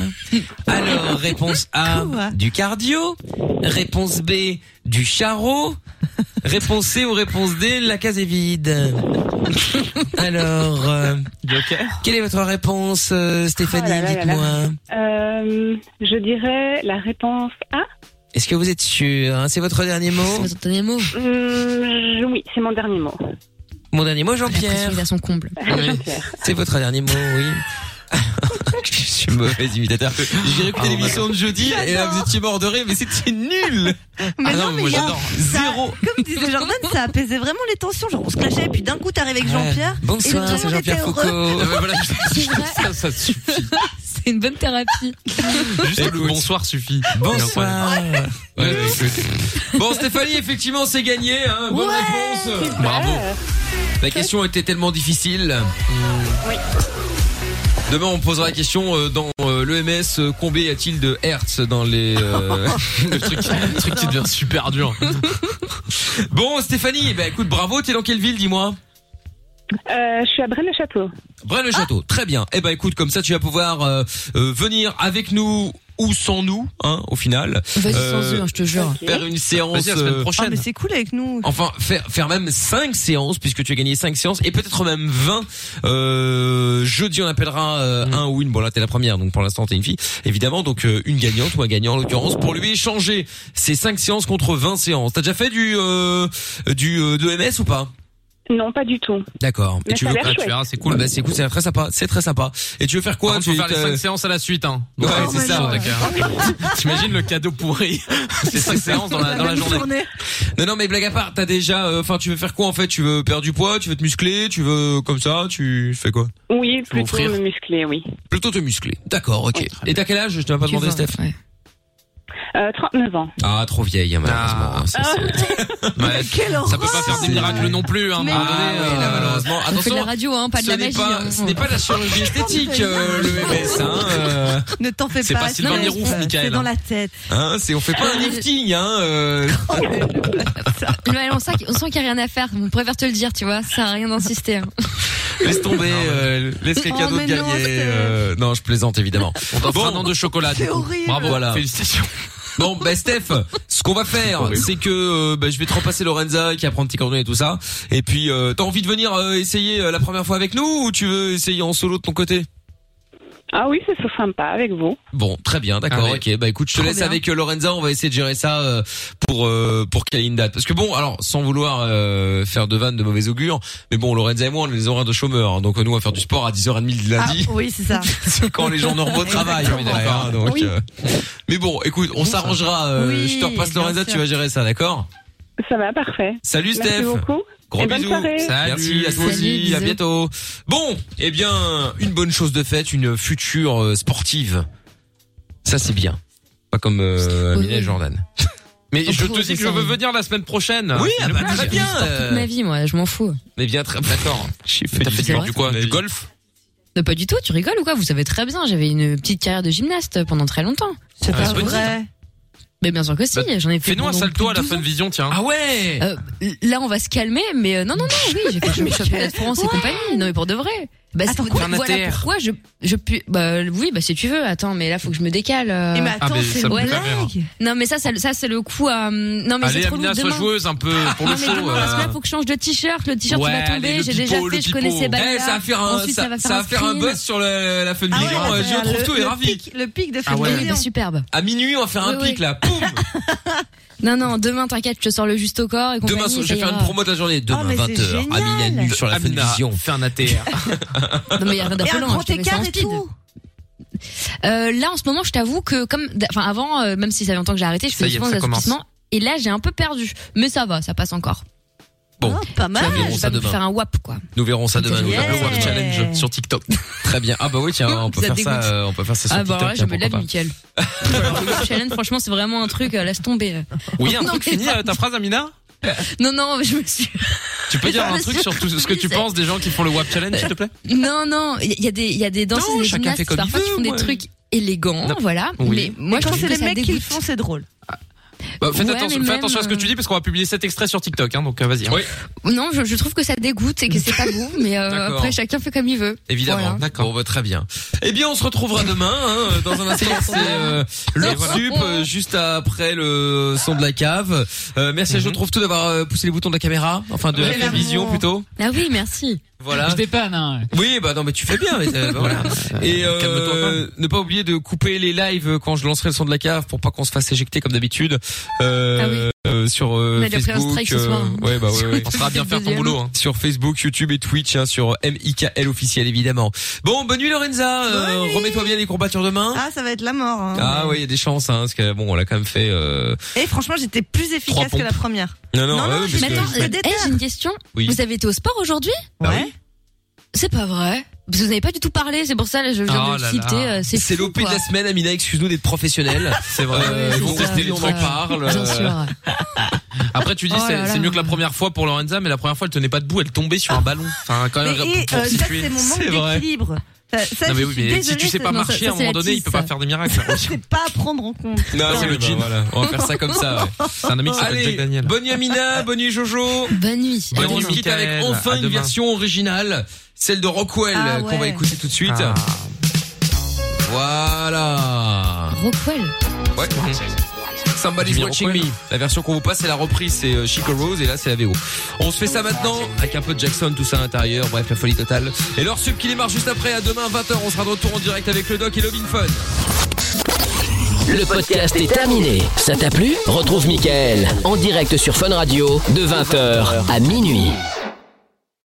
S2: Alors, réponse A, du cardio. Réponse B, du charrot. Réponse C ou réponse D, la case est vide. Alors, euh, quelle est votre réponse, euh, Stéphanie
S13: Oh là là là là.
S2: Dites-moi.
S13: Euh, je dirais la réponse A.
S2: Est-ce que vous êtes sûr hein C'est votre dernier mot
S6: Ton dernier mot
S13: Hum, oui, c'est mon dernier mot.
S2: Mon dernier mot,
S6: La
S2: Jean-Pierre.
S6: pression est à son comble.
S2: C'est votre dernier mot, oui. Ah, Je suis mauvais imitateur. J'ai réécouté l'émission de jeudi et là vous étiez mort de rire, mais c'était nul.
S3: Mais
S2: Ah
S3: non, mais
S2: moi
S3: il y a-
S2: j'adore.
S3: ça-
S2: Zéro.
S3: Comme disait Jordan, ça apaisait vraiment les tensions. Genre, on se clashait, et puis d'un coup, t'arrives avec Jean-Pierre. et
S2: Bonsoir,
S3: tout le
S2: c'est
S3: monde
S2: Jean-Pierre
S3: était heureux.
S2: Foucault. Ah bah voilà,
S6: C'est vrai.
S2: ça, ça suffit.
S6: C'est une bonne thérapie.
S5: Juste le bonsoir suffit.
S2: Bonsoir.
S5: Ouais, ouais, écoute.
S2: Bon, Stéphanie, effectivement, c'est gagné. Hein. Bonne
S5: Ouais,
S2: réponse. Bravo. La question était tellement difficile.
S13: Oui.
S2: Demain, on posera la question euh, dans l'EMS. euh, Combien y a-t-il de Hertz dans les euh, le truc, le truc qui devient super dur. bon, Stéphanie, bah écoute, bravo. T'es dans quelle ville, dis-moi
S13: Euh, je suis à Braine-le-Château.
S2: Braine-le-Château. Très bien. Eh ben écoute, comme ça tu vas pouvoir euh, euh, venir avec nous ou sans nous, hein, au final.
S6: Vas-y,
S2: Euh,
S6: sans eux, hein, je te jure.
S2: Faire une séance euh,
S3: Ah, mais c'est cool avec nous.
S2: Enfin, faire, faire même 5 séances, puisque tu as gagné 5 séances, et peut-être même 20. Euh, jeudi, on appellera euh, un ou une. Bon, là, t'es la première, donc pour l'instant, t'es une fille. Évidemment, donc euh, une gagnante ou un gagnant, en l'occurrence, pour lui échanger ces 5 séances contre 20 séances. T'as déjà fait du euh, du euh, de MS ou pas
S13: Non, pas du tout.
S2: D'accord.
S13: Mais ça a l'air
S2: ah, tu
S13: chouette.
S2: verras, c'est cool. Bah, c'est cool, c'est très sympa. C'est très sympa. Et tu veux faire quoi
S5: Par contre,
S2: tu
S5: faut faire les
S2: t'as-
S5: cinq séances à la suite, hein. Donc,
S2: Ouais,
S5: euh,
S2: c'est ça.
S5: sûr, d'accord. T'imagines le cadeau pourri. C'est cinq séances dans la, dans la journée.
S2: Non, non, mais blague à part, t'as déjà, euh, enfin, tu veux faire quoi en fait Tu veux perdre du poids Tu veux te muscler Tu veux comme ça Tu fais quoi
S13: Oui,
S2: veux
S13: plutôt
S2: m'offrir
S13: me muscler, oui.
S2: Plutôt te muscler. D'accord, ok. Et t'as quel âge Je t'ai pas
S6: hein.
S2: demandé, Steph.
S13: Euh, 39 ans.
S2: Ah, trop vieille, hein, malheureusement. Ça, Ouais,
S5: Ça peut pas faire des miracles non plus, hein, à un
S2: Ah,
S5: moment donné, euh, malheureusement.
S6: On fait de la
S5: Attention.
S6: radio, hein, pas de
S5: ce
S6: la
S5: n'est
S6: magie.
S5: pas-
S6: hein.
S5: ce n'est pas de la chirurgie esthétique, euh, le MS, hein, euh.
S3: Ne t'en fais pas.
S5: C'est pas Sylvain
S3: Non, mais
S5: Mirouf,
S3: c'est-
S5: Michael,
S3: C'est dans
S5: hein.
S3: la tête.
S2: Hein, c'est, on fait pas un lifting, hein. euh.
S6: Ouais, on sent, qu'il- on sent qu'il n'y a rien à faire. On préfère te le dire, tu vois. Ça sert à rien d'insister. hein.
S2: Laisse tomber, euh, laisse les
S6: Oh,
S2: cadeaux de
S6: mais
S2: gagner.
S6: non,
S2: euh, non, je plaisante évidemment.
S5: On t'offre un an de chocolat, du coup. Bravo,
S2: Voilà.
S5: félicitations.
S2: Bon, bah Steph, ce qu'on va faire, c'est que euh, bah, je vais te repasser Lorenza qui apprend tes coordonnées et tout ça. Et puis, euh, t'as envie de venir euh, essayer euh, la première fois avec nous ou tu veux essayer en solo de ton côté
S13: Ah oui, c'est sympa avec vous.
S2: Bon, très bien, d'accord,
S5: Ah
S2: ok. Bah écoute, je te
S5: Trop
S2: laisse
S5: bien.
S2: avec euh, Lorenza, on va essayer de gérer ça euh, pour euh, pour qu'il y ait une date. Parce que bon, alors sans vouloir euh, faire de vannes de mauvais augure, mais bon, Lorenza et moi, on a des horaires de chômeurs, hein. donc euh, nous on va faire du sport à 10h30 le lundi.
S3: Ah, oui, c'est ça.
S2: C'est quand les gens normaux travaillent, on est d'accord. hein, donc,
S3: Oui.
S2: euh, Mais bon, écoute, on s'arrangera. euh,
S13: Oui,
S2: je te repasse
S13: bien
S2: Lorenza,
S13: sûr.
S2: tu vas gérer ça, d'accord
S13: Ça va, parfait.
S2: Salut Steph.
S13: Merci beaucoup.
S2: Gros
S13: Et bonne
S2: bisous.
S13: soirée.
S2: Merci à toi aussi. à bientôt. Bon, eh bien, une bonne chose de faite, une future euh, sportive. Ça c'est bien. Pas comme euh, Amina et Jordan.
S5: Mais je
S2: Oh,
S5: te dis
S2: c'est
S5: que je
S2: ça.
S5: veux venir la semaine prochaine.
S2: Oui,
S5: C'est
S2: ah
S5: une
S2: bah,
S5: blague.
S2: très bien.
S5: Euh.
S6: Toute ma vie, moi, je m'en fous.
S2: Mais bien très d'accord. J'ai fait,
S5: T'as fait du,
S6: sport.
S5: du quoi Du golf
S6: Non, pas du tout, tu rigoles ou quoi Vous savez très bien, j'avais une petite carrière de gymnaste pendant très longtemps.
S5: C'est Ah, pas c'est pas vrai.
S6: Mais bien sûr que si,
S5: Bah,
S6: j'en ai fait.
S5: Fais-nous un
S6: pendant
S5: salto à la
S6: plus de
S5: fin de vision, tiens.
S2: Ah ouais
S6: 12 ans. Euh, là, on va se calmer, mais euh, non,
S3: Ah
S6: non, non, oui, j'ai fait le championnat de France et compagnie. Non, mais pour de vrai. Bah, c'est-
S5: quoi
S6: voilà
S5: Amateur.
S6: pourquoi je, je puis, bah, oui, bah, si tu veux, attends, mais là, faut que je me décale. euh.
S5: Eh, mais attends, Ah, mais c'est ça une me
S6: Ouais,
S5: fait rire.
S6: Non, mais ça, ça, ça, c'est le coup à, hum, non, mais c'est
S5: Allez,
S6: trop
S5: Amina,
S6: lourd
S5: sois
S6: demain.
S5: joueuse un peu pour
S6: non,
S5: le
S6: mais
S5: show,
S6: demain, parce que
S5: euh.
S6: là, faut que je change de t-shirt. Le t-shirt,
S5: Ouais,
S6: il va
S5: allez,
S6: tomber.
S5: le
S6: J'ai déjà
S5: pipeau,
S6: fait,
S5: le
S6: je connaissais
S5: pipeau.
S6: Balaga.
S2: Eh, ça va faire un,
S6: ben, Ensuite,
S2: ça,
S6: va faire
S2: ça va faire un
S6: screen.
S2: buzz sur le- la fun
S6: Ah ouais,
S2: vision.
S6: bah,
S2: Euh,
S6: regarde,
S2: je trouve
S6: le-
S2: tout est
S6: le
S2: ravi.
S3: Le pic de
S2: Ah ouais.
S6: Oui, bah, superbe.
S2: À minuit, on va faire un
S6: Oui,
S2: pic là. Poum
S6: Non, non, demain, t'inquiète, je te sors le juste au corps et
S2: Demain,
S6: compagnie,
S2: je vais
S6: ça
S2: faire une
S6: ira.
S2: promo de la journée. Demain,
S6: Oh, mais c'est
S2: 20h. Amina
S6: génial.
S2: nu sur la
S5: Amina,
S2: Funvision.
S5: fais un ATR.
S6: Non, mais il y a rien
S3: Et un
S6: d'affolant,
S3: grand
S6: hein, je te mets ça
S3: écart
S6: en
S3: et
S6: speed. Euh, là, en ce moment, je t'avoue que comme, enfin, avant, euh, même si ça fait longtemps que j'ai arrêté, je
S2: Ça
S6: faisais
S2: y est,
S6: souvent des
S2: ça commence.
S6: assouplissements. Et là, j'ai un peu perdu. Mais ça va, ça passe encore.
S2: Bon,
S3: Ah,
S6: Pas mal.
S2: Nous verrons
S6: Je
S2: ça
S6: vais me
S2: demain.
S6: faire un WAP, quoi.
S2: Nous verrons ça demain. Nous
S6: Yeah.
S2: verrons le challenge sur TikTok. Très bien. Ah bah oui, tiens, on peut
S6: Ça
S2: faire
S6: dégoûte.
S2: ça. euh, On peut faire ça sur
S6: Ah, bah,
S2: TikTok.
S6: alors là, je
S2: tiens,
S6: me lève,
S2: pourquoi pas.
S6: Mickaël. Le WAP challenge, franchement, c'est vraiment un truc, euh, laisse tomber.
S5: Oui, un
S6: Non,
S5: truc
S6: mais
S5: fini,
S6: pas-
S5: euh, ta phrase, Amina
S6: Non, non, je me suis.
S5: Tu peux
S6: Mais
S5: dire
S6: non,
S5: un
S6: mais
S5: truc
S6: sûr.
S5: sur tout ce que tu
S6: C'est-
S5: penses des gens qui font le WAP Challenge, s'il te plaît
S6: Non, non, il y a des, il y a des danseuses,
S5: Non,
S6: des
S5: chacun
S6: gymnastes
S5: fait comme il
S6: parfois qui
S5: veut,
S6: font
S5: moi.
S6: des trucs élégants,
S5: Non.
S6: voilà. Mais
S5: Oui.
S6: moi,
S3: Et
S6: je
S3: quand
S6: trouve
S3: c'est
S6: que
S3: les
S6: ça
S3: mecs qui le
S6: dégoûte.
S3: font, c'est drôle.
S5: Bah, faites
S6: Ouais,
S5: attention,
S6: mais
S5: fais
S6: même,
S5: attention à ce que tu dis parce qu'on va publier cet extrait sur TikTok, hein, donc euh, vas-y. Oui,
S6: Non, je, je trouve que ça dégoûte et que c'est pas beau, mais euh,
S2: D'accord.
S6: après chacun fait comme il veut.
S2: Évidemment,
S6: Voilà.
S2: d'accord. Bon, bah, très bien. Eh bien, on se retrouvera demain. hein, dans un instant, c'est euh, l'heure sup, euh, juste après le son de la cave. Euh, merci à Je trouve tout d'avoir euh, poussé les boutons de la caméra, enfin de la télévision plutôt.
S6: Ah oui, merci.
S2: Voilà.
S14: Je dépanne, hein.
S2: Oui, bah non, mais tu fais bien. mais, euh, bah, voilà. Et euh, ne pas oublier de couper les lives quand je lancerai le son de la cave pour pas qu'on se fasse éjecter comme d'habitude euh, euh, sur euh,
S5: On a déjà pris un
S2: Facebook.
S5: strike ce soir, hein.
S2: ouais, bah ouais, ouais.
S5: On saura bien faire ton boulot, hein.
S2: Sur Facebook, YouTube et Twitch, hein, sur MIKL officiel évidemment. Bon, bonne nuit Lorenza. Euh, Remets-toi bien les courbatures demain.
S3: Ah, ça va être la mort. hein.
S2: Ah oui, il y a des chances, hein, parce que bon, on l'a quand même fait. Euh...
S3: Et franchement, j'étais plus efficace que la première.
S2: Non, non, ouais, parce
S6: mais
S2: que-
S6: attends,
S2: bah,
S6: euh, eh, j'ai une question.
S2: Oui.
S6: Vous avez été au sport aujourd'hui
S5: Bah
S2: Ouais.
S6: C'est pas vrai. Parce que vous n'avez pas du tout parlé, c'est pour ça là, je viens
S2: Oh
S6: de le
S2: là
S6: citer.
S2: là.
S6: euh, C'est
S2: C'est
S6: fou,
S2: l'OP de
S6: quoi.
S2: la semaine, Amina, excuse-nous d'être professionnels.
S5: C'est vrai.
S2: Euh,
S5: Ils
S2: c'est
S5: vont
S2: ça,
S5: tester les
S2: on
S5: trucs,
S2: va-
S5: parle.
S2: Bien
S5: euh,
S2: sûr.
S5: Après, tu dis,
S2: Oh
S5: c'est-
S2: là
S5: c'est
S2: là.
S5: mieux que la première fois pour Lorenza, mais la première fois, elle tenait pas debout, elle tombait sur un ballon. Enfin, quand même,
S3: Ah. Mais et,
S5: pour
S3: euh, ça,
S5: situer.
S3: c'est mon manque
S5: C'est vrai.
S3: d'équilibre. Ça, ça,
S5: non mais
S3: je
S5: oui,
S3: suis
S5: mais si
S3: désolée,
S5: tu sais
S3: ça-
S5: pas
S3: non, ça-
S5: marcher,
S3: ça,
S5: à un
S3: c'est
S5: moment
S3: la
S5: donné, il
S3: tisse,
S5: peut pas
S3: ça.
S5: faire des miracles. bah
S3: C'est pas à prendre en compte.
S2: Non, c'est le jean.
S5: On va faire ça comme ça. ouais. C'est un ami qui s'appelle
S2: Allez,
S5: Jack Daniel.
S2: Bonne nuit Amina, bonne nuit Jojo.
S6: Bonne nuit.
S2: Et
S5: Bonne
S2: on
S5: nuit,
S2: se quitte
S5: Mickaël.
S2: avec
S5: À
S2: enfin une
S5: demain.
S2: version originale, celle de Rockwell
S6: Ah
S2: euh, qu'on va
S6: ouais.
S2: écouter tout de suite.
S5: Ah.
S2: Voilà.
S6: Rockwell.
S2: Ouais. Somebody's
S5: Jimmy
S2: watching me.
S5: Rockwell.
S2: La version qu'on vous passe, c'est la reprise, c'est euh, Chico Rose et là c'est la VO. On se fait ça maintenant avec un peu de Jackson, tout ça à l'intérieur, bref la folie totale. Et leur sub qui démarre juste après à demain 20h, on sera de retour en direct avec le doc et Lobin Fun.
S1: Le podcast est terminé. Ça t'a plu Retrouve Mickaël en direct sur Fun Radio de 20h à minuit.